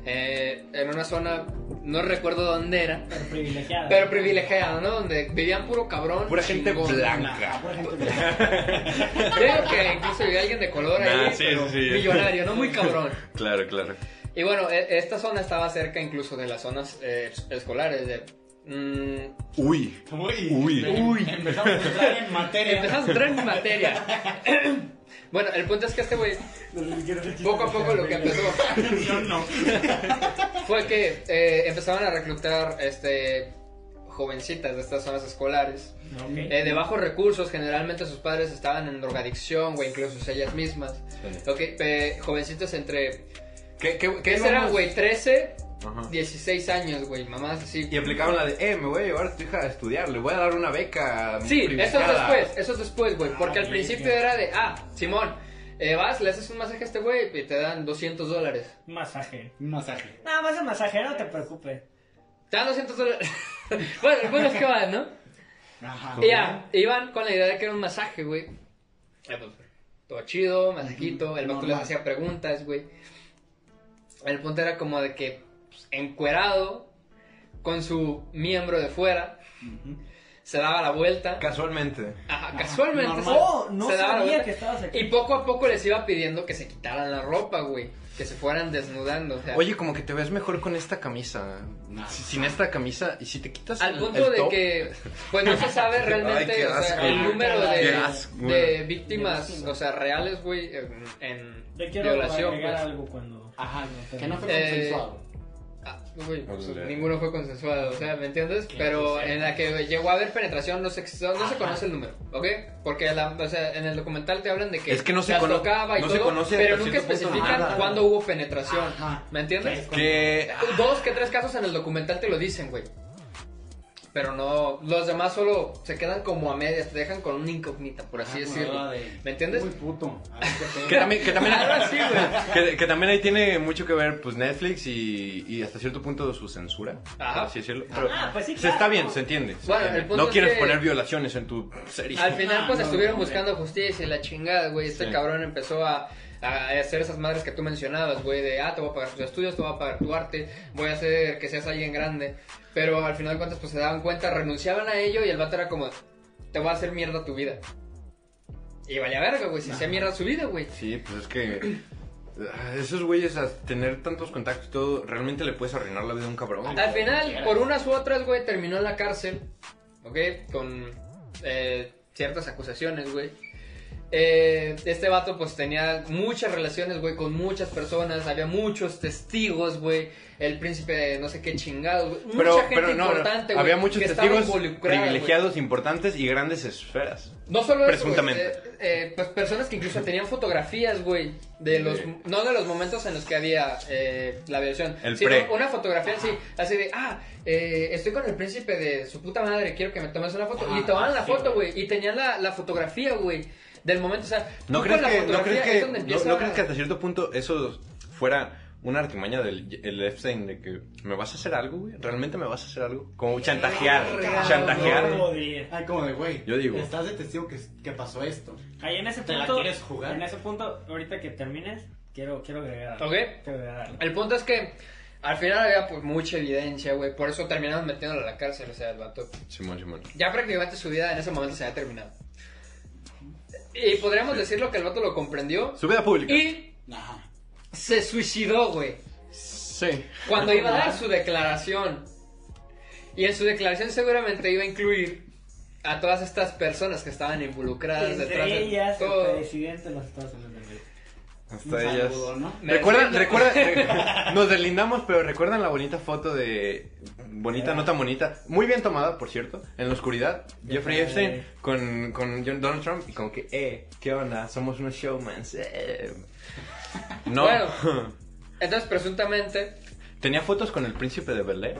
Speaker 4: eh, en una zona, no recuerdo dónde era,
Speaker 2: Pero privilegiada.
Speaker 4: pero privilegiada, ¿no? Donde vivían puro cabrón.
Speaker 1: Pura gente
Speaker 4: chingón.
Speaker 1: blanca.
Speaker 3: Pura gente blanca.
Speaker 4: Creo que incluso vivía alguien de color
Speaker 1: Nah,
Speaker 4: ahí,
Speaker 1: sí,
Speaker 4: pero
Speaker 1: sí, sí.
Speaker 4: millonario, ¿no? Muy cabrón.
Speaker 1: Claro, claro.
Speaker 4: Y bueno, e- esta zona estaba cerca incluso de las zonas eh, escolares de... mm,
Speaker 1: Uy.
Speaker 3: Uy.
Speaker 1: Uy.
Speaker 4: Uy.
Speaker 3: Empezamos a entrar en materia.
Speaker 4: empezamos a entrar en materia. bueno, el punto es que este güey... Poco
Speaker 3: Poco
Speaker 4: a poco lo que empezó
Speaker 3: Yo no.
Speaker 4: fue que eh, empezaban a reclutar este jovencitas de estas zonas escolares
Speaker 2: Ok.
Speaker 4: eh, de bajos recursos generalmente sus padres estaban en drogadicción o incluso ellas mismas Ok, eh, jovencitas entre
Speaker 1: ¿Qué, qué,
Speaker 4: qué serán güey 13
Speaker 1: Ajá.
Speaker 4: 16 años güey mamás así
Speaker 1: Y aplicaron la de, eh, me voy a llevar a tu hija a estudiar, le voy a dar una beca.
Speaker 4: sí eso es
Speaker 1: privilegiada".
Speaker 4: después eso es después güey porque
Speaker 3: Ah,
Speaker 4: al
Speaker 3: bien,
Speaker 4: principio
Speaker 3: bien.
Speaker 4: era de ah Simón eh, vas le haces un masaje a este güey y te dan 200 dólares
Speaker 2: Masaje.
Speaker 3: Un masaje.
Speaker 2: Nada más el masajero, no te preocupes.
Speaker 4: te dan 200 dólares bueno el punto es que van no
Speaker 3: Ajá.
Speaker 4: Y Ya, iban con la idea de que era un masaje, güey. Ya, pues, Todo chido, masajito, el vato les
Speaker 3: Normal.
Speaker 4: hacía preguntas, güey. El punto era como de que pues, encuerado, con su miembro de fuera, se daba la vuelta.
Speaker 1: Casualmente.
Speaker 4: Ajá, casualmente.
Speaker 3: normal.
Speaker 4: se-
Speaker 2: Oh, no
Speaker 4: se daba la
Speaker 2: sabía
Speaker 4: vuelta.
Speaker 2: que estabas aquí.
Speaker 4: Y poco a poco les iba pidiendo que se quitaran la ropa, güey. Que se fueran desnudando. O sea,
Speaker 1: Oye, como que te ves mejor con esta camisa.
Speaker 3: No.
Speaker 1: Si- Sin esta camisa, y si te quitas
Speaker 4: Al
Speaker 1: el-
Speaker 4: punto
Speaker 1: el
Speaker 4: de
Speaker 1: top,
Speaker 4: que, pues no se sabe realmente
Speaker 1: Ay, qué
Speaker 4: o sea,
Speaker 1: asco.
Speaker 4: el número
Speaker 2: Qué
Speaker 4: de,
Speaker 1: asco.
Speaker 4: de víctimas, o sea, reales, güey, en, en
Speaker 2: Yo quiero
Speaker 4: violación.
Speaker 2: agregar
Speaker 4: pues.
Speaker 2: algo cuando.
Speaker 3: Ajá. Que no fue
Speaker 4: Eh,
Speaker 3: consensuado.
Speaker 4: Ah, güey, pues,
Speaker 1: Olé.
Speaker 4: ninguno fue consensuado, o sea, ¿me entiendes? Pero en la que llegó a haber penetración no se, no se conoce el número, ¿ok? Porque la- o sea, en el documental te hablan de que,
Speaker 1: Es que no se
Speaker 4: las
Speaker 1: cono-
Speaker 4: tocaba y
Speaker 1: no
Speaker 4: todo,
Speaker 1: se conoce
Speaker 4: pero
Speaker 1: hasta
Speaker 4: nunca
Speaker 1: cierto punto
Speaker 4: especifican
Speaker 3: nada.
Speaker 4: cuándo hubo penetración,
Speaker 3: Ajá.
Speaker 4: ¿me entiendes?
Speaker 1: Que.
Speaker 4: Dos que tres casos en el documental te lo dicen, güey. Pero no, los demás solo se quedan como a medias, te dejan con una incógnita, por así
Speaker 3: Ah,
Speaker 4: decirlo.
Speaker 3: nada de-
Speaker 4: ¿Me entiendes?
Speaker 3: Uy, puto.
Speaker 1: Que también, que también,
Speaker 4: Algo así, güey.
Speaker 1: que, que también ahí tiene mucho que ver pues Netflix y, y hasta cierto punto su censura,
Speaker 4: Ajá.
Speaker 1: por así decirlo. Pero
Speaker 2: Ah, pues sí,
Speaker 1: se
Speaker 2: claro.
Speaker 1: está bien, se entiende. se
Speaker 4: Bueno, el
Speaker 1: entiende.
Speaker 4: punto
Speaker 1: No
Speaker 4: es
Speaker 1: quieres
Speaker 4: que-
Speaker 1: poner violaciones en tu serie.
Speaker 4: Al final, pues
Speaker 3: no,
Speaker 4: estuvieron
Speaker 3: no,
Speaker 4: buscando justicia y la chingada, güey. Este
Speaker 1: Sí.
Speaker 4: cabrón empezó a, a hacer esas madres que tú mencionabas, güey. De, ah, te voy a pagar tus estudios, te voy a pagar tu arte, voy a hacer que seas alguien grande. Pero al final de cuentas, pues se daban cuenta, renunciaban a ello y el vato era como, te voy a hacer mierda tu vida. Y vaya verga, güey, se hacía mierda su vida, güey.
Speaker 1: Sí, pues es que ah, esos güeyes a tener tantos contactos y todo, realmente le puedes arruinar la vida a un cabrón. güey.
Speaker 4: Al final, por unas u otras, güey, terminó en la cárcel, ¿ok? Con eh, ciertas acusaciones, güey. eh, este vato pues tenía muchas relaciones, güey, con muchas personas, había muchos testigos, güey, el príncipe de no sé qué chingados, güey, mucha
Speaker 1: Pero,
Speaker 4: gente
Speaker 1: pero no, no,
Speaker 4: importante, güey,
Speaker 1: había muchos
Speaker 4: que estaba
Speaker 1: testigos
Speaker 4: involucrada, güey.
Speaker 1: privilegiados, importantes y grandes esferas.
Speaker 4: No solo
Speaker 1: Presuntamente.
Speaker 4: eso, güey, eh, eh, pues personas que incluso tenían fotografías, güey, de los
Speaker 1: Sí.
Speaker 4: no de los momentos en los que había eh, la violación,
Speaker 1: El
Speaker 4: sino
Speaker 1: pre.
Speaker 4: una fotografía así, así de, ah, eh, estoy con el príncipe de su puta madre, quiero que me tomes una foto y tomaban la foto, güey, y tenían la, la fotografía, güey, del momento, o sea,
Speaker 1: ¿No
Speaker 4: tú
Speaker 1: crees,
Speaker 4: con la
Speaker 1: que, ¿no,
Speaker 4: fotografía
Speaker 1: crees
Speaker 4: es
Speaker 1: que,
Speaker 4: donde
Speaker 1: no-
Speaker 4: empieza-
Speaker 1: no crees que hasta cierto punto eso fuera una artimaña del el Epstein de que me vas a hacer algo, güey? ¿Realmente me vas a hacer algo? Como chantajear,
Speaker 4: Verga,
Speaker 1: chantajear.
Speaker 4: güey.
Speaker 3: Ay, como de, güey.
Speaker 1: Yo digo.
Speaker 3: Estás de testigo que, que pasó esto.
Speaker 2: Ahí en ese
Speaker 3: ¿Te la
Speaker 2: punto.
Speaker 3: quieres jugar?
Speaker 2: En ese punto, ahorita que termines, quiero, quiero agregar. algo.
Speaker 4: Ok.
Speaker 2: Quiero agregar algo.
Speaker 4: El punto es que al final había pues mucha evidencia, güey, por eso terminaron metiéndolo a la cárcel, o sea, el vato
Speaker 1: Simón, Simón.
Speaker 4: ya prácticamente su vida en ese momento se había terminado. Y podríamos decirlo que el vato lo comprendió
Speaker 1: Su vida pública.
Speaker 4: y
Speaker 3: Ajá.
Speaker 4: se suicidó, güey.
Speaker 1: Sí.
Speaker 4: Cuando iba a dar su declaración. Y en su declaración seguramente iba a incluir a todas estas personas que estaban involucradas detrás
Speaker 2: Entre
Speaker 4: de
Speaker 2: ellas,
Speaker 4: todo.
Speaker 2: el presidente de los Estados Unidos.
Speaker 3: Un
Speaker 1: Hasta ellas.
Speaker 3: saludo, ¿no?
Speaker 4: Me
Speaker 1: Recuerdan,
Speaker 4: defiendo.
Speaker 1: recuerdan, re- nos deslindamos, pero recuerdan la bonita foto de bonita, no tan bonita, muy bien tomada, por cierto, en la oscuridad, Jeffrey Epstein con, con John- Donald Trump y como que, eh, ¿qué onda? Somos unos showmans. eh. No,
Speaker 4: Bueno. Entonces, presuntamente.
Speaker 1: tenía fotos con el príncipe de Bel Air.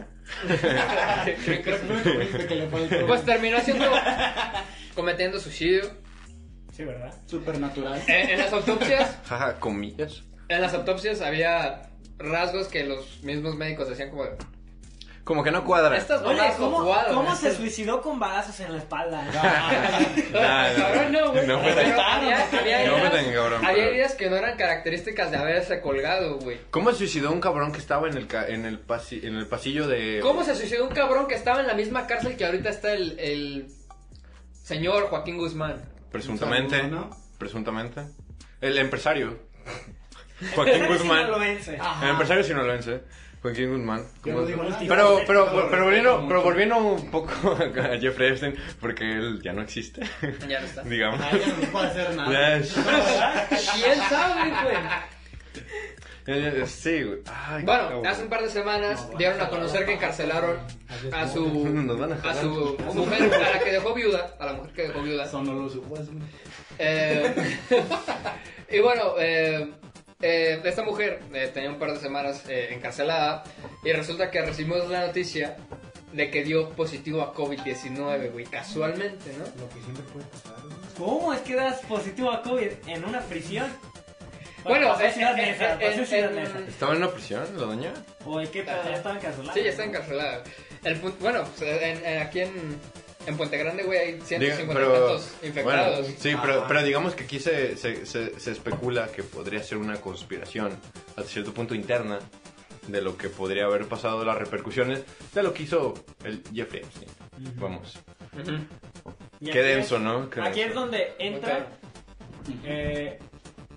Speaker 3: que le fue el-
Speaker 4: pues terminó haciendo. cometiendo suicidio.
Speaker 2: Sí, ¿verdad?
Speaker 3: Supernatural.
Speaker 4: En- en las autopsias.
Speaker 1: Jaja, comillas.
Speaker 4: En las autopsias había rasgos que los mismos médicos decían como...
Speaker 1: Como que no cuadra.
Speaker 4: Estas
Speaker 2: Oye,
Speaker 4: bolas
Speaker 2: ¿cómo,
Speaker 4: conjugadas,
Speaker 2: ¿cómo
Speaker 4: ¿no?
Speaker 2: se suicidó con balazos en la espalda?
Speaker 1: Nah,
Speaker 4: Cabrón, no, güey.
Speaker 1: No fue
Speaker 4: Pero
Speaker 1: tan-
Speaker 4: había- había
Speaker 1: no fue
Speaker 4: heridas-
Speaker 1: tan cabrón,
Speaker 4: Había
Speaker 1: pero-
Speaker 4: heridas que no eran características de haberse colgado, güey.
Speaker 1: ¿Cómo se suicidó un cabrón que estaba en el, ca- en el, pasi- en el pasillo de...
Speaker 4: ¿Cómo se suicidó un cabrón que estaba en la misma cárcel que ahorita está el, el señor Joaquín Guzmán?
Speaker 1: Presuntamente.
Speaker 3: Un saludo, ¿no?
Speaker 1: Presuntamente. El empresario. Joaquín Guzmán.
Speaker 2: Sinaloense.
Speaker 1: El empresario sinaloense. Joaquín Guzmán.
Speaker 3: Yo no digo nada.
Speaker 1: Pero, pero,
Speaker 3: Yo lo
Speaker 1: pero, volviendo,
Speaker 3: respeto
Speaker 1: pero
Speaker 3: mucho.
Speaker 1: volviendo un poco a Jeffrey Epstein, porque él ya no existe,
Speaker 4: Ya no está.
Speaker 1: digamos.
Speaker 3: Ay, ya no puedo hacer nada.
Speaker 1: Ya es-
Speaker 4: ¿Quién sabe, güey?
Speaker 1: ya- ya- Sí, güey. Ay,
Speaker 4: Bueno,
Speaker 1: cabrón.
Speaker 4: hace un par de semanas dieron a conocer que encarcelaron a
Speaker 1: Nos van
Speaker 4: su...
Speaker 1: a
Speaker 4: A
Speaker 1: jalar.
Speaker 4: su mujer, a la que dejó viuda, a la mujer que dejó viuda.
Speaker 3: Eso no lo supo. eso no.
Speaker 4: Eh, y bueno, eh, eh, esta mujer eh, tenía un par de semanas eh, encarcelada y resulta que recibimos la noticia de que dio positivo a COVID-19, güey, casualmente, ¿no?
Speaker 3: Lo que siempre puede pasar. güey.
Speaker 2: ¿Cómo es que das positivo a COVID en una prisión?
Speaker 4: Bueno,
Speaker 2: pasó en
Speaker 4: eh,
Speaker 2: Ciudad
Speaker 4: eh,
Speaker 2: Neza,
Speaker 4: eh,
Speaker 2: pasó en
Speaker 4: eh,
Speaker 2: Ciudad
Speaker 4: eh,
Speaker 2: Neza.
Speaker 1: ¿Estaba en la prisión, la doña?
Speaker 2: ¿O es que todavía estaban cancelados?
Speaker 4: Sí, ya está encarcelada. El punto, bueno, pues, en- en- aquí en, en Puente Grande, güey, hay
Speaker 1: Diga-
Speaker 4: 150
Speaker 1: pero-
Speaker 4: tantos infectados.
Speaker 1: bueno, sí, pero, pero digamos que aquí se, se, se- se especula que podría ser una conspiración, hasta cierto punto interna, de lo que podría haber pasado, las repercusiones de lo que hizo el Jeffrey Epstein. Vamos.
Speaker 4: Ujú.
Speaker 2: Y
Speaker 1: Qué
Speaker 2: aquí es-
Speaker 1: denso, ¿no? Qué
Speaker 2: Aquí es
Speaker 1: denso.
Speaker 2: donde
Speaker 4: Ok.
Speaker 2: entra. eh,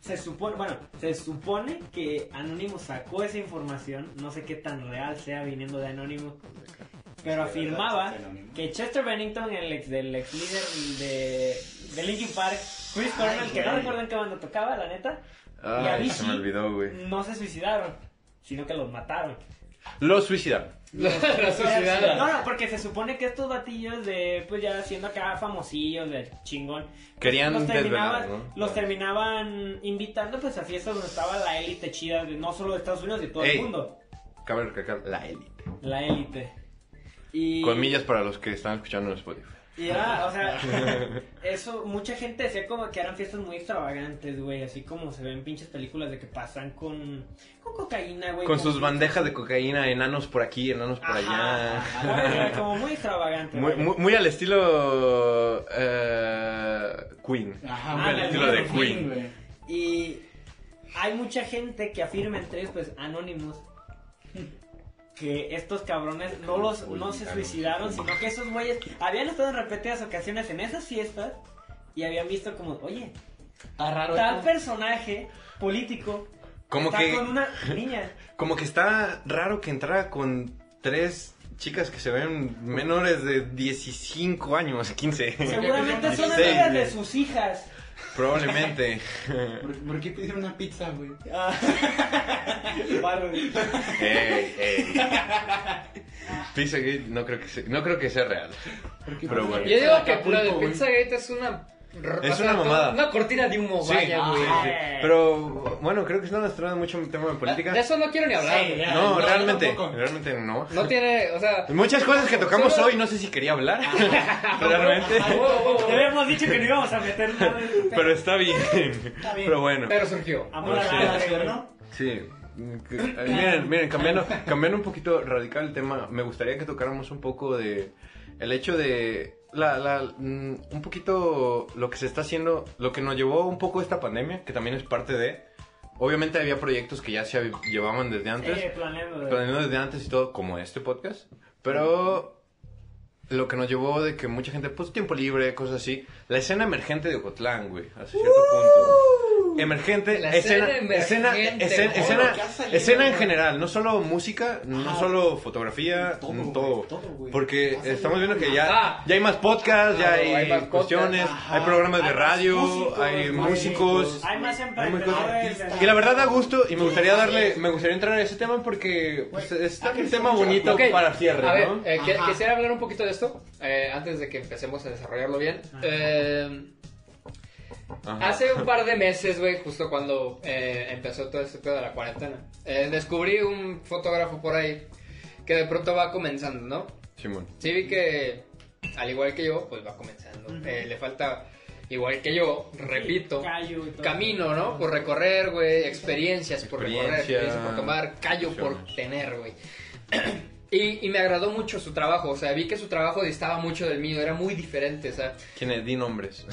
Speaker 2: se supone, bueno, se supone que Anonymous sacó esa información, no sé qué tan real sea viniendo de Anonymous, pero
Speaker 3: Sí, de verdad,
Speaker 2: afirmaba
Speaker 3: existe Anonymous.
Speaker 2: que Chester Bennington, el ex del ex líder de, de Linkin Park, Chris Cornell, que no
Speaker 3: güey.
Speaker 2: recuerdan qué banda tocaba, la neta, y
Speaker 1: Ay, se
Speaker 2: Avicii
Speaker 1: me olvidó, güey.
Speaker 2: no se suicidaron, sino que los mataron.
Speaker 1: Lo suicidaron.
Speaker 4: La, la sociedad.
Speaker 2: No, no, porque se supone que estos batillos de, pues ya siendo acá famosillos, de chingón,
Speaker 1: Querían
Speaker 2: los
Speaker 1: desvelar,
Speaker 2: terminaban,
Speaker 1: ¿no?
Speaker 2: los terminaban invitando pues a fiestas donde estaba la élite chida, de, no solo de Estados Unidos, de todo
Speaker 1: Ey.
Speaker 2: el mundo.
Speaker 1: Cabe recalcar, la élite.
Speaker 2: La élite. Y,
Speaker 1: Colmillas para los que están escuchando en Spotify.
Speaker 2: y era, o sea, eso, mucha gente decía como que eran fiestas muy extravagantes, güey, así como se ven pinches películas de que pasan con, con cocaína, güey.
Speaker 1: Con sus bandejas de cocaína, enanos por aquí, enanos por
Speaker 2: Ajá,
Speaker 1: allá.
Speaker 2: ajá, era como muy extravagante.
Speaker 1: Muy,
Speaker 2: güey.
Speaker 1: muy, muy al estilo eh, Queen.
Speaker 3: Ajá,
Speaker 2: Ah,
Speaker 3: güey,
Speaker 2: el
Speaker 3: la
Speaker 2: estilo de
Speaker 3: misma
Speaker 1: Queen.
Speaker 3: güey.
Speaker 2: Y hay mucha gente que afirma entre ellos, pues, anónimos, que estos cabrones no los no se suicidaron, sino que esos güeyes habían estado en repetidas ocasiones en esas fiestas y habían visto como, oye,
Speaker 3: Está raro.
Speaker 2: tal
Speaker 3: esto.
Speaker 2: personaje político
Speaker 1: Como
Speaker 2: está
Speaker 1: que-
Speaker 2: con una niña.
Speaker 1: Como que está raro que entrara con tres chicas que se ven menores de 15 años, 15.
Speaker 2: Seguramente son
Speaker 1: Dieciséis,
Speaker 2: amigas
Speaker 1: güey.
Speaker 2: de sus hijas.
Speaker 1: Probablemente.
Speaker 3: ¿Por, por qué pedir una pizza, güey?
Speaker 1: Ah.
Speaker 2: Barro.
Speaker 1: ey, ey. Pizzagate no creo que sea, no creo que sea real.
Speaker 3: ¿Por qué
Speaker 1: Pero
Speaker 3: pedir
Speaker 1: bueno.
Speaker 4: Yo
Speaker 3: pizza de
Speaker 4: digo que
Speaker 3: Acapulco,
Speaker 4: lo de
Speaker 3: güey?
Speaker 4: Pizzagate es una. r-
Speaker 1: Es
Speaker 4: o sea,
Speaker 1: una
Speaker 4: co-
Speaker 1: mamada.
Speaker 4: Una cortina de humo,
Speaker 1: Sí,
Speaker 4: Oh, vaya,
Speaker 1: sí,
Speaker 4: güey.
Speaker 1: sí. Pero bueno, creo que estamos entrando mucho en tema de política.
Speaker 4: De eso no quiero ni hablar.
Speaker 2: Sí,
Speaker 4: güey.
Speaker 2: ya.
Speaker 1: No,
Speaker 3: No, yo
Speaker 1: realmente,
Speaker 3: tampoco.
Speaker 1: realmente no.
Speaker 4: No tiene, o sea.
Speaker 1: Muchas cosas que tocamos
Speaker 4: Solo-
Speaker 1: hoy, no sé si quería hablar. realmente.
Speaker 2: Te habíamos dicho que no íbamos a meter nada. en este
Speaker 1: Pero está bien.
Speaker 3: bien.
Speaker 1: Pero bueno.
Speaker 4: Pero surgió.
Speaker 2: Amor
Speaker 1: Sí.
Speaker 2: al arte, güey.
Speaker 3: ¿no?
Speaker 1: Sí. Que- eh, Miren, miren, cambiando, cambiando un poquito radical el tema, me gustaría que tocáramos un poco de el hecho de la, la, mm, un poquito lo que se está haciendo, lo que nos llevó un poco esta pandemia, que también es parte de. Obviamente había proyectos que ya se hab- llevaban desde antes,
Speaker 2: Sí, Eh, planeando. güey.
Speaker 1: planeando desde antes y todo, como este podcast, pero lo que nos llevó de que mucha gente puso tiempo libre, cosas así, la escena emergente de Ocotlán, güey, hasta cierto punto. Emergente,
Speaker 4: La
Speaker 1: escena,
Speaker 4: escena
Speaker 1: escena,
Speaker 4: emergente,
Speaker 1: escena,
Speaker 4: todo
Speaker 1: escena,
Speaker 3: lo que ha salido,
Speaker 1: escena en
Speaker 3: güey.
Speaker 1: general, no solo música, no
Speaker 3: Ajá.
Speaker 1: solo fotografía,
Speaker 3: Todo,
Speaker 1: todo.
Speaker 3: güey, todo, güey. Ha
Speaker 1: Porque
Speaker 3: salido
Speaker 1: estamos viendo que
Speaker 4: Ajá.
Speaker 1: ya, ya hay más podcasts, ya
Speaker 4: Ah,
Speaker 1: hay,
Speaker 4: hay más podcasts,
Speaker 1: cuestiones,
Speaker 3: ajá.
Speaker 1: hay programas de
Speaker 3: Hay más
Speaker 1: radio,
Speaker 3: músicos,
Speaker 1: hay
Speaker 3: más
Speaker 1: músicos,
Speaker 3: músicos.
Speaker 2: Hay más
Speaker 1: hay más cosas.
Speaker 2: emprendedores.
Speaker 3: Artistas.
Speaker 1: que la verdad da gusto y me gustaría darle, me gustaría entrar a ese tema porque pues, es también un tema bonito
Speaker 4: Ok,
Speaker 1: para cierre,
Speaker 4: a ver,
Speaker 1: ¿no?
Speaker 4: eh, que-
Speaker 3: Ajá.
Speaker 4: quisiera hablar un poquito de esto eh, antes de que empecemos a desarrollarlo bien. Eh,
Speaker 1: Ajá.
Speaker 4: hace un par de meses, güey, justo cuando eh, empezó todo este pedo de la cuarentena, eh, descubrí un fotógrafo por ahí que de pronto va comenzando, ¿no?
Speaker 1: Simón.
Speaker 4: Sí vi que, al igual que yo, pues va comenzando. Eh, le falta, igual que yo, repito,
Speaker 2: Callo y todo.
Speaker 4: camino, ¿no? Por recorrer, güey, experiencias por recorrer,
Speaker 1: Experiencia,
Speaker 4: experiencias por tomar, callo por
Speaker 1: opciones.
Speaker 4: tener, güey. Y, y me agradó mucho su trabajo, o sea, vi que su trabajo distaba mucho del mío, era muy diferente, o sea,
Speaker 1: ¿Quién es? Di nombres.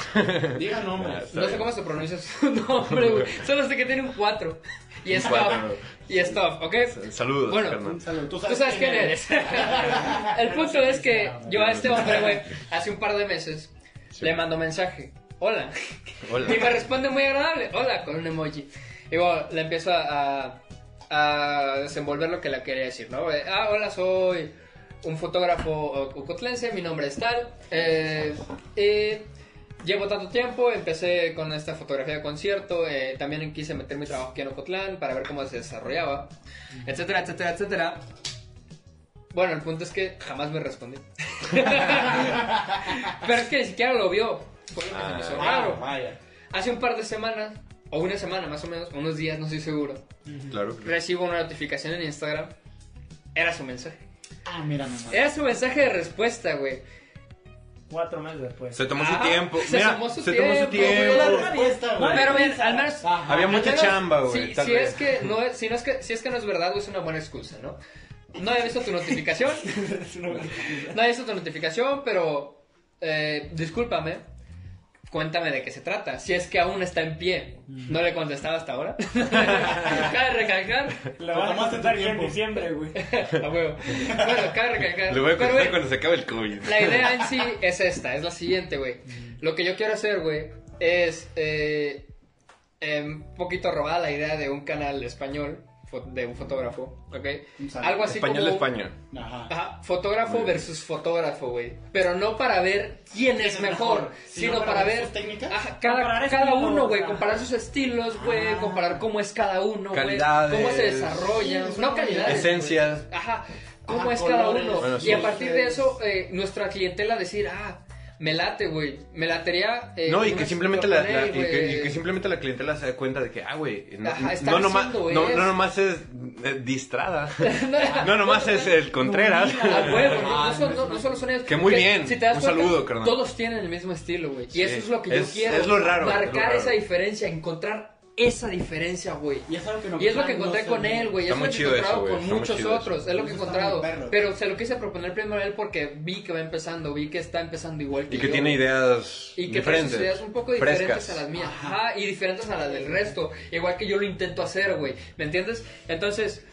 Speaker 3: Diga nombres.
Speaker 1: Está
Speaker 4: no sé
Speaker 1: bien.
Speaker 4: cómo se pronuncia su nombre, güey, solo sé que tiene un 4 y
Speaker 1: Un
Speaker 4: stop,
Speaker 1: cuatro.
Speaker 4: y stop, ¿ok?
Speaker 1: Saludos,
Speaker 4: Bueno,
Speaker 1: carnal.
Speaker 3: Un saludo.
Speaker 4: Tú sabes quién eres. El punto es que yo a este hombre, güey, hace un par de meses,
Speaker 1: Sí.
Speaker 4: le mando mensaje, hola,
Speaker 1: Hola.
Speaker 4: y me responde muy agradable. Hola, con un emoji. Y bueno, le empiezo a, a, a desenvolver lo que le quería decir, ¿no? Eh, Ah, hola, soy un fotógrafo eh, cucutlense, mi nombre es tal. eh, eh, Llevo tanto tiempo, empecé con esta fotografía de concierto, eh, también quise meter mi trabajo aquí en Ocotlán para ver cómo se desarrollaba, etcétera, etcétera, etcétera. Bueno, el punto es que jamás me respondió. Pero es que ni siquiera lo vio. Fue lo que se me hizo
Speaker 1: Ah,
Speaker 4: raro.
Speaker 3: Vaya.
Speaker 4: Hace un par de semanas, o una semana más o menos, o unos días, no estoy seguro,
Speaker 1: Claro.
Speaker 4: recibo una notificación en Instagram. Era su mensaje.
Speaker 3: Ah, mira nomás.
Speaker 4: Era su mensaje de respuesta, güey.
Speaker 2: Cuatro meses después.
Speaker 1: Se tomó su
Speaker 4: Ajá,
Speaker 1: tiempo.
Speaker 4: Ah, se
Speaker 1: Mira,
Speaker 4: tomó su
Speaker 1: se tomó su
Speaker 4: tiempo,
Speaker 1: tiempo.
Speaker 3: La respuesta, güey.
Speaker 4: Pero bien, al menos.
Speaker 3: Ajá.
Speaker 1: Había mucha
Speaker 4: ah, al menos-
Speaker 1: chamba, güey.
Speaker 4: Si,
Speaker 1: tal
Speaker 4: si
Speaker 1: vez.
Speaker 4: es que no es, si no es que, si es que no es verdad, güey, es una buena excusa, ¿no? No había visto tu notificación. no había visto tu notificación, pero eh, discúlpame. Cuéntame de qué se trata. Si es que aún está en pie, no le he contestado hasta ahora. Cabe recalcar.
Speaker 2: Lo vas a
Speaker 3: Tomaste tu
Speaker 2: contestar ya en
Speaker 3: tiempo.
Speaker 2: diciembre, güey.
Speaker 4: A huevo. Bueno, cabe recalcar.
Speaker 1: Le voy a
Speaker 4: Pero,
Speaker 1: contar
Speaker 4: güey,
Speaker 1: cuando se acabe el COVID.
Speaker 4: la idea en sí es esta, es la siguiente, güey. Lo que yo quiero hacer, güey, es eh, eh, un poquito robada la idea de un canal español, fo- de un fotógrafo, ¿ok?
Speaker 3: Un saludo.
Speaker 4: Algo así
Speaker 1: Español de
Speaker 4: como...
Speaker 1: España.
Speaker 3: Ajá.
Speaker 4: Ajá, fotógrafo
Speaker 1: Muy bien.
Speaker 4: versus fotógrafo, güey. Pero no para ver quién es mejor, sino para, ver...
Speaker 3: sus técnicas.
Speaker 4: Ajá, cada,
Speaker 2: Comparar
Speaker 4: cada
Speaker 2: estilos,
Speaker 4: uno, güey,
Speaker 2: ajá.
Speaker 4: comparar sus estilos, güey,
Speaker 3: Ah.
Speaker 4: comparar cómo es cada uno, güey,
Speaker 1: Calidades.
Speaker 4: cómo se desarrolla,
Speaker 3: Sí,
Speaker 4: no calidades,
Speaker 1: Esencias.
Speaker 4: Ajá, cómo
Speaker 3: Ah,
Speaker 4: es cada
Speaker 3: colores.
Speaker 4: uno.
Speaker 1: Bueno,
Speaker 4: y
Speaker 1: sí.
Speaker 4: a partir de eso, eh, nuestra clientela decir, ah, me late, güey, me latería. eh,
Speaker 1: No, y
Speaker 4: una
Speaker 1: que simplemente la,
Speaker 4: foto con
Speaker 1: la-
Speaker 4: él,
Speaker 1: y, que,
Speaker 4: güey.
Speaker 1: y que simplemente la clientela se da cuenta de que, ah, güey, no,
Speaker 4: Ajá, está
Speaker 1: no, nomás,
Speaker 4: haciendo
Speaker 1: no,
Speaker 4: eso.
Speaker 1: no nomás es eh, distrada, no nomás es el Contreras.
Speaker 4: A huevo, no,
Speaker 3: Ah,
Speaker 4: no, son-
Speaker 3: no,
Speaker 4: no- no solo son ellos.
Speaker 1: Que muy bien,
Speaker 4: Si te das
Speaker 1: un
Speaker 4: cuenta,
Speaker 1: saludo, carnal.
Speaker 4: Todos tienen el mismo estilo, güey. Y
Speaker 1: Sí,
Speaker 4: eso es lo que yo
Speaker 1: es-
Speaker 4: quiero.
Speaker 1: es lo raro,
Speaker 4: Marcar
Speaker 1: es lo raro.
Speaker 4: esa diferencia, encontrar esa diferencia, güey.
Speaker 3: Y es algo que no
Speaker 4: Y es lo que encontré con él, güey.
Speaker 1: Está
Speaker 4: Es
Speaker 1: muy
Speaker 4: lo que he
Speaker 1: chido
Speaker 4: encontrado
Speaker 1: eso, güey,
Speaker 4: con
Speaker 1: está muy
Speaker 4: muchos
Speaker 1: chido
Speaker 4: otros. Es lo que he
Speaker 3: Eso está
Speaker 4: encontrado.
Speaker 3: muy perro.
Speaker 4: Pero se lo quise proponer primero a él porque vi que va empezando, vi que está empezando igual que
Speaker 1: Y que
Speaker 4: yo,
Speaker 1: tiene
Speaker 4: güey.
Speaker 1: ideas
Speaker 4: Y que trae
Speaker 1: diferentes.
Speaker 4: sus ideas un poco diferentes
Speaker 1: frescas.
Speaker 4: a las mías. Ajá, y diferentes a las del resto. Igual que yo lo intento hacer, güey. ¿Me entiendes? Entonces,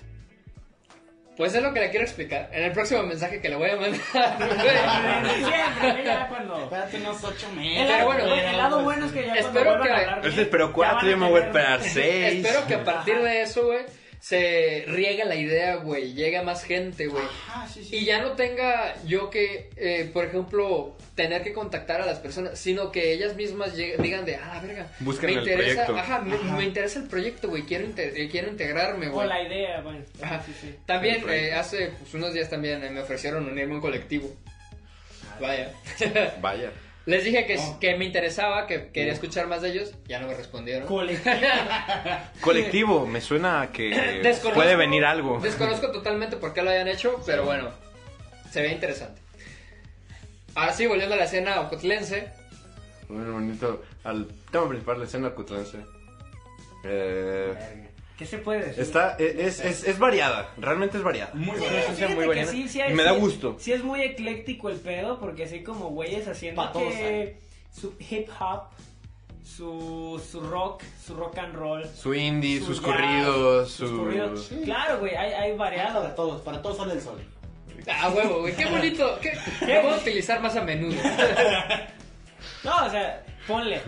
Speaker 4: pues es lo que le quiero explicar. En el próximo mensaje que le voy a mandar,
Speaker 2: En
Speaker 4: güey.
Speaker 2: diciembre, güey, ya cuando.
Speaker 3: Espérate unos ocho meses.
Speaker 2: El,
Speaker 4: Pero
Speaker 2: lado-
Speaker 4: bueno,
Speaker 2: güey, el lado bueno es que ya
Speaker 4: espero
Speaker 2: cuando vuelvan
Speaker 4: que-
Speaker 2: a hablar
Speaker 1: Él
Speaker 2: bien,
Speaker 1: se esperó
Speaker 2: ya
Speaker 1: cuatro,
Speaker 2: van
Speaker 1: yo me voy a
Speaker 2: tener-
Speaker 1: esperar seis.
Speaker 4: Espero que a partir de eso, güey, se riega la idea, güey, llega más gente, güey.
Speaker 3: Ajá, sí, sí.
Speaker 4: Y ya no tenga yo que, eh, por ejemplo, tener que contactar a las personas, sino que ellas mismas lleg- digan de, ah, la verga,
Speaker 1: Busquen
Speaker 4: me
Speaker 1: el
Speaker 4: interesa,
Speaker 1: proyecto.
Speaker 4: ajá, me,
Speaker 3: Ajá.
Speaker 4: me interesa el proyecto, güey, quiero, inte- eh, quiero integrarme,
Speaker 2: O
Speaker 4: güey.
Speaker 2: la idea, bueno.
Speaker 4: Ajá.
Speaker 2: Sí, sí.
Speaker 4: También,
Speaker 1: El proyecto.
Speaker 4: eh, hace pues, unos días también eh, me ofrecieron unirme a un colectivo. Vaya.
Speaker 1: Vaya.
Speaker 4: Les dije que,
Speaker 3: Ah, Oh.
Speaker 4: que me interesaba, que quería escuchar más de ellos, ya no me respondieron.
Speaker 3: Colectivo.
Speaker 1: Colectivo, me suena a que
Speaker 4: Desconozco-
Speaker 1: puede venir algo.
Speaker 4: Desconozco totalmente por qué lo hayan hecho, pero bueno, se ve interesante. Ahora sí, volviendo a la escena ocotlense,
Speaker 1: Bueno, bonito. Al tema principal, la escena cutlense. Eh,
Speaker 2: Verga. ¿Qué se puede decir?
Speaker 1: está, e, es, es, es variada, realmente es variada.
Speaker 3: Muy
Speaker 2: Sí,
Speaker 3: bueno.
Speaker 1: Una esencia
Speaker 2: fíjate
Speaker 1: muy
Speaker 2: que
Speaker 1: variada.
Speaker 2: sí, sí
Speaker 1: Y
Speaker 2: hay-
Speaker 1: me da
Speaker 2: sí-
Speaker 1: gusto.
Speaker 2: Sí es muy ecléctico el pedo, porque así como güeyes haciendo
Speaker 3: Patosa.
Speaker 2: que su hip hop, su, su rock, su rock and roll.
Speaker 1: Su indie, sus
Speaker 2: jazz,
Speaker 1: corridos,
Speaker 2: sus
Speaker 1: sus-
Speaker 2: corridos.
Speaker 3: Sí.
Speaker 2: Claro, güey, hay, hay
Speaker 3: Para
Speaker 2: variado.
Speaker 3: todos, para todos sale el sol.
Speaker 4: Ah, huevo, güey, qué bonito. Qué, lo voy a utilizar más a menudo.
Speaker 2: No, o sea, ponle.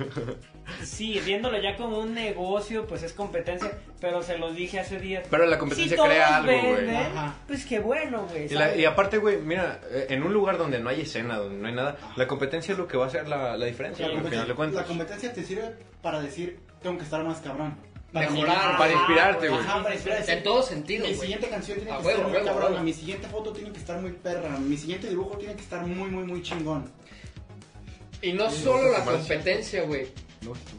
Speaker 2: Sí, viéndolo ya como un negocio, pues es competencia, pero se los dije hace días.
Speaker 1: Pero la competencia
Speaker 2: si todos
Speaker 1: crea algo,
Speaker 2: venden,
Speaker 1: güey.
Speaker 3: Ajá.
Speaker 2: Pues qué bueno, güey.
Speaker 1: Y, la-
Speaker 2: ¿sabes?
Speaker 1: y aparte, güey, mira, eh, en un lugar donde no hay escena, donde no hay nada, la competencia es lo que va a hacer la, la diferencia,
Speaker 3: La
Speaker 1: güey, al final de cuentas.
Speaker 3: competencia, la competencia te sirve para decir, tengo que estar más cabrón. Para
Speaker 4: Mejorar,
Speaker 2: Ajá,
Speaker 1: para inspirarte, güey.
Speaker 3: Ajá, para inspirar,
Speaker 4: En
Speaker 3: decir,
Speaker 4: todo sentido,
Speaker 3: Mi
Speaker 4: güey.
Speaker 3: siguiente canción tiene
Speaker 4: A
Speaker 3: que
Speaker 4: huevo,
Speaker 3: estar muy
Speaker 4: huevo,
Speaker 3: cabrona,
Speaker 4: huevo.
Speaker 3: mi siguiente foto tiene que estar muy perra, mi siguiente dibujo tiene que estar muy, muy, muy chingón.
Speaker 4: Y no
Speaker 1: Sí,
Speaker 4: solo la
Speaker 1: comercio.
Speaker 4: competencia, güey.
Speaker 1: No, sí, sí,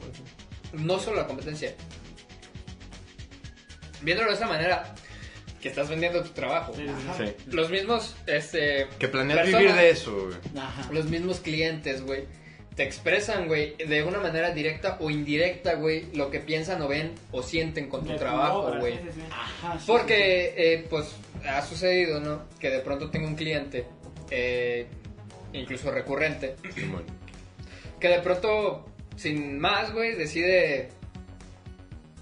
Speaker 1: sí.
Speaker 4: No solo la competencia. Viéndolo de esa manera, que estás vendiendo tu trabajo.
Speaker 3: Ajá.
Speaker 1: Sí.
Speaker 4: Los mismos, este.
Speaker 1: Que planeas
Speaker 4: Personas.
Speaker 1: vivir de eso, güey.
Speaker 3: Ajá.
Speaker 4: Los mismos clientes, güey. Te expresan, güey, de una manera directa o indirecta, güey, lo que piensan o ven o sienten con tu
Speaker 2: De
Speaker 4: trabajo,
Speaker 2: obra,
Speaker 4: güey.
Speaker 2: sí, sí, sí.
Speaker 3: Ajá, sí, sí,
Speaker 4: Porque, eh, pues, ha sucedido, ¿no? Que de pronto tengo un cliente, eh, incluso recurrente,
Speaker 1: Simón.
Speaker 4: que de pronto, sin más, güey, decide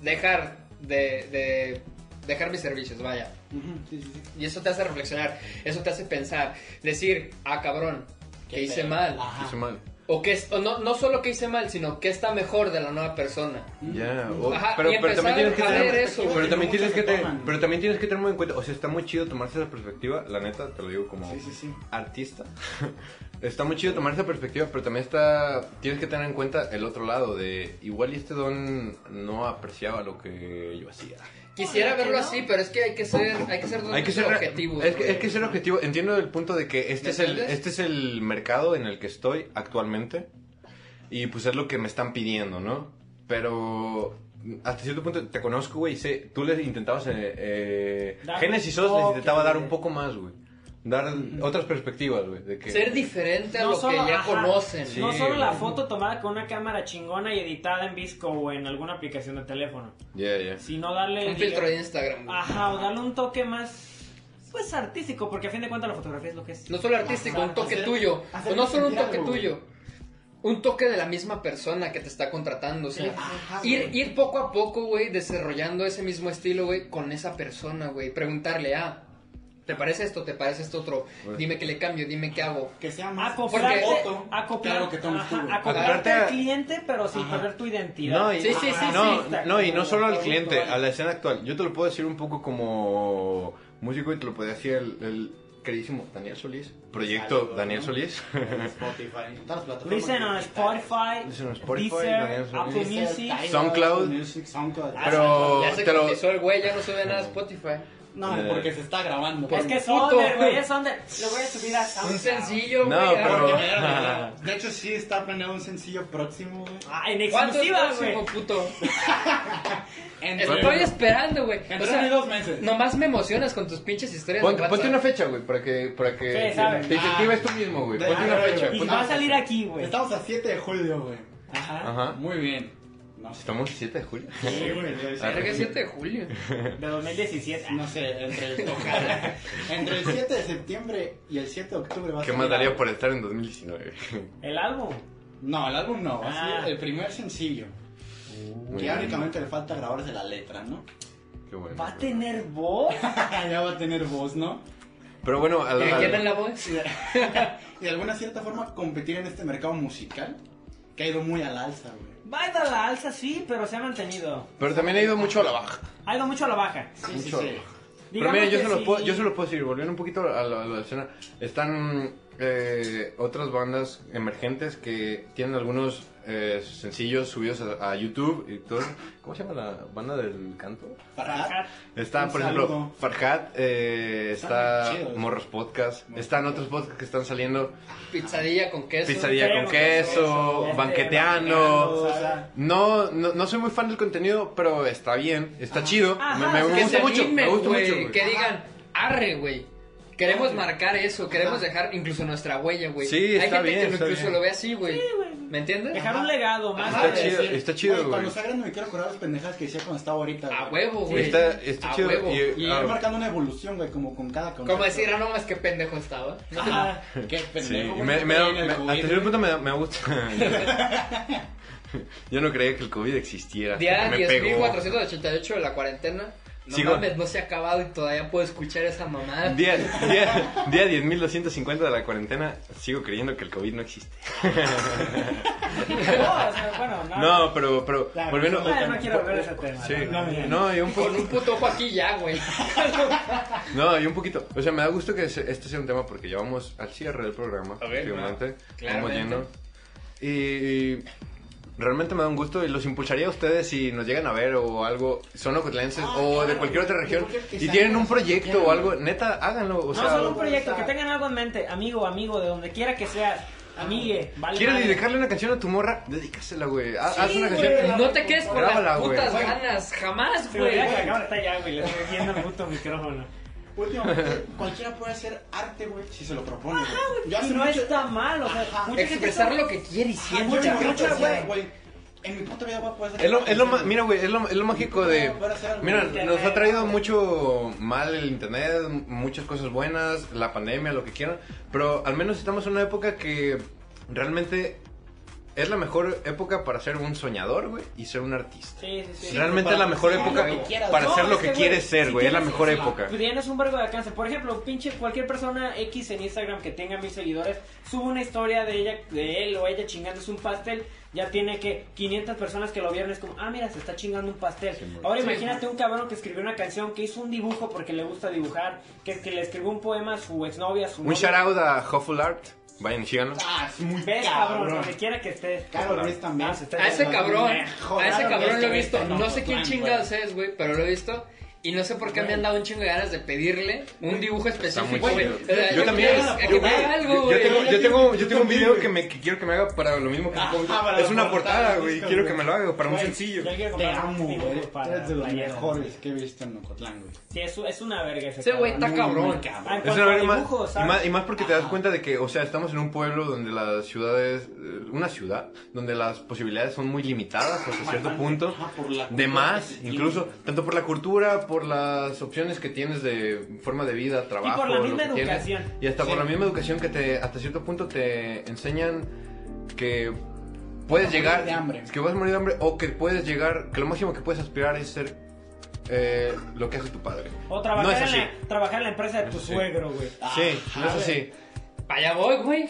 Speaker 4: dejar de, de dejar mis servicios, vaya.
Speaker 3: sí. Ujú, sí, sí, sí.
Speaker 4: Y eso te hace reflexionar, eso te hace pensar, decir, ah, cabrón, que
Speaker 3: Qué
Speaker 4: hice
Speaker 3: pedo.
Speaker 4: mal.
Speaker 3: Ajá.
Speaker 1: Hice mal.
Speaker 4: O que es- o no, no solo que hice mal, sino que está mejor de la nueva persona.
Speaker 1: Ya,
Speaker 3: Ujú.
Speaker 1: o-
Speaker 4: Ajá,
Speaker 1: pero,
Speaker 4: y
Speaker 1: pero también tienes
Speaker 4: empezar
Speaker 1: que
Speaker 4: a
Speaker 1: tener,
Speaker 4: ver eso,
Speaker 1: pero
Speaker 4: güey.
Speaker 1: también tienes que
Speaker 3: Muchos
Speaker 1: tener,
Speaker 3: retoman.
Speaker 1: pero también tienes que tener muy en cuenta, o sea, está muy chido tomarse esa perspectiva, la neta, te lo digo como
Speaker 3: Sí, sí, sí.
Speaker 1: artista. está muy chido tomar esa perspectiva, pero también está tienes que tener en cuenta el otro lado de igual y este don no apreciaba lo que yo hacía.
Speaker 4: Quisiera
Speaker 5: Ojalá que
Speaker 4: verlo
Speaker 5: no.
Speaker 4: así, pero es que hay que ser, hay que ser,
Speaker 1: Hay que ser
Speaker 4: objetivos.
Speaker 1: Es que,
Speaker 4: güey.
Speaker 1: es que ser objetivo. Entiendo el punto de que este
Speaker 4: ¿Me
Speaker 1: es el,
Speaker 4: entiendes?
Speaker 1: este es el mercado en el que estoy actualmente. Y pues es lo que me están pidiendo, ¿no? Pero hasta cierto punto te conozco, güey. y Sé, tú les intentabas. Eh, eh,
Speaker 2: Dar
Speaker 1: Génesis
Speaker 2: un
Speaker 1: Sos les
Speaker 2: toque,
Speaker 1: intentaba dar un
Speaker 2: güey.
Speaker 1: poco más, güey. Dar otras perspectivas, güey. de que-
Speaker 4: Ser diferente a
Speaker 2: No
Speaker 4: lo
Speaker 2: solo-
Speaker 4: que ya
Speaker 2: ajá.
Speaker 4: conocen.
Speaker 1: Sí.
Speaker 2: no solo la
Speaker 1: güey.
Speaker 2: foto tomada con una cámara chingona y editada en Visco o en alguna aplicación de teléfono,
Speaker 1: Ya, ya.
Speaker 2: sino darle...
Speaker 4: Un filtro de
Speaker 2: digamos,
Speaker 4: Instagram. güey.
Speaker 2: Ajá, o darle un toque más, pues artístico, porque a fin de cuentas la fotografía es lo que es.
Speaker 4: No solo artístico, un toque
Speaker 3: Hacer-
Speaker 4: tuyo.
Speaker 3: hacer
Speaker 4: O no solo un
Speaker 3: sentir
Speaker 4: toque
Speaker 3: algo, güey.
Speaker 4: tuyo. Un toque de la misma persona que te está contratando. O sea,
Speaker 3: Ajá,
Speaker 4: ir,
Speaker 3: güey.
Speaker 4: ir poco a poco, güey, desarrollando ese mismo estilo, güey, con esa persona, güey. Preguntarle, ah, ¿te parece esto? ¿Te parece esto otro?
Speaker 1: Güey.
Speaker 4: Dime qué le cambio, dime qué hago.
Speaker 3: Que sea más
Speaker 2: Acoplarte,
Speaker 3: foto que
Speaker 2: acoplar,
Speaker 3: algo que tomes tú,
Speaker 2: ajá,
Speaker 3: güey.
Speaker 2: acoplarte
Speaker 1: Acoplarte a-
Speaker 2: al cliente, pero sin
Speaker 3: Ajá.
Speaker 2: perder tu identidad.
Speaker 1: No, y,
Speaker 4: Sí, sí, sí,
Speaker 1: no,
Speaker 2: sí.
Speaker 1: no, y no solo al
Speaker 2: Producto,
Speaker 1: cliente,
Speaker 2: vale.
Speaker 1: a la escena actual. Yo te lo puedo decir un poco como músico y te lo podía decir el, el queridísimo Daniel Solís. Proyecto
Speaker 3: Algo,
Speaker 1: Daniel
Speaker 3: ¿no?
Speaker 1: Solís.
Speaker 3: Spotify. Todas las plataformas
Speaker 2: Listen on
Speaker 3: digitales.
Speaker 2: Spotify,
Speaker 1: Listen on Spotify,
Speaker 2: Deezer,
Speaker 1: Daniel
Speaker 2: Apple
Speaker 1: Solís.
Speaker 2: Music. Ah,
Speaker 3: Tidal,
Speaker 1: SoundCloud.
Speaker 3: Music, SoundCloud.
Speaker 1: Pero
Speaker 4: ya se
Speaker 1: te lo-
Speaker 4: confesó el güey, ya no sube nada a Spotify.
Speaker 3: No, Eh, porque se está grabando.
Speaker 4: Pues
Speaker 2: Es que es
Speaker 4: puto.
Speaker 2: under, güey, es under. Lo voy a subir a
Speaker 4: Un
Speaker 2: SoundCloud.
Speaker 4: sencillo,
Speaker 1: No,
Speaker 4: güey. ah,
Speaker 1: pero-
Speaker 4: porque-
Speaker 3: Verga, De hecho, sí está planeado un sencillo próximo, güey.
Speaker 2: Ah, en
Speaker 4: ¿Cuánto es
Speaker 2: exclusiva, güey.
Speaker 4: próximo, puto?
Speaker 3: Entre-
Speaker 4: Estoy esperando, güey.
Speaker 3: Entre
Speaker 4: O
Speaker 3: uno y
Speaker 4: sea,
Speaker 3: dos meses.
Speaker 4: nomás me emocionas con tus pinches historias. de
Speaker 1: Ponte, ponte
Speaker 4: WhatsApp.
Speaker 1: una fecha, güey, para que, para que
Speaker 2: Sí, sabe.
Speaker 1: te incentives
Speaker 3: Ah.
Speaker 1: tú mismo, güey.
Speaker 3: De-
Speaker 1: Ponte
Speaker 3: ah,
Speaker 1: una
Speaker 3: güey,
Speaker 1: fecha.
Speaker 3: güey.
Speaker 2: Y
Speaker 4: pues
Speaker 1: ponte
Speaker 2: va a
Speaker 1: una
Speaker 2: salir
Speaker 1: fecha.
Speaker 2: aquí, güey.
Speaker 3: Estamos a 7 de julio, güey. Ajá.
Speaker 1: Ajá.
Speaker 3: Muy bien. No sé.
Speaker 1: ¿Ah? Estamos 7 de julio.
Speaker 3: Sí, güey, debe ser.
Speaker 4: Verga, 7 de julio.
Speaker 2: De 2017.
Speaker 3: No sé, entre el tocar. entre el 7 de septiembre y el 7 de octubre va a
Speaker 1: ¿Qué
Speaker 3: salir
Speaker 1: más daría
Speaker 3: algo.
Speaker 1: por estar en 2019?
Speaker 2: El álbum.
Speaker 3: No, el álbum no, va a
Speaker 2: Ah.
Speaker 3: ser el primer sencillo.
Speaker 1: Muy
Speaker 3: que
Speaker 1: bien.
Speaker 3: únicamente le falta grabarse la letra, ¿no?
Speaker 1: Qué bueno.
Speaker 2: ¿Va a tener voz?
Speaker 3: ya va a tener voz, ¿no?
Speaker 1: Pero bueno, a la-
Speaker 4: ¿Que
Speaker 1: a la-
Speaker 4: quieren la voz?
Speaker 3: Y de alguna cierta forma competir en este mercado musical. que ha ido muy al alza, güey.
Speaker 2: Va a ir a la alza, sí, pero se ha mantenido.
Speaker 1: Pero también ha ido mucho a la baja.
Speaker 2: Ha ido mucho a la baja.
Speaker 3: Sí, sí,
Speaker 1: Mucho.
Speaker 3: sí.
Speaker 1: Pero
Speaker 2: Digamos
Speaker 1: miren, yo
Speaker 2: que
Speaker 1: se, los
Speaker 2: sí.
Speaker 1: puedo, yo se los puedo decir, volviendo un poquito a la, a la escena, están eh, otras bandas emergentes que tienen algunos eh, sencillos subidos a, a YouTube y todo. ¿Cómo se llama la banda del canto?
Speaker 3: Farhat.
Speaker 1: Está,
Speaker 3: Un
Speaker 1: por
Speaker 3: saludo.
Speaker 1: ejemplo, Farhat, eh,
Speaker 3: Están
Speaker 1: está
Speaker 3: bien chidos.
Speaker 1: Morros Podcast, están otros podcasts que están saliendo,
Speaker 4: Pizzadilla con queso.
Speaker 1: Pizzadilla con
Speaker 2: queso,
Speaker 1: queso,
Speaker 2: queso,
Speaker 1: Banqueteando.
Speaker 2: banqueteando.
Speaker 3: O sea,
Speaker 1: No, no, no soy muy fan del contenido, pero está bien, está chido,
Speaker 2: Ajá,
Speaker 1: me-
Speaker 2: que
Speaker 1: me,
Speaker 4: Que
Speaker 1: gusta
Speaker 4: se
Speaker 1: mucho,
Speaker 4: animen,
Speaker 1: me gusta
Speaker 4: güey,
Speaker 1: mucho. güey.
Speaker 4: Que digan, arre, güey. Queremos
Speaker 3: Arre.
Speaker 4: marcar eso, queremos
Speaker 3: Ajá.
Speaker 4: dejar incluso nuestra huella, güey.
Speaker 1: Sí,
Speaker 4: Hay
Speaker 1: está
Speaker 4: gente
Speaker 1: bien,
Speaker 4: que
Speaker 1: está
Speaker 4: incluso
Speaker 1: bien.
Speaker 4: lo ve así, güey. ¿Me entiendes?
Speaker 2: Dejar un legado, más
Speaker 1: Está
Speaker 3: Ajá,
Speaker 2: que
Speaker 1: chido,
Speaker 2: decir.
Speaker 1: está chido,
Speaker 3: Oye, Cuando
Speaker 1: güey.
Speaker 3: sea grande me quiero acordar las pendejadas que decía cuando estaba ahorita.
Speaker 4: A
Speaker 3: güey.
Speaker 4: huevo, güey.
Speaker 1: Está, está
Speaker 4: A
Speaker 1: chido.
Speaker 4: huevo.
Speaker 1: y-
Speaker 3: Y
Speaker 1: ah,
Speaker 3: ir marcando una evolución, güey, como con cada concepto.
Speaker 4: Como decir, ah, no más que pendejo estaba.
Speaker 3: Ajá, qué
Speaker 1: Sí,
Speaker 3: pendejo.
Speaker 1: y
Speaker 3: güey,
Speaker 1: me,
Speaker 3: no
Speaker 1: me da-
Speaker 3: creí en el
Speaker 1: me-
Speaker 3: COVID,
Speaker 1: hasta cierto
Speaker 3: güey.
Speaker 1: punto me, da- me gusta. Yo no creía que el COVID existiera.
Speaker 4: Día
Speaker 1: me pegó.
Speaker 4: 10.488 de la cuarentena. No
Speaker 1: Sigo.
Speaker 4: mames, no se ha acabado y todavía puedo escuchar esa mamada.
Speaker 1: Día, día, día 10.250 de la cuarentena, sigo creyendo que el COVID no existe.
Speaker 2: No, o sea, bueno, no.
Speaker 1: No, pero, pero
Speaker 3: Claro,
Speaker 1: volviendo...
Speaker 3: no,
Speaker 2: Ay, Ah, no quiero ver ese tema.
Speaker 1: Sí,
Speaker 2: la verdad.
Speaker 1: no, y un
Speaker 4: Con
Speaker 1: poco...
Speaker 4: un puto ojo aquí ya, güey.
Speaker 1: No, y un poquito. O sea, me da gusto que se- este sea un tema porque ya vamos al cierre del programa.
Speaker 4: A ver,
Speaker 1: efectivamente.
Speaker 4: claro.
Speaker 1: Vamos
Speaker 4: Claramente.
Speaker 1: llenos. Y, y realmente me da un gusto y los impulsaría a ustedes si nos llegan a ver o algo. Son ocotlenses
Speaker 3: Ah,
Speaker 1: o de
Speaker 3: claro,
Speaker 1: cualquier otra
Speaker 3: de
Speaker 1: región.
Speaker 3: cualquier que
Speaker 1: y
Speaker 3: sea,
Speaker 1: tienen un
Speaker 3: que
Speaker 1: proyecto
Speaker 3: quieran.
Speaker 1: o algo. Neta, háganlo. O
Speaker 2: No,
Speaker 1: sea,
Speaker 2: solo un proyecto, que tengan algo en mente, amigo, amigo, de donde quiera que sea, amigue, vale.
Speaker 1: ¿quieres
Speaker 2: madre.
Speaker 1: dedicarle una canción a tu morra? Dedícasela, güey. Ha- Haz una
Speaker 4: güey,
Speaker 1: canción.
Speaker 4: No te quedes con
Speaker 1: Grábala,
Speaker 4: las
Speaker 1: güey.
Speaker 4: putas
Speaker 1: Güey.
Speaker 4: ganas, jamás,
Speaker 2: Sí, güey,
Speaker 4: güey.
Speaker 2: ya que la cámara está allá, güey, le estoy viendo el puto micrófono.
Speaker 3: Últimamente, cualquiera puede hacer arte, güey, si se lo propone. güey. Yo
Speaker 2: Y
Speaker 3: hace
Speaker 2: no
Speaker 3: mucho-
Speaker 2: está mal, o sea,
Speaker 3: Ajá.
Speaker 2: mucha gente
Speaker 4: Expresar
Speaker 2: está-
Speaker 4: lo que quiere y
Speaker 3: Ah,
Speaker 4: siente.
Speaker 2: mucha,
Speaker 3: mucha, mucha,
Speaker 2: mucha,
Speaker 3: decía,
Speaker 2: güey.
Speaker 3: güey. En mi puta vida voy a poder hacer
Speaker 1: Es lo,
Speaker 3: arte,
Speaker 1: es lo ma-
Speaker 3: güey.
Speaker 1: mira, güey, es lo, es lo mágico de... Mira, nos ha traído mucho mal el internet, muchas cosas buenas, la pandemia, lo que quieran, pero al menos estamos en una época que realmente es la mejor época para ser un soñador, güey, y ser un artista.
Speaker 2: Sí, sí, sí.
Speaker 1: realmente
Speaker 3: para
Speaker 1: es la mejor
Speaker 3: hacer
Speaker 1: época
Speaker 3: lo que quieras.
Speaker 1: para
Speaker 2: No,
Speaker 1: hacer lo
Speaker 2: es
Speaker 1: que
Speaker 2: que, güey,
Speaker 1: quieres ser,
Speaker 2: si
Speaker 1: güey, es la
Speaker 2: tienes-
Speaker 1: mejor
Speaker 2: si
Speaker 1: época.
Speaker 2: Tienes Pues un vergo de alcance. Por ejemplo, pinche cualquier persona X en Instagram que tenga mil seguidores, sube una historia de ella, de él o ella chingándose un pastel. Ya tiene que 500 personas que lo vieron. Es como, ah, mira, se está chingando un pastel. Ahora imagínate un cabrón que escribió una canción, que hizo un dibujo porque le gusta dibujar, que, que le escribió un poema a su exnovia, a su
Speaker 1: Un
Speaker 2: novia.
Speaker 1: shout out a Huffle Art, vayan, síganlo.
Speaker 3: Ah, es muy
Speaker 2: Ves, cabrón,
Speaker 3: cabrón.
Speaker 2: donde quiera que estés.
Speaker 3: Carlos Ruiz también.
Speaker 2: Ah, se está
Speaker 4: A ese cabrón,
Speaker 3: Mejor
Speaker 4: a ese
Speaker 3: árbol
Speaker 4: cabrón
Speaker 3: que
Speaker 4: lo he
Speaker 3: vete,
Speaker 4: visto.
Speaker 3: no,
Speaker 4: No sé
Speaker 3: no,
Speaker 4: quién
Speaker 3: plan,
Speaker 4: chingados es, güey, pero lo he visto. Y no sé por qué me han dado un chingo de ganas de pedirle un dibujo específico,
Speaker 1: muy
Speaker 4: güey.
Speaker 1: chido.
Speaker 4: O sea,
Speaker 1: Yo
Speaker 4: que
Speaker 1: también,
Speaker 4: quiero- que
Speaker 1: yo-
Speaker 4: me haga algo,
Speaker 1: Yo
Speaker 4: güey.
Speaker 1: tengo, yo tengo, yo tengo un
Speaker 3: también,
Speaker 1: video
Speaker 3: güey.
Speaker 1: que, me, que quiero que me haga para lo mismo que
Speaker 3: Ajá,
Speaker 1: tú.
Speaker 3: para
Speaker 1: Es
Speaker 3: la
Speaker 1: una
Speaker 3: portada
Speaker 1: portada,
Speaker 3: del
Speaker 1: güey,
Speaker 3: disco,
Speaker 1: quiero
Speaker 3: güey.
Speaker 1: que me lo haga para un
Speaker 3: Güey,
Speaker 1: sencillo.
Speaker 2: Yo quiero
Speaker 3: Te
Speaker 2: comprar
Speaker 3: amo,
Speaker 2: un
Speaker 3: güey.
Speaker 2: este dibujo para
Speaker 3: Eres de los
Speaker 2: playera.
Speaker 3: mejores que he visto en Ocotlán, güey.
Speaker 2: Sí, es, es una verga ese
Speaker 4: Ese güey
Speaker 2: cabrón.
Speaker 4: está
Speaker 2: Ah,
Speaker 4: cabrón.
Speaker 2: en
Speaker 1: Es
Speaker 2: cuanto
Speaker 1: una
Speaker 2: a
Speaker 1: verga más-
Speaker 2: dibujos,
Speaker 1: y,
Speaker 2: ¿sabes?
Speaker 1: más, y más porque te das cuenta de que, o sea, estamos en un pueblo donde las ciudades, eh, una ciudad, donde las posibilidades son muy limitadas hasta cierto punto.
Speaker 3: Ajá, por la
Speaker 1: De
Speaker 3: cultura
Speaker 1: más,
Speaker 3: que se tiene.
Speaker 1: incluso, tanto por la cultura, por las opciones que tienes de forma de vida, trabajo,
Speaker 2: por la
Speaker 1: lo
Speaker 2: misma
Speaker 1: que tienes,
Speaker 2: educación.
Speaker 1: y hasta por
Speaker 3: Sí.
Speaker 1: la misma educación que te, hasta cierto punto te enseñan que puedes
Speaker 3: Vas a
Speaker 1: llegar,
Speaker 3: morir de hambre.
Speaker 1: que vas a morir de hambre o que puedes llegar, que lo máximo que puedes aspirar es ser eh, lo que hace tu padre.
Speaker 2: O trabajar,
Speaker 1: no es así.
Speaker 2: en la, trabajar en la empresa de tu
Speaker 1: Sí.
Speaker 2: suegro, güey.
Speaker 1: Sí, no es así.
Speaker 4: Allá voy, güey.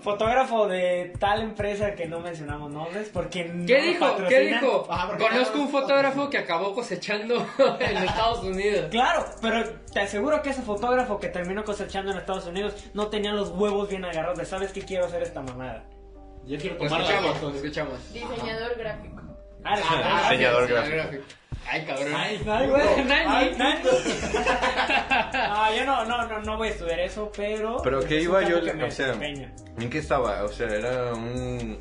Speaker 2: Fotógrafo de tal empresa que no mencionamos nombres porque no
Speaker 4: ¿Qué dijo? ¿Qué
Speaker 2: patrocinan.
Speaker 4: dijo?
Speaker 3: Ah, porque-
Speaker 4: Conozco un fotógrafo que acabó cosechando en Estados Unidos.
Speaker 2: Claro, pero te aseguro que ese fotógrafo que terminó cosechando en Estados Unidos no tenía los huevos bien agarrados de sabes que quiero hacer esta mamada.
Speaker 3: Yo quiero
Speaker 4: Lo
Speaker 1: Pues
Speaker 3: tomar las
Speaker 4: escuchamos,
Speaker 3: fotos.
Speaker 4: lo escuchamos.
Speaker 5: Diseñador gráfico.
Speaker 2: Ah, eres un
Speaker 1: ah,
Speaker 2: imbécil.
Speaker 1: Diseñador
Speaker 4: Diseñador
Speaker 1: gráfico.
Speaker 4: Ay, cabrón.
Speaker 3: Ay,
Speaker 2: Ay, güey,
Speaker 4: Nani.
Speaker 2: ay, Nani. Ah, yo no, no, no, no voy a estudiar eso, pero.
Speaker 1: Pero que
Speaker 2: es un
Speaker 1: iba
Speaker 2: campo
Speaker 1: yo,
Speaker 2: que
Speaker 1: le-
Speaker 2: me
Speaker 1: o sea,
Speaker 2: desempeño.
Speaker 1: ¿en qué estaba? O sea, era un...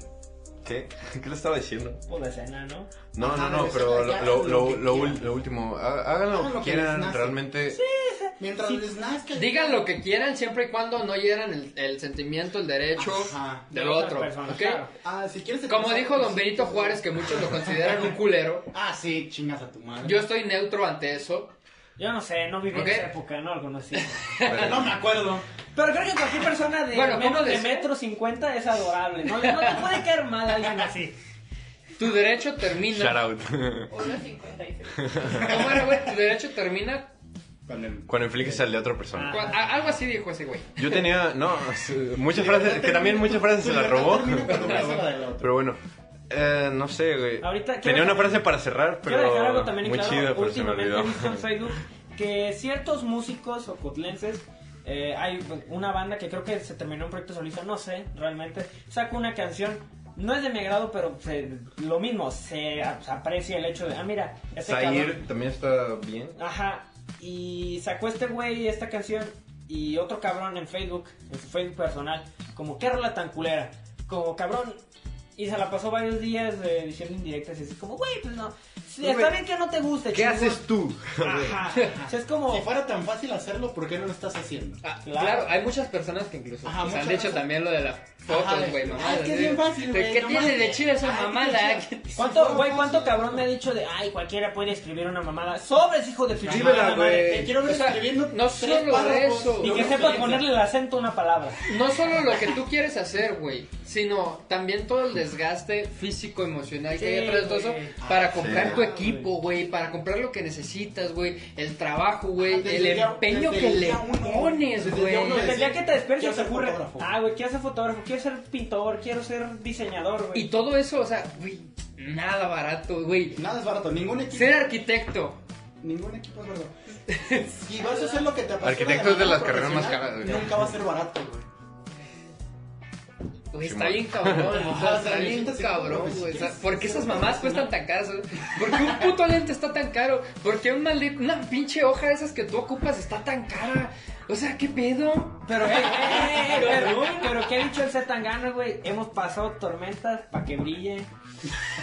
Speaker 1: ¿Qué? ¿Qué le estaba diciendo?
Speaker 2: Puta escena, ¿no?
Speaker 1: No, no,
Speaker 3: Ajá,
Speaker 1: no,
Speaker 3: Ah, eso
Speaker 1: pero
Speaker 3: ya,
Speaker 1: lo, lo, lo,
Speaker 3: lo que
Speaker 1: lo
Speaker 3: quieran.
Speaker 1: ul- lo último, ha- hagan lo
Speaker 3: Hagan
Speaker 1: que
Speaker 3: lo que les
Speaker 1: quieran,
Speaker 3: nace.
Speaker 1: realmente...
Speaker 3: Mientras les nazca.
Speaker 4: Digan lo que quieran siempre y cuando no hieran el, el sentimiento, el derecho
Speaker 3: Ajá.
Speaker 4: del
Speaker 2: De otras
Speaker 4: otro.
Speaker 2: personas,
Speaker 4: ¿ok?
Speaker 2: claro.
Speaker 3: Ah, si quieres.
Speaker 4: Como dijo don Benito Juárez, que muchos lo consideran un culero,
Speaker 3: Ah, sí, chingas a tu madre.
Speaker 4: yo estoy neutro ante eso.
Speaker 2: Yo no sé, no viví
Speaker 4: Ok.
Speaker 2: en esa época, no lo conocí.
Speaker 3: Ah, no me acuerdo.
Speaker 2: Pero creo que cualquier persona de
Speaker 4: Bueno, ¿cómo
Speaker 2: menos de
Speaker 4: decir?
Speaker 2: metro cincuenta es adorable. No, Le- no te puede caer mal alguien así.
Speaker 4: Tu derecho
Speaker 1: Shout
Speaker 4: termina.
Speaker 1: out.
Speaker 5: 1.56.
Speaker 4: ¿Cómo era, güey? Tu derecho termina
Speaker 3: Cuando el-
Speaker 1: Cuando infliges al de otra persona.
Speaker 2: Ah.
Speaker 4: Cu- a- Algo así dijo ese güey.
Speaker 1: Yo tenía, no, s- muchas
Speaker 3: Tu
Speaker 1: frases,
Speaker 3: libertad
Speaker 1: que también
Speaker 3: termina-
Speaker 1: muchas frases
Speaker 3: tu
Speaker 1: se las
Speaker 3: libertad
Speaker 1: robó.
Speaker 3: termina cuando empieza la de la otra.
Speaker 1: Pero bueno, eh, no sé, güey.
Speaker 2: Ahorita quiero
Speaker 1: tenía una
Speaker 2: dejar-
Speaker 1: frase para cerrar, pero
Speaker 2: Quiero dejar algo también en
Speaker 1: muy
Speaker 2: claro.
Speaker 1: chido, pero se me
Speaker 2: Últimamente
Speaker 1: olvidó.
Speaker 2: he visto en Facebook que ciertos músicos o cotlenses eh, hay una banda que creo que se terminó un proyecto solista, no sé, realmente, saca una canción. No es de mi agrado, pero se- lo mismo, se a- se aprecia el hecho de, ah, mira, este cabrón-
Speaker 1: Zair también está bien.
Speaker 2: Ajá, y sacó este güey esta canción y otro cabrón en Facebook, en su Facebook personal, como qué rola tan culera, como cabrón. Y se la pasó varios días eh, diciendo indirectas y así como, güey, pues no, sí, está
Speaker 1: Güey,
Speaker 2: bien que no te guste,
Speaker 1: ¿Qué
Speaker 2: chingón".
Speaker 1: haces tú?
Speaker 2: Ajá, o sea, es como...
Speaker 3: Si fuera tan fácil hacerlo, ¿por qué no lo estás haciendo?
Speaker 4: Ah,
Speaker 2: Claro.
Speaker 4: claro. hay muchas personas que incluso
Speaker 3: Ajá,
Speaker 4: pues,
Speaker 3: muchas
Speaker 4: han dicho
Speaker 3: personas.
Speaker 4: también lo de las fotos,
Speaker 3: Ajá,
Speaker 4: güey,
Speaker 3: de-
Speaker 4: mamá.
Speaker 3: Ay, es que es bien fácil, güey,
Speaker 4: ¿Qué
Speaker 3: no
Speaker 4: tiene
Speaker 3: mames.
Speaker 4: de chido esa
Speaker 3: Ay, qué
Speaker 4: mamada? ¿eh?
Speaker 3: chido.
Speaker 4: ¿Qué-
Speaker 2: ¿Cuánto,
Speaker 3: Sí,
Speaker 2: güey,
Speaker 3: fue
Speaker 2: cuánto
Speaker 3: fácil.
Speaker 2: cabrón me ha dicho de, ay, cualquiera puede escribir una mamada? ¡Sobres, hijo de tu
Speaker 1: Escríbela,
Speaker 2: chingada madre!
Speaker 1: güey.
Speaker 3: Te eh, quiero ver
Speaker 4: O sea,
Speaker 3: escribiendo
Speaker 4: no
Speaker 3: tres
Speaker 4: solo
Speaker 3: párrafos
Speaker 4: eso.
Speaker 3: de
Speaker 2: Y
Speaker 3: una
Speaker 2: que sepas
Speaker 3: experiencia.
Speaker 2: ponerle el acento a una palabra.
Speaker 4: No solo lo que tú quieres hacer, güey, sino también todo el desgaste físico, emocional que hay
Speaker 2: Sí,
Speaker 4: atrás de todo
Speaker 2: güey.
Speaker 4: eso para comprar
Speaker 1: Sí.
Speaker 4: tu equipo, güey, para comprar lo que necesitas, güey, el trabajo, güey,
Speaker 3: Ah, Desde
Speaker 4: el
Speaker 3: el día-
Speaker 4: empeño
Speaker 3: desde
Speaker 4: que
Speaker 3: el
Speaker 4: le
Speaker 3: día uno.
Speaker 4: pones,
Speaker 3: Desde el
Speaker 4: güey.
Speaker 3: día uno
Speaker 2: Desde el día
Speaker 3: decir,
Speaker 2: que te despiertas
Speaker 3: quiero
Speaker 2: se
Speaker 3: ser
Speaker 2: ocurre,
Speaker 3: fotógrafo.
Speaker 2: ah, güey, quiero ser fotógrafo, quiero ser pintor, quiero ser diseñador, güey.
Speaker 4: Y todo eso, o sea, güey, nada barato, güey.
Speaker 3: Nada es barato, ningún equipo.
Speaker 4: Ser arquitecto.
Speaker 3: Ningún equipo es barato. Si vas a hacer lo que te apasiona.
Speaker 1: Arquitecto es de
Speaker 3: manera
Speaker 1: las carreras más
Speaker 3: profesional,
Speaker 1: caras, güey.
Speaker 3: Nunca va a ser barato, güey.
Speaker 4: Güey, Pues está
Speaker 1: Simón.
Speaker 4: bien cabrón, o sea,
Speaker 3: Ah,
Speaker 4: está
Speaker 3: sí,
Speaker 4: bien
Speaker 3: sí,
Speaker 4: cabrón,
Speaker 3: sí,
Speaker 4: güey.
Speaker 3: sí,
Speaker 4: O sea,
Speaker 3: sí,
Speaker 4: ¿por qué
Speaker 3: sí,
Speaker 4: esas
Speaker 3: sí,
Speaker 4: mamás
Speaker 3: sí,
Speaker 4: cuestan
Speaker 3: sí.
Speaker 4: tan caras? güey? ¿Por qué un puto lente está tan caro? ¿Por qué un maldito, una pinche hoja de esas que tú ocupas está tan cara? O sea, ¿qué pedo?
Speaker 2: Pero, eh, eh, eh, pero, pero ¿qué ha dicho el Zetangana, güey? Hemos pasado tormentas para que brille.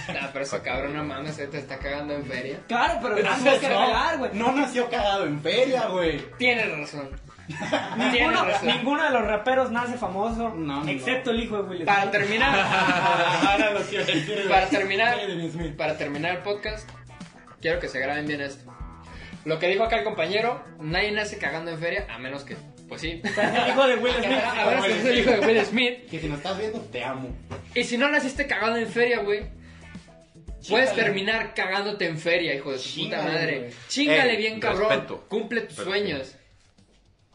Speaker 4: Nah, pero ese cabrón, no mames, se te está cagando en feria.
Speaker 2: Claro, pero tenemos que regalar, güey.
Speaker 3: No nació cagado en feria, güey.
Speaker 4: Tienes razón. Tienes
Speaker 2: Ninguno,
Speaker 4: razón.
Speaker 2: ninguno de los raperos nace famoso,
Speaker 3: No, no.
Speaker 2: excepto el hijo de Will
Speaker 4: Para
Speaker 2: Smith.
Speaker 4: terminar,
Speaker 3: Ahora lo quiero decir.
Speaker 4: para terminar,
Speaker 3: Will Smith.
Speaker 4: para terminar el podcast, quiero que se graben bien esto. Lo que dijo acá el compañero, nadie nace cagando en feria, a menos que, pues sí.
Speaker 2: El hijo de Will
Speaker 4: A
Speaker 2: Smith.
Speaker 4: menos- Ah, a menos que seas el hijo de Will Smith.
Speaker 3: Que si nos estás viendo, te amo.
Speaker 4: Y si no naciste cagando en feria, güey, puedes terminar cagándote en feria, hijo de su puta
Speaker 3: Chíngale,
Speaker 4: madre.
Speaker 3: güey.
Speaker 4: Chingale
Speaker 1: Ey,
Speaker 4: bien, cabrón.
Speaker 1: respeto.
Speaker 4: Cumple tus
Speaker 1: Respeto.
Speaker 4: sueños.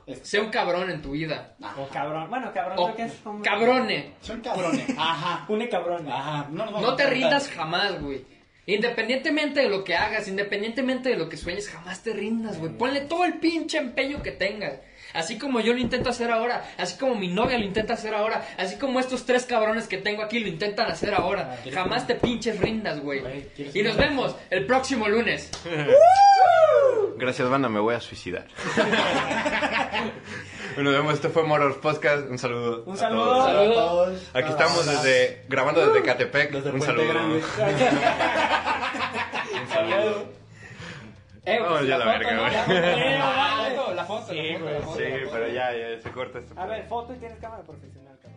Speaker 3: Es-
Speaker 4: Sé un cabrón en tu vida.
Speaker 2: O cabrón. Bueno, cabrón,
Speaker 4: O
Speaker 2: creo que es como-
Speaker 4: cabrone.
Speaker 3: Son cabrones. Ajá.
Speaker 2: Une cabrón.
Speaker 4: Ah,
Speaker 3: Ajá. No, nos vamos
Speaker 4: No
Speaker 3: a
Speaker 4: te
Speaker 3: contar.
Speaker 4: rindas jamás, güey. Independientemente de lo que hagas, independientemente de lo que sueñes, jamás te rindas,
Speaker 3: Mm.
Speaker 4: güey. Ponle todo el pinche empeño que tengas. Así como yo lo intento hacer ahora, así como mi novia lo intenta hacer ahora, así como estos tres cabrones que tengo aquí lo intentan hacer ahora. Jamás te pinches rindas, güey.
Speaker 3: Ah, Güey, ¿quieres
Speaker 4: Y nos
Speaker 3: una-
Speaker 4: vemos el próximo lunes.
Speaker 1: Gracias, banda, me voy a suicidar. bueno, nos vemos, esto fue Moros Podcast. Un saludo.
Speaker 2: Un
Speaker 1: a
Speaker 2: saludo.
Speaker 1: todos.
Speaker 3: Saludos
Speaker 4: Saludos.
Speaker 3: a todos.
Speaker 1: Aquí estamos desde grabando desde Catepec.
Speaker 3: Desde
Speaker 1: un
Speaker 3: Puente
Speaker 1: saludo.
Speaker 3: Grande.
Speaker 1: Un saludo.
Speaker 4: Eh,
Speaker 1: Vamos ya a la verga,
Speaker 4: ¿no?
Speaker 1: güey.
Speaker 2: Eh,
Speaker 4: La foto, la foto, la foto, la foto, la
Speaker 1: Sí,
Speaker 4: foto.
Speaker 1: pero ya, ya se corta esto.
Speaker 2: A ver, foto y tienes cámara profesional, cabrón.